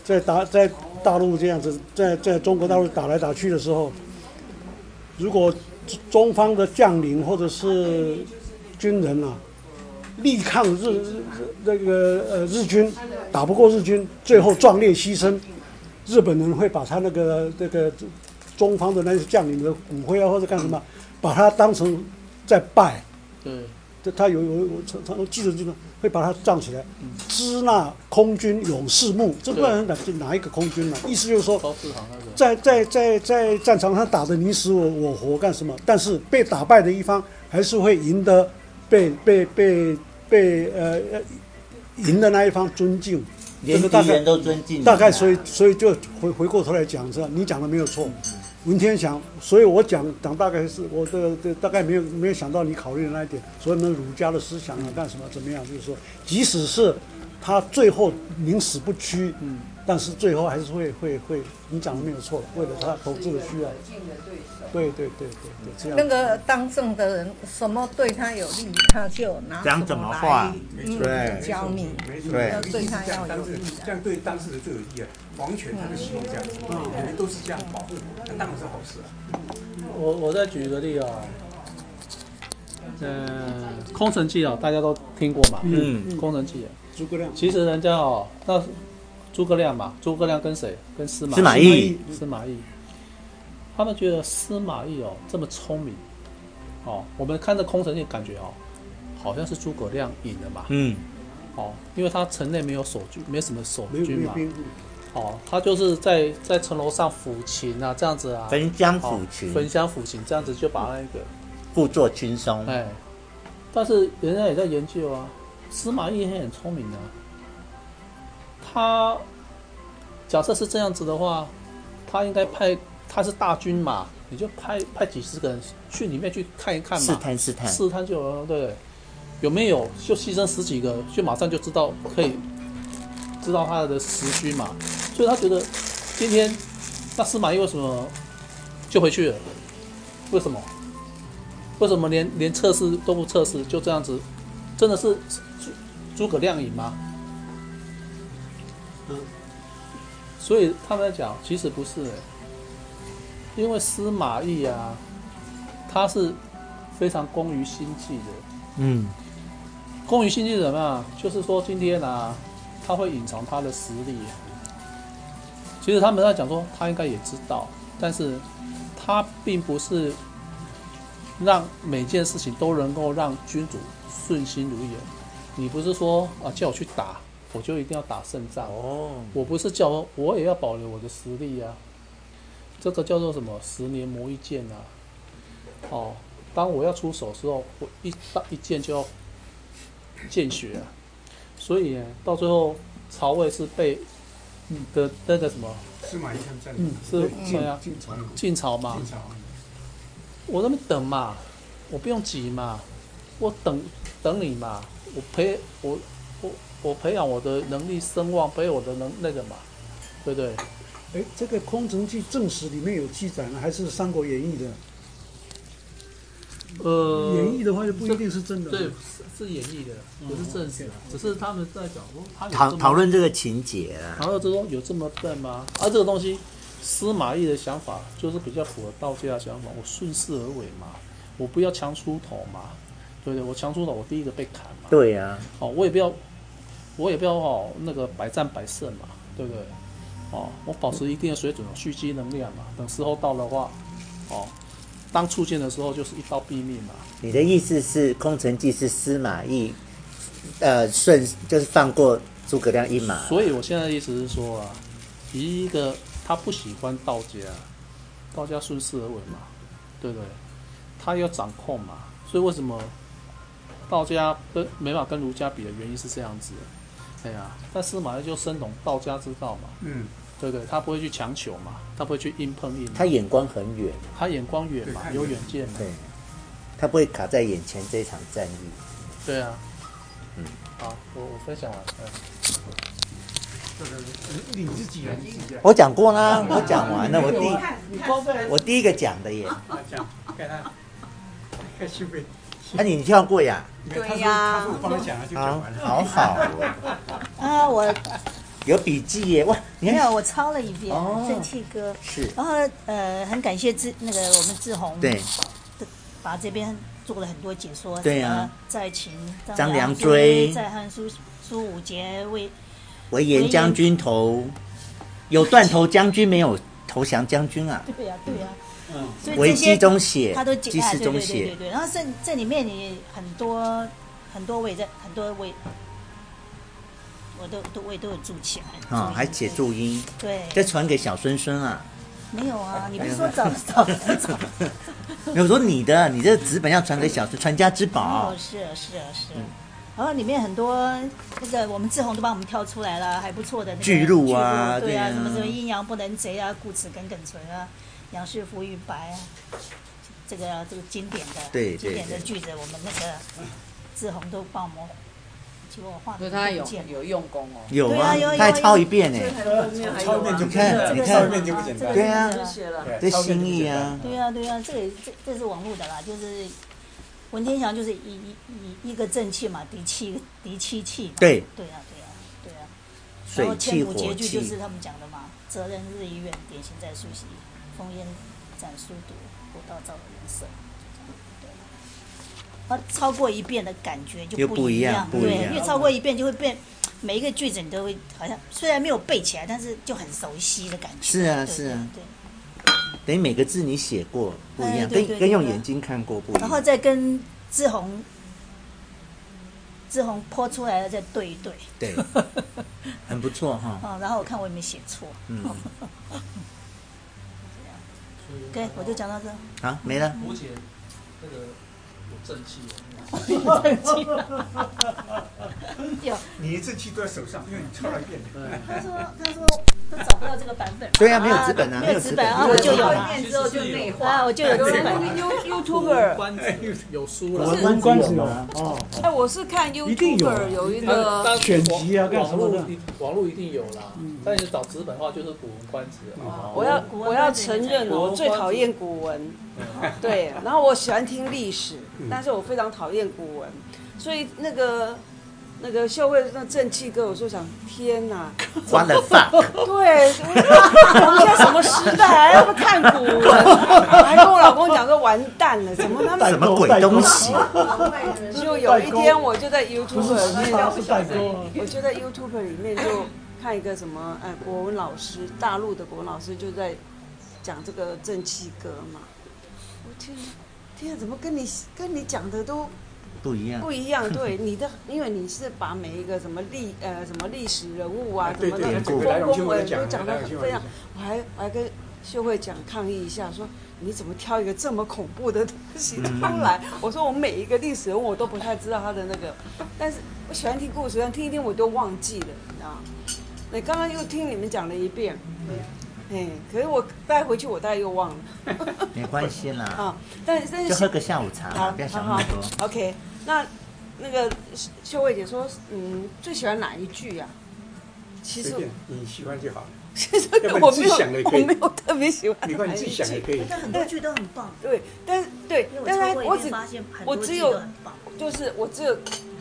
Speaker 7: 在打在大陆这样子在在中国大陆打来打去的时候，如果中方的将领或者是军人啊力抗日日那个呃日军打不过日军，最后壮烈牺牲，日本人会把他那个那个中方的那些将领的骨灰啊或者干什么，把他当成在拜。
Speaker 8: 对，
Speaker 7: 这他有有我常常记得这个，会把它葬起来，支那空军勇士墓，这不
Speaker 8: 对
Speaker 7: 然哪是哪一个空军呢、意思就是说，
Speaker 8: 高志航那个。
Speaker 7: 在在在在战场上打得你死我我活干什么？但是被打败的一方还是会赢得被被被被呃呃赢的那一方尊敬，
Speaker 4: 连
Speaker 7: 这个大
Speaker 4: 敌
Speaker 7: 概
Speaker 4: 人都尊敬你啊。
Speaker 7: 大概所以所以就回回过头来讲是吧？你讲的没有错，文天祥。所以我讲讲大概是我的的大概没有没有想到你考虑的那一点，所以呢，儒家的思想啊干什么怎么样，就是说，即使是他最后宁死不屈，嗯，但是最后还是会会会，你讲的没有错，为了他投资的需要，对对对对对，这样
Speaker 10: 那个当政的人，什么对他有利，他就拿
Speaker 4: 讲
Speaker 10: 什
Speaker 4: 怎
Speaker 10: 么
Speaker 4: 么
Speaker 10: 来
Speaker 4: 话
Speaker 10: 嗯
Speaker 4: 对
Speaker 10: 教你。
Speaker 4: 对
Speaker 10: 要对他要有
Speaker 5: 当事
Speaker 10: 利
Speaker 5: 人
Speaker 10: 的
Speaker 5: 这样对当事人最有益啊。王权他就希望这样子，你们都是这样保护我，那当然是好事啊。
Speaker 8: 我我再举一个例啊、呃，空城计哦，大家都听过嘛，
Speaker 4: 嗯，
Speaker 8: 空城计，啊
Speaker 7: 诸葛亮
Speaker 8: 其实人家哦，那诸葛亮嘛，诸葛亮跟谁？跟司马
Speaker 4: 司马懿，
Speaker 8: 司马懿，他们觉得司马懿哦这么聪明，哦，我们看着空城计感觉哦，好像是诸葛亮赢了嘛，
Speaker 4: 嗯，
Speaker 8: 哦，因为他城内没有守军，没什么守
Speaker 7: 没有
Speaker 8: 军
Speaker 7: 没有
Speaker 8: 嘛，
Speaker 7: 兵力，
Speaker 8: 哦，他就是在在城楼上抚琴啊，这样子啊，
Speaker 4: 焚香
Speaker 8: 哦
Speaker 4: 抚琴，
Speaker 8: 焚香抚琴，这样子就把那个。
Speaker 4: 故作轻松，
Speaker 8: 哎，但是人家也在研究啊，司马懿也很聪明的、他假设是这样子的话，他应该派他是大军嘛，你就派派几十个人去里面去看一看
Speaker 4: 试
Speaker 8: 嘛，
Speaker 4: 探试探，
Speaker 8: 试探就有了，对不对？有没有就牺牲十几个，就马上就知道可以知道他的时区嘛，所以他觉得今天那司马懿为什么就回去了？为什么？为什么连连测试都不测试，就这样子？真的是诸诸葛亮赢吗？
Speaker 7: 嗯，
Speaker 8: 所以他们在讲，其实不是、欸，因为司马懿啊，他是非常工于心计的。
Speaker 4: 嗯，
Speaker 8: 工于心计是什么啊？就是说今天啊，他会隐藏他的实力。其实他们在讲说，他应该也知道，但是他并不是让每件事情都能够让君主顺心如意。你不是说啊，叫我去打，我就一定要打胜仗。
Speaker 4: 哦，
Speaker 8: 我不是叫我，我也要保留我的实力啊。这个叫做什么？十年磨一剑啊。哦，当我要出手的时候，我一当一剑就要见血啊。所以呢到最后，曹魏是被嗯的那个什么，
Speaker 5: 司马懿他们在
Speaker 8: 嗯，是
Speaker 5: 晋
Speaker 8: 谁啊？
Speaker 5: 晋朝
Speaker 8: 晋朝嘛
Speaker 5: 晋。朝
Speaker 8: 我在那边等嘛，我不用急嘛，我等等你嘛，我培我我我培养我的能力声望，培养我的能那个嘛，对不对？
Speaker 7: 哎，这个《空城计》正史里面有记载呢，还是《三国演义》的？
Speaker 8: 呃，
Speaker 7: 演义的话就不一定是真的。
Speaker 8: 对，是是演绎的，不是正史，啊只是他们在讲说他有这
Speaker 4: 讨
Speaker 8: 么
Speaker 4: 讨，论这个情节啊，
Speaker 8: 然后就说有这么笨吗？啊，这个东西，司马懿的想法就是比较符合道家的想法，我顺势而为嘛，我不要强出头嘛，对不对？我强出头，我第一个被砍嘛，
Speaker 4: 对啊呀、
Speaker 8: 哦，我也不要，我也不要哦，那个百战百胜嘛，对不对？哦，我保持一定的水准，啊蓄积能量嘛，等时候到的话，哦，当出剑的时候就是一刀毙命嘛，
Speaker 4: 你的意思是《空城计》是司马懿，呃，顺就是放过诸葛亮一马，
Speaker 8: 所以我现在的意思是说啊，一个他不喜欢道家，道家顺势而为嘛，对不对？他要掌控嘛，所以为什么道家跟没法跟儒家比的原因是这样子？哎呀，但司马懿就深懂道家之道嘛，
Speaker 5: 嗯，
Speaker 8: 对不对？他不会去强求嘛，他不会去硬碰硬嘛，
Speaker 4: 他眼光很远，
Speaker 8: 他眼光远嘛，
Speaker 5: 对
Speaker 8: 有远见嘛，
Speaker 4: 对，他不会卡在眼前这场战役。
Speaker 8: 对啊。
Speaker 4: 嗯
Speaker 8: 好，我我分享完，嗯
Speaker 5: 你自己人自己
Speaker 4: 我讲过啦，我讲完了，我第
Speaker 5: 你包在
Speaker 4: 我第一个讲的耶，
Speaker 5: 讲，看他开心没？
Speaker 4: 那、啊你跳过呀？
Speaker 5: 对呀，他说我帮他讲了就讲
Speaker 4: 啊
Speaker 5: 完，了。
Speaker 4: 好好哦，
Speaker 1: 啊，我
Speaker 4: 有笔记耶，哇，你
Speaker 1: 没
Speaker 4: 看
Speaker 1: 有，我抄了一遍
Speaker 4: 哦
Speaker 1: 正气歌，
Speaker 4: 是，
Speaker 1: 然后呃，很感谢志那个我们志宏，
Speaker 4: 对，
Speaker 1: 把这边做了很多解说，
Speaker 4: 对
Speaker 1: 什
Speaker 4: 啊
Speaker 1: 么在秦
Speaker 4: 张良追
Speaker 1: 在汉苏苏武节为
Speaker 4: 为颜将军头，有断头将军没有投降将军啊？
Speaker 1: *laughs* 对呀对呀，嗯，所以
Speaker 4: 为
Speaker 1: 这些
Speaker 4: 鸡中血
Speaker 1: 他都，解
Speaker 4: 鸡
Speaker 1: 啊对
Speaker 4: 翅
Speaker 1: 对
Speaker 4: 中
Speaker 1: 对对
Speaker 4: 血，
Speaker 1: 对，然后这这里面你很多很多位在很多位，我都都我也都有注起来，
Speaker 4: 啊、还写注音，
Speaker 1: 对，
Speaker 4: 再传给小孙孙啊。
Speaker 1: 没有啊，你不
Speaker 4: 哎
Speaker 1: 是说早 *laughs* 早早？
Speaker 4: 没有我说你的，你这纸本要传给小孙，传家之宝
Speaker 1: 哦，。是啊是啊是啊。然后里面很多那个我们志宏都帮我们挑出来了，还不错的那个
Speaker 4: 巨鹿啊
Speaker 1: 对啊，
Speaker 4: 对啊
Speaker 1: 什么什么阴阳不能贼啊，固齿耿耿存啊，杨氏福与白啊，这个啊这个经典的
Speaker 4: 对对
Speaker 1: 经典的
Speaker 4: 对
Speaker 1: 句子，我们那个志宏都帮我们，结果我画
Speaker 6: 可
Speaker 1: 的
Speaker 6: 是他有
Speaker 1: 不见了。
Speaker 6: 有用功哦。
Speaker 4: 有
Speaker 1: 对啊有有
Speaker 4: 他还抄一遍呢。
Speaker 6: 啊
Speaker 5: 后
Speaker 1: 啊
Speaker 5: 面就
Speaker 4: 你看，
Speaker 1: 这
Speaker 4: 你
Speaker 1: 个
Speaker 4: 看
Speaker 5: 上，面就不简单
Speaker 1: 这个
Speaker 4: 对啊
Speaker 1: 这个
Speaker 4: 这心意啊，
Speaker 1: 对呀、对呀、这也这这是网络的啦，就是文天祥就是一一一一个正气嘛，敌气敌七气嘛。
Speaker 4: 对
Speaker 1: 对呀、对呀、啊对呀、然后
Speaker 4: 水
Speaker 1: 千
Speaker 4: 气
Speaker 1: 古
Speaker 4: 火
Speaker 1: 结局就
Speaker 4: 气
Speaker 1: 是，他们讲的嘛，责任日益远，典型在苏习，烽烟斩书读，古道照人生。而超过一遍的感觉就
Speaker 4: 又不一样
Speaker 1: 样，
Speaker 4: 不一
Speaker 1: 对，
Speaker 4: 样
Speaker 1: 因为超过一遍就会变，每一个句子你都会好像虽然没有背起来，但是就很熟悉的感觉。
Speaker 4: 是啊
Speaker 1: 对
Speaker 4: 是啊
Speaker 1: 对对
Speaker 4: 等于每个字你写过不一
Speaker 1: 哎
Speaker 4: 样，
Speaker 1: 对对
Speaker 4: 跟跟
Speaker 1: 对
Speaker 4: 用
Speaker 1: 对
Speaker 4: 眼睛看过不一
Speaker 1: 然后
Speaker 4: 样。
Speaker 1: 再跟志宏，志宏泼出来了再对一对， *laughs*
Speaker 4: 对，很不错哈。
Speaker 1: 啊、然后我看我有没有写错，
Speaker 4: 嗯，
Speaker 1: 对，我就讲到这。 *laughs*
Speaker 4: 好，没了。
Speaker 8: 吴姐那个有正气
Speaker 1: 有，
Speaker 5: 你这期都在手上，因为你抄了一遍。
Speaker 1: 他说他说都找不到这个版本，
Speaker 4: 对啊，没有纸本啊，
Speaker 1: 没有
Speaker 4: 有
Speaker 1: 纸
Speaker 4: 纸
Speaker 1: 本啊
Speaker 4: 因
Speaker 1: 我
Speaker 4: 为
Speaker 1: 就有
Speaker 6: 了
Speaker 1: 了，
Speaker 6: 念之后就内化。
Speaker 1: 啊，我就有这个
Speaker 2: *laughs*
Speaker 1: 版本。
Speaker 2: You
Speaker 8: 无
Speaker 2: YouTuber，
Speaker 8: 关
Speaker 7: 哎
Speaker 8: 子有书
Speaker 4: 我
Speaker 8: 了。
Speaker 4: 们
Speaker 7: 关
Speaker 4: 官
Speaker 7: 子
Speaker 4: 子
Speaker 7: 有
Speaker 4: 有
Speaker 7: 啊
Speaker 4: 吗？
Speaker 7: 哦，
Speaker 2: 哎，我是看
Speaker 7: 一定有啊
Speaker 2: YouTuber 有一
Speaker 8: 但
Speaker 2: 个
Speaker 8: 但
Speaker 7: 选集啊
Speaker 8: 网
Speaker 7: 干什么的
Speaker 8: 网络一网络一定有啦，
Speaker 2: 嗯
Speaker 8: 但是找纸本的话就是古文观止
Speaker 7: 嗯
Speaker 8: 啊。
Speaker 2: 我要
Speaker 1: 古文
Speaker 2: 我要
Speaker 1: 观止
Speaker 2: 承认
Speaker 8: 古
Speaker 2: 哦，
Speaker 8: 文
Speaker 2: 我最
Speaker 8: 观止
Speaker 2: 讨厌古文，对，然后我喜欢听历史，但是我非常讨厌古文，所以那个那个秀慧那正气哥，我就想天哪，
Speaker 4: 花了发，
Speaker 2: 对，我说我们现在什么时代还要看古文？我还跟我老公讲说完蛋了，怎么他
Speaker 4: 什
Speaker 2: 们
Speaker 4: 么鬼东西？
Speaker 2: 就有一天我就在 YouTube 里面，
Speaker 7: 是代沟啊。
Speaker 2: 我就在 YouTube 里面就看一个什么哎国文老师，大陆的国文老师就在讲这个正气歌嘛，我天哪，天啊，怎么跟你跟你讲的都
Speaker 4: 不一样
Speaker 2: 不。一 *laughs* 样？对，你的因为你是把每一个什么历呃什么历史人物啊，什
Speaker 5: 哎对
Speaker 2: 么的
Speaker 5: 对，
Speaker 4: 典
Speaker 5: 这
Speaker 4: 故
Speaker 5: 个来龙去
Speaker 2: 丰功
Speaker 5: 脉
Speaker 2: 伟都讲
Speaker 5: 来
Speaker 2: 得
Speaker 5: 龙去
Speaker 2: 很非
Speaker 5: 脉
Speaker 2: 常，我还我还跟秀慧讲抗议一下，说你怎么挑一个这么恐怖的东西出来？我说我每一个历史人物我都不太知道他的那个，但是我喜欢听故事，但听一听我都忘记了，你知道吗？那刚刚又听你们讲了一遍，哎，可是我带回去我大概又忘了
Speaker 4: 没关系啦，
Speaker 2: 啊。但是但
Speaker 4: 就是喝个下午茶啦，
Speaker 2: 好，
Speaker 4: 不要想
Speaker 2: 好
Speaker 4: 那
Speaker 2: 好
Speaker 4: 么多。
Speaker 2: OK，那那个秀秀慧姐说，嗯，最喜欢哪一句呀、其
Speaker 5: 随
Speaker 2: 实
Speaker 5: 便你喜欢就好，
Speaker 2: 其实
Speaker 5: 要不
Speaker 2: 我
Speaker 5: 然你自
Speaker 2: 没
Speaker 5: 己
Speaker 2: 有，
Speaker 5: 想的也
Speaker 2: 我
Speaker 5: 可以
Speaker 2: 没有特别喜欢哪一句。
Speaker 5: 没关系，你自己想也可以。
Speaker 1: 但很多剧都很棒，
Speaker 2: 对，但是对
Speaker 1: 因为，我
Speaker 2: 但
Speaker 1: 超
Speaker 2: 是
Speaker 1: 过一
Speaker 2: 我只
Speaker 1: 遍发现很
Speaker 2: 我
Speaker 1: 多
Speaker 2: 只
Speaker 1: 剧
Speaker 2: 有
Speaker 1: 都很棒。
Speaker 2: 就是我只有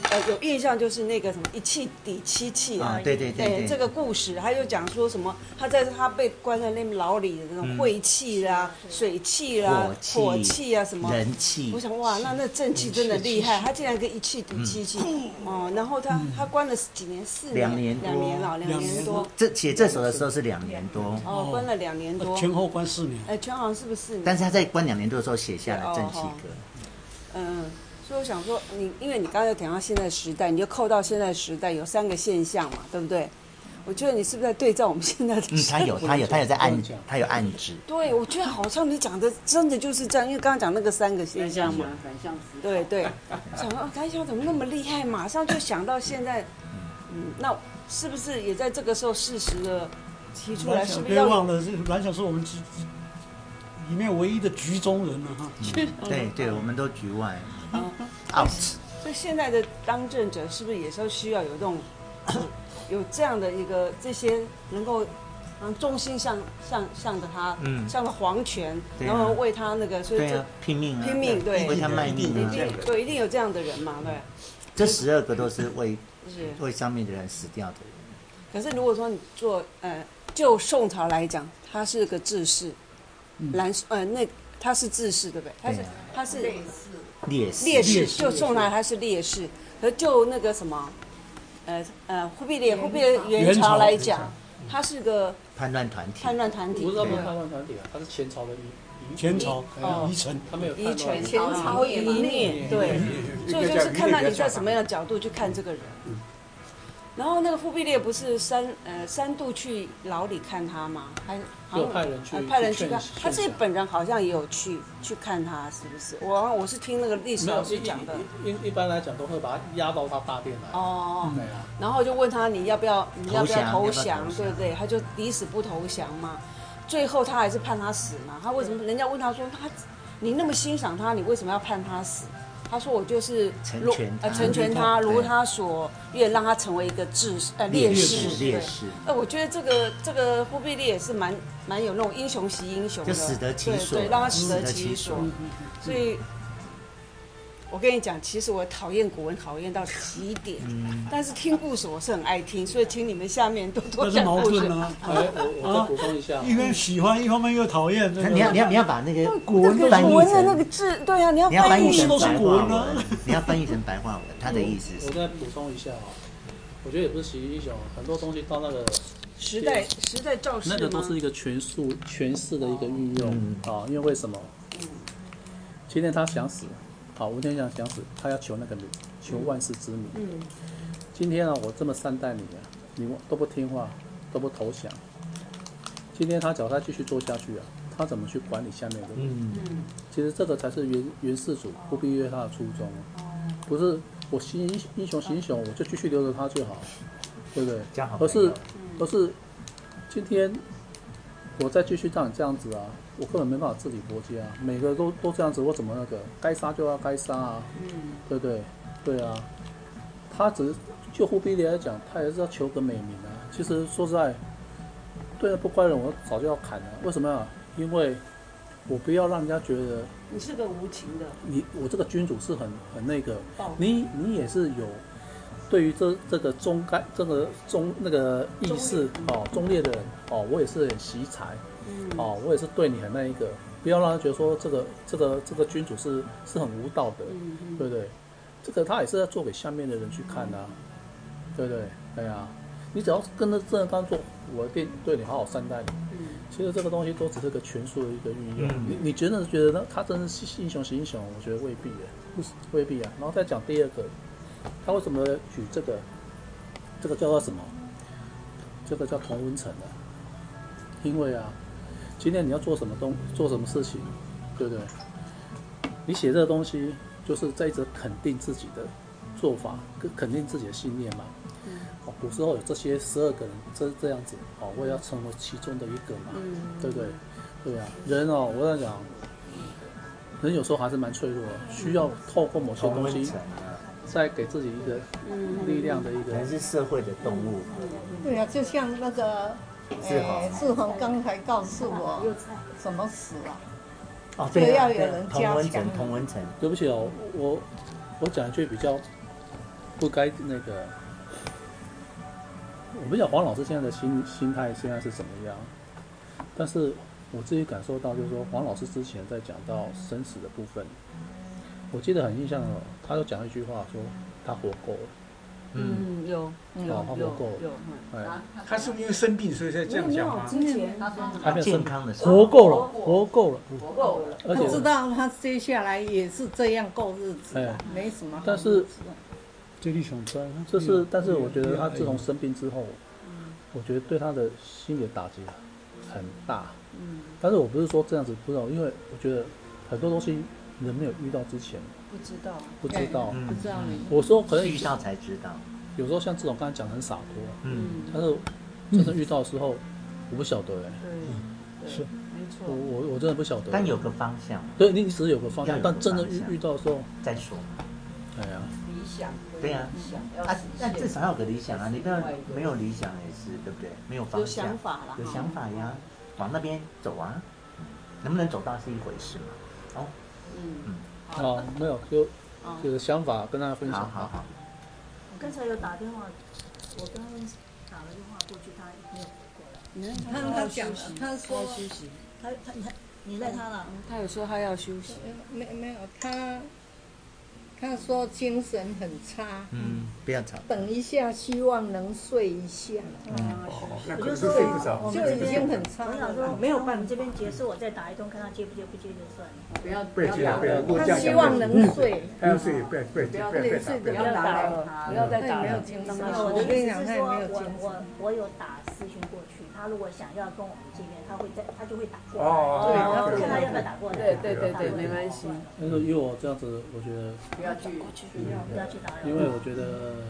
Speaker 2: 呃有印象就是那个什么一气抵七气啊
Speaker 4: 啊，，对对
Speaker 1: 哎
Speaker 4: 对
Speaker 2: 对
Speaker 4: 对，
Speaker 2: 这个故事，他就讲说什么他在他被关在那牢里的那种
Speaker 4: 嗯
Speaker 2: 晦气啦、水气啦
Speaker 4: 火、气
Speaker 2: 火气啊什么。
Speaker 4: 人气
Speaker 2: 我，想哇，那那正气真的厉害，他竟然可以一气抵七气，哦，然后他他关了几年？四年，
Speaker 4: 两年多
Speaker 2: 两年了，两
Speaker 7: 两
Speaker 2: 年
Speaker 7: 年
Speaker 2: 多
Speaker 7: 多，
Speaker 4: 这写这首的时候是两年多，
Speaker 2: 哦，关了两年多。
Speaker 7: 前后关四年，
Speaker 2: 哎，全行是不是四年？
Speaker 4: 但是他在关两年多的时候写下了正气
Speaker 2: 哦
Speaker 4: 歌，
Speaker 2: 嗯，所以我想说，你因为你刚才讲到现在时代，你就扣到现在时代有三个现象嘛，对不对？我觉得你是不是在对照我们现在的
Speaker 4: 嗯，
Speaker 2: 时代？
Speaker 4: 他
Speaker 2: *laughs*
Speaker 4: 有他有他有在
Speaker 7: 不
Speaker 4: 暗
Speaker 7: 能讲
Speaker 4: 他有暗指，
Speaker 2: 对，我觉得好像你讲的真的就是这样，因为刚刚讲那个三个现象嘛，
Speaker 6: 反向思考
Speaker 2: 对对，想到谭翔怎么那么厉害，马上就想到现在，嗯，那是不是也在这个时候适时的提出来？
Speaker 7: 阮
Speaker 2: 是
Speaker 7: 小
Speaker 2: 不是
Speaker 7: 别
Speaker 2: 要
Speaker 7: 忘了，这个阮小是我们之里面唯一的局中人了哈。
Speaker 4: 对对，我们都局外
Speaker 2: 嗯
Speaker 4: out，
Speaker 2: 所以现在的当政者是不是也是需要有这种有这样的一个这些能够嗯忠心向向向着他，
Speaker 4: 嗯
Speaker 2: 向着皇权，
Speaker 4: 对啊
Speaker 2: 然后为他那个，所以
Speaker 4: 对
Speaker 2: 这、
Speaker 4: 啊，拼命啊，
Speaker 2: 拼命对
Speaker 4: 为他卖
Speaker 2: 一
Speaker 4: 命啊，
Speaker 2: 定对一定有这样的人嘛，对，
Speaker 4: 这十二个都是为 *laughs*
Speaker 2: 就是。
Speaker 4: 为上面的人死掉的人，
Speaker 2: 可是如果说你做呃，就宋朝来讲，他是个志士，蓝呃那他是志士对不对？他是
Speaker 4: 对啊
Speaker 2: 他是
Speaker 6: 类似
Speaker 4: 烈士，
Speaker 2: 烈士，就宋来他是烈士，可是就那个什么，呃呃忽必烈忽必烈元
Speaker 7: 元
Speaker 2: 朝
Speaker 7: 朝
Speaker 2: 来
Speaker 7: 元
Speaker 2: 讲，他是个
Speaker 4: 叛乱团体
Speaker 2: 叛，乱团体
Speaker 8: 不是，他们叛乱团体啊，他是前朝的遗遗
Speaker 7: 前朝
Speaker 2: 哦
Speaker 7: 遗臣，
Speaker 8: 他们有
Speaker 2: 遗
Speaker 8: 叛
Speaker 2: 传啊
Speaker 8: 乱。
Speaker 6: 前朝
Speaker 2: 遗
Speaker 6: 也嘛
Speaker 2: 孽，对。所以就是看到你在什么样的角度去看这个人。
Speaker 8: 嗯
Speaker 2: 然后那个忽必烈不是三呃三度去牢里看他吗？还好像
Speaker 8: 有派人去
Speaker 2: 呃派人去
Speaker 8: 去劝
Speaker 2: 看，他自己
Speaker 8: 劝
Speaker 2: 本人好像也有去去看他，是不是？我好像我是听那个历史
Speaker 8: 没
Speaker 2: 老
Speaker 8: 有
Speaker 2: 师讲的。
Speaker 8: 一一一般来讲都会把他压到他大殿来。
Speaker 2: 哦，
Speaker 8: 对啊，
Speaker 2: 然后就问他你要不要你要不要投
Speaker 4: 投
Speaker 2: 降，
Speaker 4: 降要不要投降
Speaker 2: 对不对？他就抵死不投降嘛。最后他还是判他死嘛。他为什么？人家问他说他，你那么欣赏他，你为什么要判他死？他说我就是
Speaker 4: 成
Speaker 2: 如
Speaker 4: 全他
Speaker 2: 呃成全他，
Speaker 4: 对
Speaker 2: 如他所愿，让他成为一个志士呃
Speaker 4: 烈
Speaker 2: 士
Speaker 4: 士
Speaker 2: 对
Speaker 4: 烈。士，
Speaker 2: 哎，我觉得这个这个忽必烈也是蛮蛮有那种英雄惜英雄的，
Speaker 4: 就死得其所嗯
Speaker 2: 对对，让他死
Speaker 4: 死
Speaker 2: 得
Speaker 4: 得
Speaker 2: 其
Speaker 4: 其
Speaker 2: 所
Speaker 4: 所。
Speaker 2: 所以我跟你讲，其实我讨厌古文讨厌到极点，但是听故事我是很爱听，所以请你们下面多多
Speaker 7: 那是
Speaker 2: 讲
Speaker 7: 矛
Speaker 2: 故事
Speaker 7: 盾。啊！
Speaker 8: 哎，我我再补充一下，啊
Speaker 7: 一边喜欢，一方面又讨厌。这个
Speaker 4: 你要你要你要把那个
Speaker 2: 古文
Speaker 4: 翻译
Speaker 2: 的那
Speaker 4: 成
Speaker 2: 个，字，对啊，你要
Speaker 4: 你要翻
Speaker 2: 翻
Speaker 4: 译
Speaker 2: 译
Speaker 4: 成
Speaker 7: 都是
Speaker 4: 白
Speaker 7: 古文
Speaker 4: 话
Speaker 7: 啊
Speaker 4: 文，你要翻译成白话文，他的意思
Speaker 8: 我
Speaker 4: 是，
Speaker 8: 再补充一下哦，我觉得也不是奇遇英雄，很多东西到那个
Speaker 2: 时代时代造势
Speaker 8: 那个都
Speaker 2: 吗
Speaker 8: 是一个权术权势的一个运用
Speaker 4: 嗯
Speaker 8: 啊、因为为什么？今天他想死，好，吴天祥想死，他要求那个名，求万世之名。今天啊，我这么善待你啊，你都不听话，都不投降。今天他脚他继续做下去啊，他怎么去管理下面的人？
Speaker 4: 嗯，
Speaker 8: 其实这个才是原原事主不必约他的初衷啊，不是我新英英雄行雄，我就继续留着他就好，对不对？
Speaker 4: 这样好朋
Speaker 8: 而
Speaker 4: 友
Speaker 8: 是而是今天我再继续让你这样子啊，我根本没办法治理国家、啊，每个都都这样子，我怎么那个该杀就要该杀啊，对不对？对啊，他只是就忽必烈来讲，他也是要求个美名啊。其实说实在，对那不乖人，我早就要砍了。为什么呀？因为我不要让人家觉得
Speaker 2: 你是个无情的，
Speaker 8: 你我这个君主是很很那个
Speaker 2: 暴力，
Speaker 8: 你你也是有对于这这个忠该这个忠那个意识哦，忠烈的人哦，我也是很惜才，哦，我也是对你很那一个，不要让他觉得说这个这个这个君主是是很无道的，对不对？这个他也是要做给下面的人去看的、啊，对不对？哎呀、你只要跟着正当做，我一定对你好好善待你。其实这个东西都只是个权术的一个运用。你你真的觉得呢？他真的是英雄是英雄？我觉得未必耶，未必啊。然后再讲第二个，他为什么举这个？这个叫做什么？这个叫同温层的、因为啊，今天你要做什么东做什么事情，对不对？你写这个东西，就是在一直肯定自己的做法，跟肯定自己的信念嘛。哦，古时候有这些十二个人，这这样子哦，我也要成为其中的一个嘛，对不对？对啊，人哦，我在讲，人有时候还是蛮脆弱的，需要透过某些
Speaker 4: 同
Speaker 8: 东
Speaker 4: 温
Speaker 8: 西，
Speaker 4: 层啊，
Speaker 8: 再给自己一个力量的一个
Speaker 4: 人是社会的动物，
Speaker 10: 对啊，就像那个，
Speaker 4: 志宏
Speaker 10: 志宏刚才告诉
Speaker 2: 啊
Speaker 10: 我怎么死啊？
Speaker 4: 哦，
Speaker 10: 这个
Speaker 4: 对啊
Speaker 10: 要有
Speaker 4: 对
Speaker 10: 人加
Speaker 4: 同温层
Speaker 10: 强，
Speaker 4: 同温层，
Speaker 8: 对不起哦，我我讲一句比较不该那个，我不晓得黄老师现在的心心态现在是怎么样，但是我自己感受到就是说，黄老师之前在讲到生死的部分，我记得很印象哦，他就讲一句话说他活够了，
Speaker 2: 嗯，有
Speaker 8: 哦，他活够了，
Speaker 2: 有，
Speaker 8: 哎，
Speaker 5: 他是不是因为生病所以才这样讲啊？
Speaker 8: 他变
Speaker 4: 健
Speaker 8: 成
Speaker 4: 康的时
Speaker 7: 活
Speaker 4: 候，
Speaker 7: 够了，活够了。
Speaker 8: 而
Speaker 10: 他知
Speaker 8: 且
Speaker 10: 道他接下来也是这样过日子啊，没什么好
Speaker 8: 但
Speaker 10: 日
Speaker 8: 是
Speaker 10: 子啊。
Speaker 7: 这里想穿，
Speaker 8: 这
Speaker 4: 哎
Speaker 8: 是，但是我觉得他自
Speaker 7: 哎
Speaker 8: 从生病之后，
Speaker 4: 嗯
Speaker 8: 我觉得对他的心理打击很大。嗯，但是我不是说这样子不知道，因为我觉得很多东西人没有遇到之前
Speaker 2: 不知道，
Speaker 8: 不知道。
Speaker 4: 嗯
Speaker 10: 不知道你
Speaker 8: 我说可能
Speaker 4: 遇到才知道，
Speaker 8: 有时候像这种刚才讲的很洒脱，
Speaker 4: 嗯，
Speaker 8: 但是真的遇到的时候，我不晓得哎、
Speaker 2: 对，
Speaker 7: 是
Speaker 2: 没
Speaker 8: 我我我真的不晓得。
Speaker 4: 嗯但有个方向
Speaker 8: 对你你只是有个方向
Speaker 4: 要，有个
Speaker 8: 但真的
Speaker 4: 方向
Speaker 8: 遇遇到的时候，
Speaker 4: 再说，
Speaker 8: 哎呀，
Speaker 6: 理想
Speaker 4: 对呀
Speaker 6: 理想要
Speaker 4: 啊
Speaker 6: 实，
Speaker 4: 但至
Speaker 6: 现，
Speaker 4: 少要有个理想啊，你不要没有理想也是对不对？没有方
Speaker 2: 有
Speaker 4: 向
Speaker 2: 想，法啦，
Speaker 4: 有想法呀，往那边走啊，能不能走到是一回事嘛，哦，
Speaker 8: 哦，没有就
Speaker 2: 哦
Speaker 8: 有想法跟大家分享
Speaker 4: 好
Speaker 8: 啊。
Speaker 4: 好好，
Speaker 1: 我刚才有打电话，我刚刚打了电话过去，他没有过来。
Speaker 10: 他他讲了，他
Speaker 2: 他要
Speaker 10: 说
Speaker 2: 休息，
Speaker 1: 他他你你赖他了？
Speaker 2: 他有说他要休息，
Speaker 10: 没没有他，他说精神很差，
Speaker 4: 嗯，不要吵，
Speaker 10: 等啊一下希望能睡一下，
Speaker 4: 嗯
Speaker 5: 哦那可能是睡不着。
Speaker 10: 就已经很差
Speaker 1: 我想
Speaker 10: 了。
Speaker 1: 说没有办，我们这边结束，我再打一通，看他接不接，不接就算了。
Speaker 6: 不要
Speaker 5: 不要这样，不要如果这
Speaker 10: 他
Speaker 5: 样
Speaker 10: 希
Speaker 5: 讲，
Speaker 10: 望能睡，
Speaker 5: 他要睡也不要不要不要不要打，不
Speaker 6: 不
Speaker 5: 要
Speaker 6: 要打扰他，不要
Speaker 10: 他
Speaker 6: 再
Speaker 10: 也
Speaker 6: 打
Speaker 10: 没
Speaker 6: 扰
Speaker 10: 有。精神。
Speaker 1: 那我
Speaker 10: 我
Speaker 1: 的
Speaker 10: 跟
Speaker 1: 意
Speaker 10: 你讲，
Speaker 1: 思
Speaker 10: 他
Speaker 1: 是
Speaker 10: 也
Speaker 1: 说，
Speaker 10: 没有精
Speaker 1: 我我
Speaker 10: 神。
Speaker 1: 我有打私讯过去，他如果想要跟我们见面，他会再他就会打过来。
Speaker 5: 哦
Speaker 6: 对
Speaker 1: 然后
Speaker 6: 对
Speaker 1: 看他
Speaker 6: 对
Speaker 1: 要不要打过来。嗯
Speaker 6: 对对对对，没关系，
Speaker 8: 但是以我这样子，我觉得，
Speaker 6: 不要去。
Speaker 1: 不要去打扰。
Speaker 8: 因为我觉得。
Speaker 4: *laughs*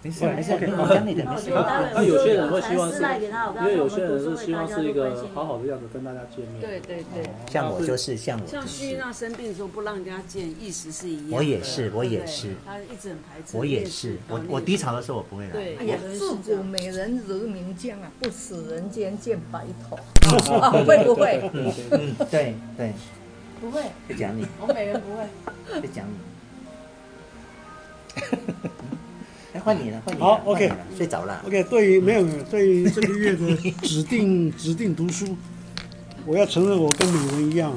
Speaker 4: 没事没事，你讲你的，没事，
Speaker 8: 那有些人会希望是，
Speaker 1: 赖给他，我
Speaker 8: 因
Speaker 1: 刚
Speaker 8: 为
Speaker 1: 才
Speaker 8: 有些人是希望是一个好好的样子跟大家见面。
Speaker 6: 对对对，
Speaker 4: 像我就是像我就
Speaker 2: 像
Speaker 4: 是
Speaker 2: 旭。娜生病的时候不让人家见，意识是一样的，
Speaker 4: 我也是，我也
Speaker 2: 对
Speaker 4: 是，
Speaker 2: 他一直很排斥，
Speaker 4: 我也是，
Speaker 6: 哦
Speaker 4: 我我低潮的时候我不会来。
Speaker 2: 对
Speaker 10: 哎呀，自古美人如名将啊，不使人间见白头。啊会不会？
Speaker 4: 嗯，对对，
Speaker 10: 不会，
Speaker 4: 会讲你，
Speaker 6: 我每人不会。
Speaker 4: 会讲你，哎，换你了，换你了。
Speaker 7: 好
Speaker 4: 换你
Speaker 7: ，OK，
Speaker 4: 了睡着了。
Speaker 7: OK，对于没有对于这个月的 *laughs* 指定指定读书，我要承认我跟美文一样，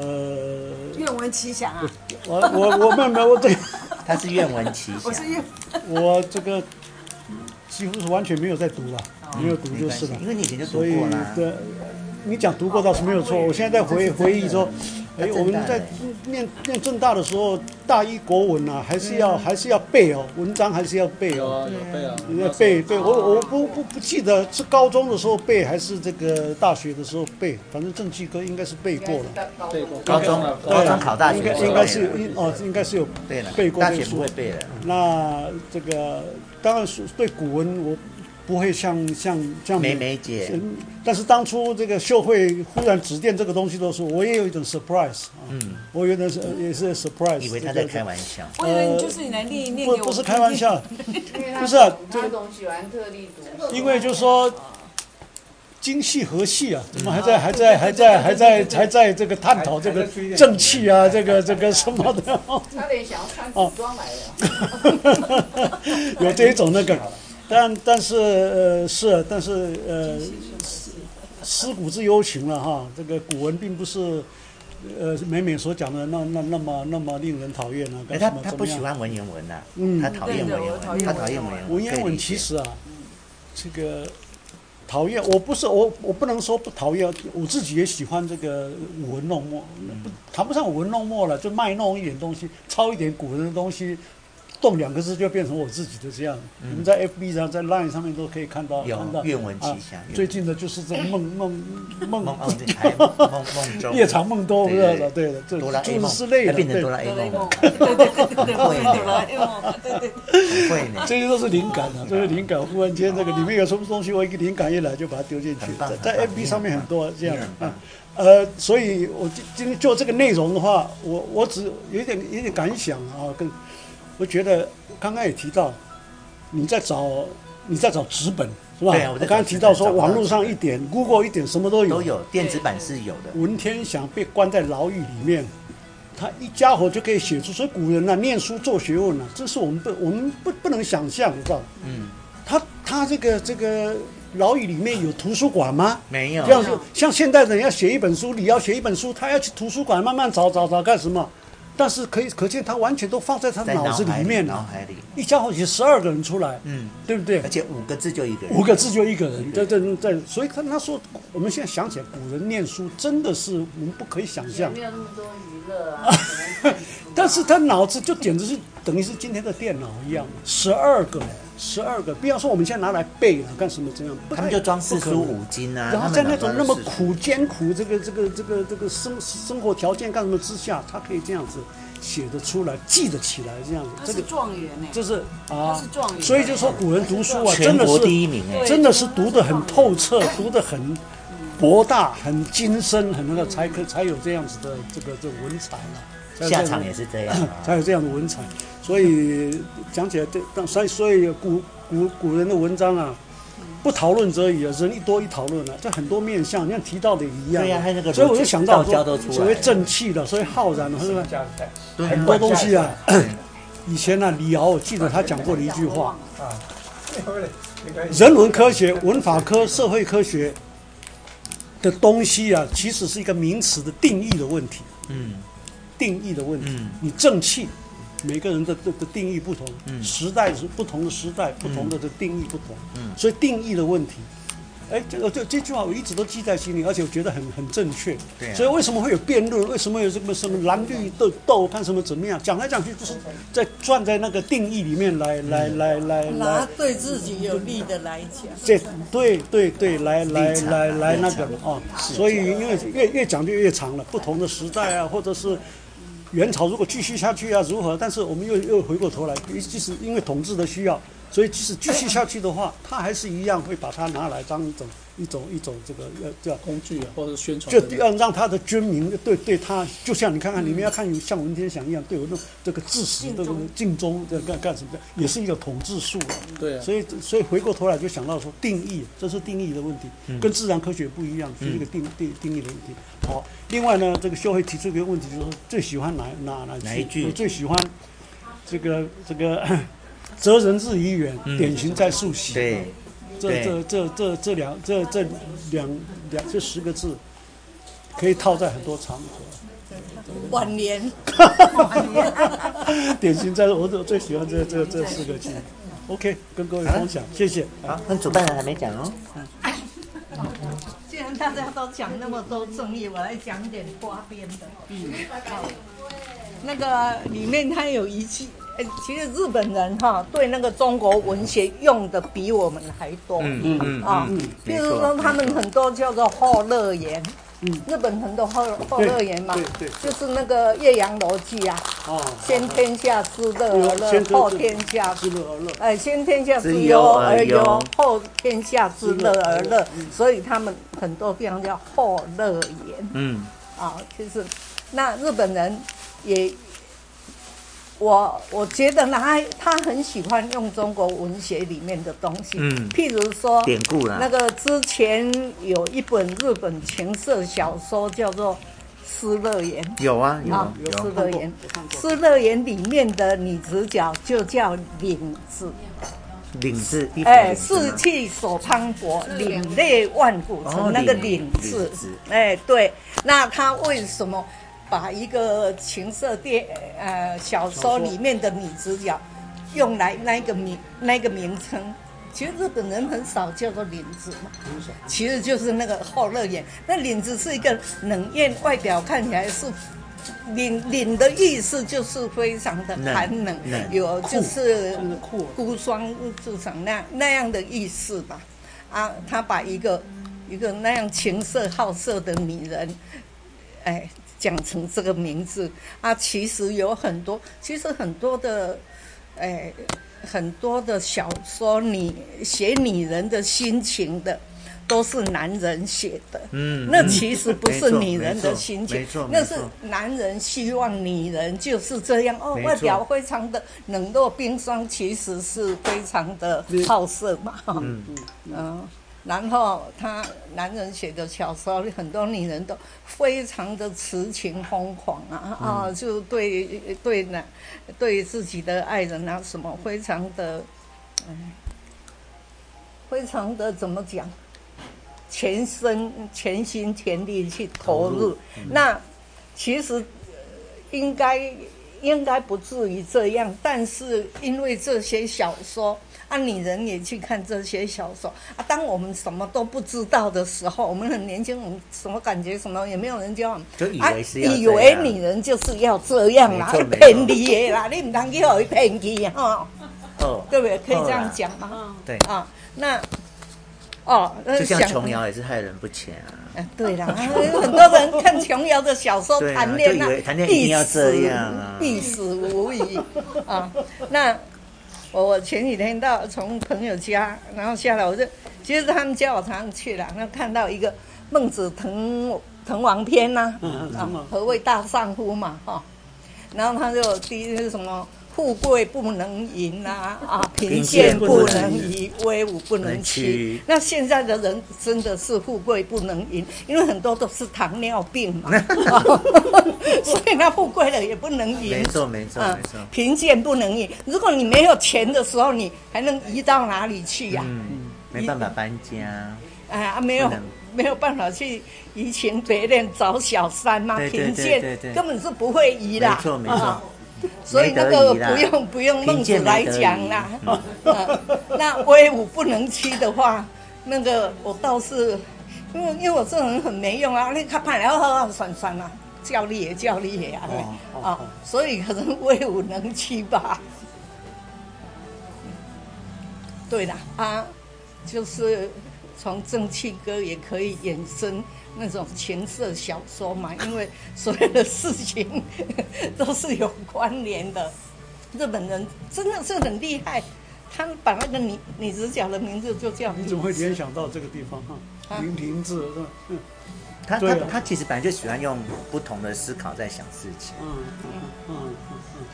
Speaker 7: 呃，
Speaker 9: 愿闻其详啊！
Speaker 7: 我我我没有没有我这个
Speaker 4: 他是愿闻其详。
Speaker 7: 我这个几乎是完全没有在读了，没有读就是了
Speaker 4: 没关系。因为你以前就读
Speaker 7: 所以
Speaker 4: 过啊啦。
Speaker 7: 对，你讲读过倒是没有错。我现在在回回忆
Speaker 4: 啊
Speaker 7: 说，哎，我们在念念正大的时候，大一国文啊，还是
Speaker 4: 嗯
Speaker 7: 要还是要背哦，文章还是要背
Speaker 8: 有
Speaker 7: 哦。
Speaker 8: 啊有背啊，
Speaker 7: 你要背背，我我不不不记得是高中的时候背还是这个大学的时候背，反正正气歌应该是背过了，
Speaker 8: 背过
Speaker 4: 高中
Speaker 8: 了，
Speaker 4: 高中考大学
Speaker 7: 应
Speaker 4: 就
Speaker 7: 该
Speaker 4: 会了
Speaker 7: 应该是有应哦，应该是有
Speaker 4: 对了，
Speaker 7: 背过
Speaker 4: 大
Speaker 7: 这
Speaker 4: 学
Speaker 7: 个书
Speaker 4: 不会背了。
Speaker 7: 那这个当然是对古文我不会像像像
Speaker 4: 梅梅姐，
Speaker 7: 嗯，但是当初这个秀慧忽然指点这个东西的时候，我也有一种 surprise 啊，嗯，我有点是也是 surprise，
Speaker 4: 以为他
Speaker 7: 这
Speaker 4: 在
Speaker 7: 个
Speaker 4: 开玩笑。
Speaker 9: 我以为你就是你来念一
Speaker 8: 嗯
Speaker 9: 念
Speaker 7: 不
Speaker 9: 给我
Speaker 7: 不是
Speaker 9: 听
Speaker 7: 开玩，笑，
Speaker 6: 因为他
Speaker 7: 不是啊这
Speaker 6: 他总喜欢特立独行，
Speaker 7: 因为就是说精细和细啊，
Speaker 4: 嗯
Speaker 7: 怎么还在还在还在还在还在这个探讨这个正气啊，这个这个什么的，
Speaker 6: 差点想要穿古装来了。
Speaker 4: *laughs*
Speaker 7: 有这一种那个，但但是呃是，但是呃思古之幽情了哈，这个古文并不是。呃，美美所讲的那那那么那么令人讨厌啊，
Speaker 4: 哎，
Speaker 7: 干
Speaker 4: 他
Speaker 7: 什么
Speaker 4: 他
Speaker 7: 怎
Speaker 4: 不
Speaker 7: 么
Speaker 4: 喜
Speaker 7: 样？
Speaker 4: 欢文言文呐，
Speaker 7: 嗯
Speaker 4: 他讨
Speaker 9: 对
Speaker 4: 厌
Speaker 9: 对
Speaker 4: 文言
Speaker 9: 我讨
Speaker 4: 文，
Speaker 9: 厌
Speaker 4: 他
Speaker 9: 文
Speaker 4: 讨厌文言文。
Speaker 7: 文言
Speaker 4: 可以
Speaker 7: 文
Speaker 4: 理
Speaker 7: 其
Speaker 4: 解
Speaker 7: 实啊，这个讨厌，我不是我我不能说不讨厌，我自己也喜欢这个舞文弄墨，不谈不上舞文弄墨了，就卖弄一点东西，抄一点古人的东西。动两个字就变成我自己的这样，你们在 FB 上、在 Line 上面都可以看到。
Speaker 4: 嗯有
Speaker 7: 看到
Speaker 4: 愿闻其
Speaker 7: 啊
Speaker 4: 详愿闻
Speaker 7: 最近的就是这个
Speaker 4: *laughs*
Speaker 7: 梦梦梦
Speaker 4: 梦哦，对还梦梦中
Speaker 7: *laughs* 夜长梦多，不
Speaker 4: 对
Speaker 7: 知道的，
Speaker 4: 对
Speaker 7: 对的，这
Speaker 4: 哆啦 A
Speaker 7: 诸
Speaker 4: 梦
Speaker 7: 之类
Speaker 4: 它
Speaker 7: 的，
Speaker 4: 变成
Speaker 7: 对
Speaker 4: 哆啦 A
Speaker 9: 哆啦 A
Speaker 4: 梦
Speaker 9: 梦
Speaker 4: 了，，
Speaker 9: 对对对对对，
Speaker 4: 会
Speaker 9: 哆啦
Speaker 4: 呢，
Speaker 9: A 梦，对对对，
Speaker 4: 会呢。
Speaker 7: 这些都是灵感啊，这是灵感。忽然间，这个里面有什么东西，我一个灵感一来就把它丢进去
Speaker 4: 很棒。
Speaker 7: 在在
Speaker 4: 很棒嗯
Speaker 7: FB 上面很多这样
Speaker 4: 很
Speaker 7: 啊
Speaker 4: 棒，
Speaker 7: 呃，所以我今今天就这个内容的话，我我只有一点有一点感想啊，跟我觉得刚刚也提到，你在找你在找纸本是吧？
Speaker 4: 对啊我在找
Speaker 7: 刚刚提到说网络上
Speaker 4: 纸本找不到
Speaker 7: 一点，Google 一点，什么都有。
Speaker 4: 都有电子版是有的，
Speaker 7: 文天祥被关在牢狱里面，他一家伙就可以写出，所以古人呐、啊念书做学问呐、这是我们不我们不不能想象，你知道？
Speaker 4: 嗯，
Speaker 7: 他他这个这个牢狱里面有图书馆吗？
Speaker 4: 没有
Speaker 7: 这。样就像现代人要写一本书，你要写一本书，他要去图书馆慢慢找找找干什么？但是可以可见，他完全都放在他
Speaker 4: 在
Speaker 7: 脑子
Speaker 4: 海
Speaker 7: 里面
Speaker 4: 脑
Speaker 7: 了。
Speaker 4: 海里，
Speaker 7: 一家伙写十二个人出来，
Speaker 4: 嗯，
Speaker 7: 对不对
Speaker 4: 而？且五个字就一个人，
Speaker 7: 五个字就一个人，对对对，所以他那时候，我们现在想起来，古人念书真的是我们不可以想
Speaker 6: 也
Speaker 7: 象
Speaker 6: 没。有那么多娱乐啊，只能看书啊
Speaker 7: 但是他脑子就简直是等于是今天的电脑一样，十二个，十二个，不要说我们现在拿来背了干什么这样，不
Speaker 4: 他
Speaker 7: 太
Speaker 4: 们就装四
Speaker 7: 不可
Speaker 4: 书
Speaker 7: 能
Speaker 4: 五经啊，
Speaker 7: 然后
Speaker 4: 他
Speaker 7: 在
Speaker 4: 们
Speaker 7: 那
Speaker 4: 脑
Speaker 7: 种
Speaker 4: 中
Speaker 7: 那么
Speaker 4: 都是
Speaker 7: 苦艰苦这个这个这个这个生生活条件干什么之下，他可以这样子写得出来，记得起来这样子，
Speaker 6: 他
Speaker 7: 这
Speaker 6: 是
Speaker 7: 个
Speaker 6: 状元呢，
Speaker 7: 这是
Speaker 6: 他
Speaker 7: 啊
Speaker 6: 是，状元，
Speaker 7: 所以就说古人读书啊，真
Speaker 4: 全
Speaker 7: 的
Speaker 4: 国
Speaker 7: 是
Speaker 4: 第一名哎，
Speaker 7: 真的是读得很透彻，读得很博大，很精深，很那个才可才有这样子的这个这个文采了、才有这
Speaker 4: 哎下
Speaker 7: 样
Speaker 4: 场也是这样啊。
Speaker 7: *coughs* 才有这样的文采。所以讲起来，对，但所以所以古古古人的文章啊，不讨论则已啊，人一多一讨论啊，这很多面相，像提到的也一样。啊
Speaker 4: 对呀，他那个
Speaker 7: 所以我就想到
Speaker 4: 道教都
Speaker 7: 说，
Speaker 4: 出来了，
Speaker 7: 所谓正气的，所谓浩然的，是不是？
Speaker 5: 家在
Speaker 4: 对啊
Speaker 7: 很多东西啊。 *coughs* 以前呢、李敖我记得他讲过的一句话：人文科学、文法科、社会科学的东西啊，其实是一个名词的定义的问题。
Speaker 4: 嗯
Speaker 7: 定义的问题。
Speaker 4: 嗯
Speaker 7: 你正气，每个人的的的定义不同，时代是不同的时代，不同的这定义不同，
Speaker 4: 嗯
Speaker 7: 所以定义的问题。哎，这个这这句话我一直都记在心里，而且我觉得很很正确。
Speaker 4: 对啊
Speaker 7: 所以为什么会有辩论？为什么有什么什么蓝绿斗斗，看什么怎么样？讲来讲去就是在转在那个定义里面来来来来
Speaker 10: 拿
Speaker 7: 来，
Speaker 10: 对自己有利的来讲。
Speaker 7: 这对对对，来来
Speaker 4: 立场啊
Speaker 7: 来来
Speaker 4: 立
Speaker 7: 那
Speaker 4: 场
Speaker 7: 个哦。所以因为越越讲就越长了，不同的时代啊，或者是元朝如果继续下去啊，如何？但是我们又又回过头来，即使因为统治的需要，所以即使继续下去的话，他还是一样会把它拿来当一种一种一种这个呃叫。
Speaker 8: 工具啊，或者是宣传
Speaker 7: 就
Speaker 8: 等等
Speaker 7: 要让他的军民对对他，就像你看看，你们要看像文天祥一样，对我那这个致死这个尽忠这干干什么的，也是一个统治术啊。
Speaker 8: 对啊，
Speaker 7: 所以，所以回过头来就想到说，定义，这是定义的问题，跟自然科学不一样，是一个定定定义的问题。好，另外呢，这个秀慧提出一个问题，就是说最喜欢哪哪哪
Speaker 4: 哪一句
Speaker 7: 我最喜欢这个这个 *laughs* 哲人自于远，
Speaker 4: 嗯
Speaker 7: 典型在溯溪。
Speaker 4: 对，
Speaker 7: 这
Speaker 4: 对
Speaker 7: 这这这这两这这两两这十个字，可以套在很多场合。 *laughs*
Speaker 10: 晚年
Speaker 7: 典型在我我最喜欢这这这四个字。OK，跟各位分享，谢谢。
Speaker 4: 好，那主办人还没讲哦。
Speaker 10: 既然大家都讲那么多正义，我来讲点花边的。嗯，好。那个里面它有一句，呃其实日本人哈对那个中国文学用的比我们还多。
Speaker 4: 嗯嗯嗯
Speaker 10: 啊
Speaker 4: 嗯，
Speaker 10: 比
Speaker 4: 没
Speaker 10: 如
Speaker 4: 错
Speaker 10: 说，他们很多叫做后乐园，
Speaker 7: 嗯
Speaker 10: 日本很多后后乐园嘛
Speaker 7: 对对，
Speaker 10: 就是那个《岳阳楼记》啊，
Speaker 7: 哦，
Speaker 10: 先天下之乐而乐
Speaker 7: 先，天
Speaker 10: 后天下
Speaker 7: 之乐而乐。
Speaker 10: 哎，先天下之忧而忧，后天下之乐而乐，
Speaker 4: 嗯
Speaker 10: 所以他们很多地方叫后乐园
Speaker 4: 嗯
Speaker 10: 啊。就是那日本人也，我我觉得呢，他他很喜欢用中国文学里面的东西，
Speaker 4: 嗯
Speaker 10: 譬如说
Speaker 4: 典故啦
Speaker 10: 那个之前有一本日本情色小说叫做《失乐园》，
Speaker 4: 有啊有
Speaker 10: 啊
Speaker 4: 啊，
Speaker 10: 有
Speaker 4: 有
Speaker 10: 失
Speaker 4: 啊，
Speaker 10: 乐园，失乐园里面的女主角就叫领子，
Speaker 4: 领子，衣服
Speaker 10: 哎，
Speaker 4: 领子
Speaker 10: 士
Speaker 4: 吗
Speaker 10: 气所磅礴，领泪万古
Speaker 4: 哦
Speaker 10: 城那个领
Speaker 4: 领
Speaker 10: 字
Speaker 4: 子，
Speaker 10: 哎，对，那她为什么把一个情色电呃小说里面的女主角用来那个名那个名称？其实日本人很少叫做领子嘛，其实就是那个后乐园。那领子是一个冷艳，外表看起来是领领的意思就是非常的
Speaker 4: 冷
Speaker 10: 寒冷，
Speaker 4: 冷
Speaker 10: 有就是
Speaker 7: 酷
Speaker 10: 孤孀助长那那样的意思吧。啊，他把一个一个那样情色好色的女人，哎，讲成这个名字啊，其实有很多，其实很多的，哎，很多的小说你写女人的心情的。都是男人写的，
Speaker 4: 嗯
Speaker 10: 那
Speaker 4: 嗯
Speaker 10: 其实不是
Speaker 4: 没错
Speaker 10: 女人
Speaker 4: 没
Speaker 10: 的
Speaker 4: 错
Speaker 10: 心
Speaker 4: 没
Speaker 10: 情
Speaker 4: 错，
Speaker 10: 那
Speaker 4: 没
Speaker 10: 是
Speaker 4: 错
Speaker 10: 男人希望女人就是这样哦
Speaker 4: 没，错
Speaker 10: 外表非常的冷若冰霜，其实是非常的好色嘛。嗯嗯，然后他男人写的小说，很多女人都非常的痴情疯狂啊啊，就对对男对自己的爱人啊什么，非常的嗯，非常的怎么讲？全身全心全力去投入，嗯那其实呃应该应该不至于这样，但是因为这些小说啊，女人也去看这些小说啊。当我们什么都不知道的时候，我们很年轻，我们什么感觉什么也没有人教我们，
Speaker 4: 就以
Speaker 10: 啊
Speaker 4: 为
Speaker 7: 哎
Speaker 4: 是要
Speaker 10: 以
Speaker 4: 这
Speaker 10: 为
Speaker 4: 样
Speaker 10: 女人就是要这样啦
Speaker 4: 没错，没错
Speaker 10: 骗你的啦，你唔通去让伊骗去哈，
Speaker 4: 哦，
Speaker 10: 对不对？可以
Speaker 4: 好
Speaker 10: 这样
Speaker 4: 啦
Speaker 10: 讲吗？
Speaker 4: 对，
Speaker 10: 啊，那哦，那
Speaker 4: 哦就像
Speaker 10: 想
Speaker 4: 琼瑶也是害人不浅啊，
Speaker 10: 哎，对啦，有很多人看琼瑶的小说
Speaker 4: 对啊
Speaker 10: 谈恋
Speaker 4: 就以
Speaker 10: 爱，
Speaker 4: 为谈恋爱一定要这样啊
Speaker 10: 必死无疑啊。那我我前几天到从朋友家，然后下来，我就其实他们家我常常去了，那看到一个《孟子滕滕王篇》呐，
Speaker 4: 嗯
Speaker 10: 啊，何谓大丈夫嘛，哈、然后他就第一是什么？富贵不能淫啊，啊，贫贱不能移，威武不能屈。那现在的人真的是富贵不能淫，因为很多都是糖尿病
Speaker 4: *laughs*
Speaker 10: 嘛，所以那富贵了也不能淫。
Speaker 4: 没错没错
Speaker 10: 嗯
Speaker 4: 没错，
Speaker 10: 贫贱不能移。如果你没有钱的时候，你还能移到哪里去呀、
Speaker 4: 嗯，没办法搬家，
Speaker 10: 哎啊，没有
Speaker 4: 不能
Speaker 10: 没有办法去移情别恋找小三嘛，
Speaker 4: 对对
Speaker 10: 贫
Speaker 4: 对对
Speaker 10: 贱
Speaker 4: 对
Speaker 10: 根本是不会
Speaker 4: 没
Speaker 10: 移啦。
Speaker 4: 错没
Speaker 10: 啊
Speaker 4: 错，
Speaker 10: 所以那
Speaker 4: 没
Speaker 10: 个
Speaker 4: 得已啦
Speaker 10: 不用不用孟
Speaker 4: 贫
Speaker 10: 子
Speaker 4: 贱
Speaker 10: 来
Speaker 4: 没得已
Speaker 10: 讲啦。
Speaker 4: 嗯
Speaker 10: *laughs* 呃那威武不能屈的话，那个我倒是，因为因为我这种人很没用啊，你看怕然后算算啦，教力也教力也啊，
Speaker 4: 哦
Speaker 10: 啊，所以可能威武能屈吧。 *laughs* 对啦，啊，就是从正气歌也可以衍生那种情色小说嘛，因为所有的事情都是有关联的。 *laughs* 日本人真的是很厉害，他们把那个女女主角的名字就叫
Speaker 7: 你怎么会联想到这个地方哈？
Speaker 10: 啊
Speaker 7: 林林志是吧？嗯，
Speaker 4: 他
Speaker 7: 对
Speaker 4: 他
Speaker 7: 啊
Speaker 4: 他其实本来就喜欢用不同的思考在想事情，
Speaker 2: 嗯嗯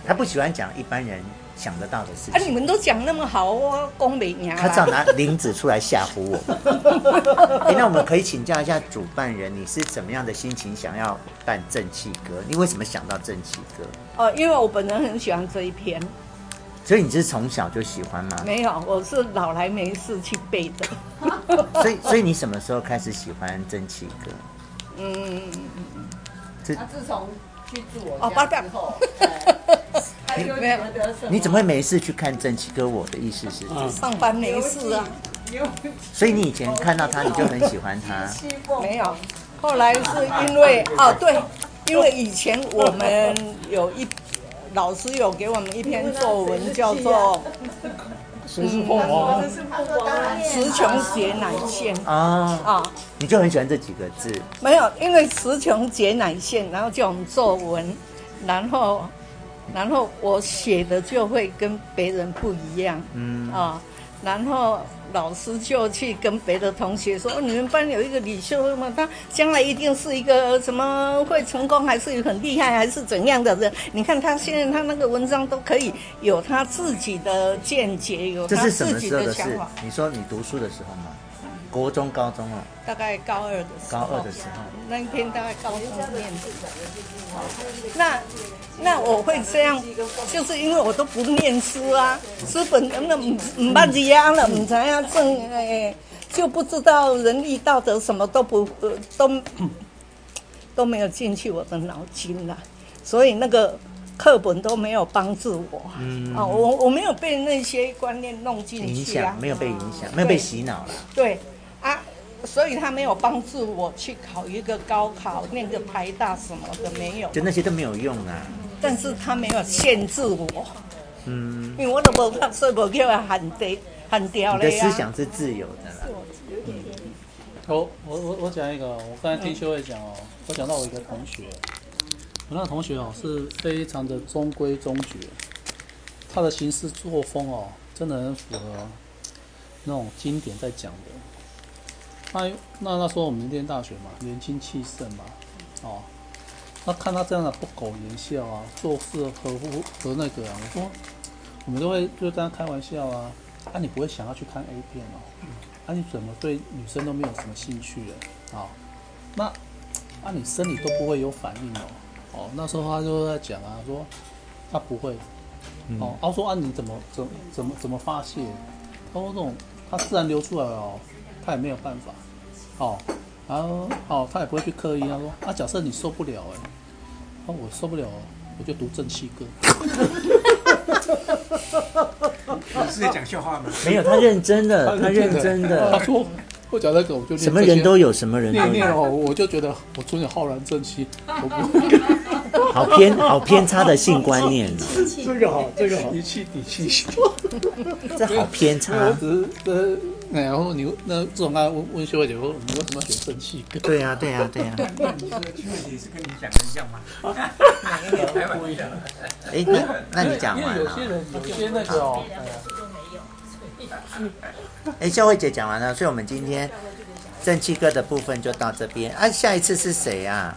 Speaker 4: 他不喜欢讲一般人想得到的事
Speaker 10: 啊，你
Speaker 4: 情。
Speaker 10: 们都讲那么好，我恭维你
Speaker 4: 他照拿
Speaker 10: 啊。
Speaker 4: 林子出来吓唬我们。
Speaker 10: *laughs*
Speaker 4: 哎那我们可以请教一下主办人，你是怎么样的心情想要办正气歌？你为什么想到正气歌？
Speaker 10: 哦，因为我本人很喜欢这一篇，
Speaker 4: 所以你是从小就喜欢吗？
Speaker 10: 没有，我是老来没事去背的。
Speaker 6: *laughs*
Speaker 4: 所以所以你什么时候开始喜欢正气歌？
Speaker 10: 嗯，
Speaker 6: 他自从去住我
Speaker 10: 哦八
Speaker 6: 家
Speaker 10: 大
Speaker 6: 之后，哎他就觉得什么？
Speaker 4: 你怎么会没事去看正气歌？我的意思是，
Speaker 10: *laughs* 上班没事啊，
Speaker 4: 所以你以前看到他你就很喜欢他。
Speaker 10: 没有。后来是因为哦，对，因为以前我们有一老师有给我们一篇作文，叫做
Speaker 7: 谁是凤凰啊？
Speaker 10: 《词穷节乃现》
Speaker 4: 啊，
Speaker 10: 啊。
Speaker 4: 你就很喜欢这几个字，
Speaker 10: 没有，因为词穷节乃现，然后叫我们作文，然后，然后我写的就会跟别人不一样，嗯啊，然后老啊师就去跟别的同学说，哦你们班有一个李秀嘛，他将来一定是一个什么会成功，还是很厉害，还是怎样的人？你看他现在他那个文章都可以有他自己的见解，有
Speaker 4: 这
Speaker 10: 他
Speaker 4: 是什
Speaker 10: 自
Speaker 4: 么
Speaker 10: 己
Speaker 4: 时候
Speaker 10: 的
Speaker 4: 的
Speaker 10: 想
Speaker 4: 事
Speaker 10: 法。？
Speaker 4: 你说你读书的时候吗？国中、高中哦，
Speaker 10: 大概高二的时候，
Speaker 4: 高二的时候
Speaker 10: 那一天大概高中念的。那那我会这样，就是因为我都不念书啊，书本嗯那唔唔捌字啊，了唔知啊正诶，就不知道仁义道德什么都不呃都都没有进去我的脑筋了，所以那个课本都没有帮助我啊、啊，我我没有被那些观念弄进
Speaker 4: 嗯影
Speaker 10: 去啊
Speaker 4: 响，没有被影响，没有被洗脑了。
Speaker 10: 对啊，所以他没有帮助我去考一个高考，那个台大什么的没有，
Speaker 4: 就那些都没有用啊。
Speaker 10: 但是他没有限制我，嗯，因为我都无读，所以无叫他喊掉喊掉
Speaker 4: 你的
Speaker 10: 了呀。
Speaker 4: 思想是自由的啦。
Speaker 8: 我我我我讲一个哦，我刚才听修慧讲哦，我讲到我一个同学，我那个同学哦是非常的中规中矩，他的行事作风哦，真的很符合那种经典在讲的。那那那时候我们念大学嘛，年轻气盛嘛，哦，那看他这样的不苟言笑啊，做事合乎和那个啊，我说我们都会就跟他开玩笑啊，啊你不会想要去看 A 片哦。啊，你怎么对女生都没有什么兴趣了？啊，那啊，你生理都不会有反应哦。哦，那时候他就在讲啊，说他不会。
Speaker 4: 嗯
Speaker 8: 哦，他、啊、我说啊，你怎么怎怎么怎么发泄？他说这种他自然流出来哦，他也没有办法。哦，然后哦，他也不会去刻意。他说啊，假设你受不了哎、哦，我受不了哦，我就读正气歌。
Speaker 5: 你是在讲笑话吗？
Speaker 4: 没有，他认真的，他认真
Speaker 8: *laughs* 他
Speaker 4: 的，
Speaker 8: 说我讲那个我就念
Speaker 4: 什么
Speaker 8: 这些
Speaker 4: 人都有，什么人
Speaker 8: 念
Speaker 4: 都
Speaker 8: 念
Speaker 4: 有，
Speaker 8: 哦，我就觉得我总有浩然正气，我不。
Speaker 4: 好偏好偏差的性观念 *laughs* 哦，
Speaker 7: 这个好，这个好
Speaker 8: 一气抵气。 *laughs*
Speaker 4: 这好偏
Speaker 8: 我
Speaker 4: 差。
Speaker 8: 只是这，哎然后你那这种啊刚问问修慧姐说，你为什么要写正气歌？
Speaker 4: 对呀、对呀、啊对呀、
Speaker 5: 也是跟你讲的一样吗？开玩笑。
Speaker 4: 哎，那那你讲完了
Speaker 8: 因为有。些人有些那个哦，
Speaker 4: 哎，教慧姐讲完了，所以我们今天正气歌的部分就到这边。啊，下一次是谁啊？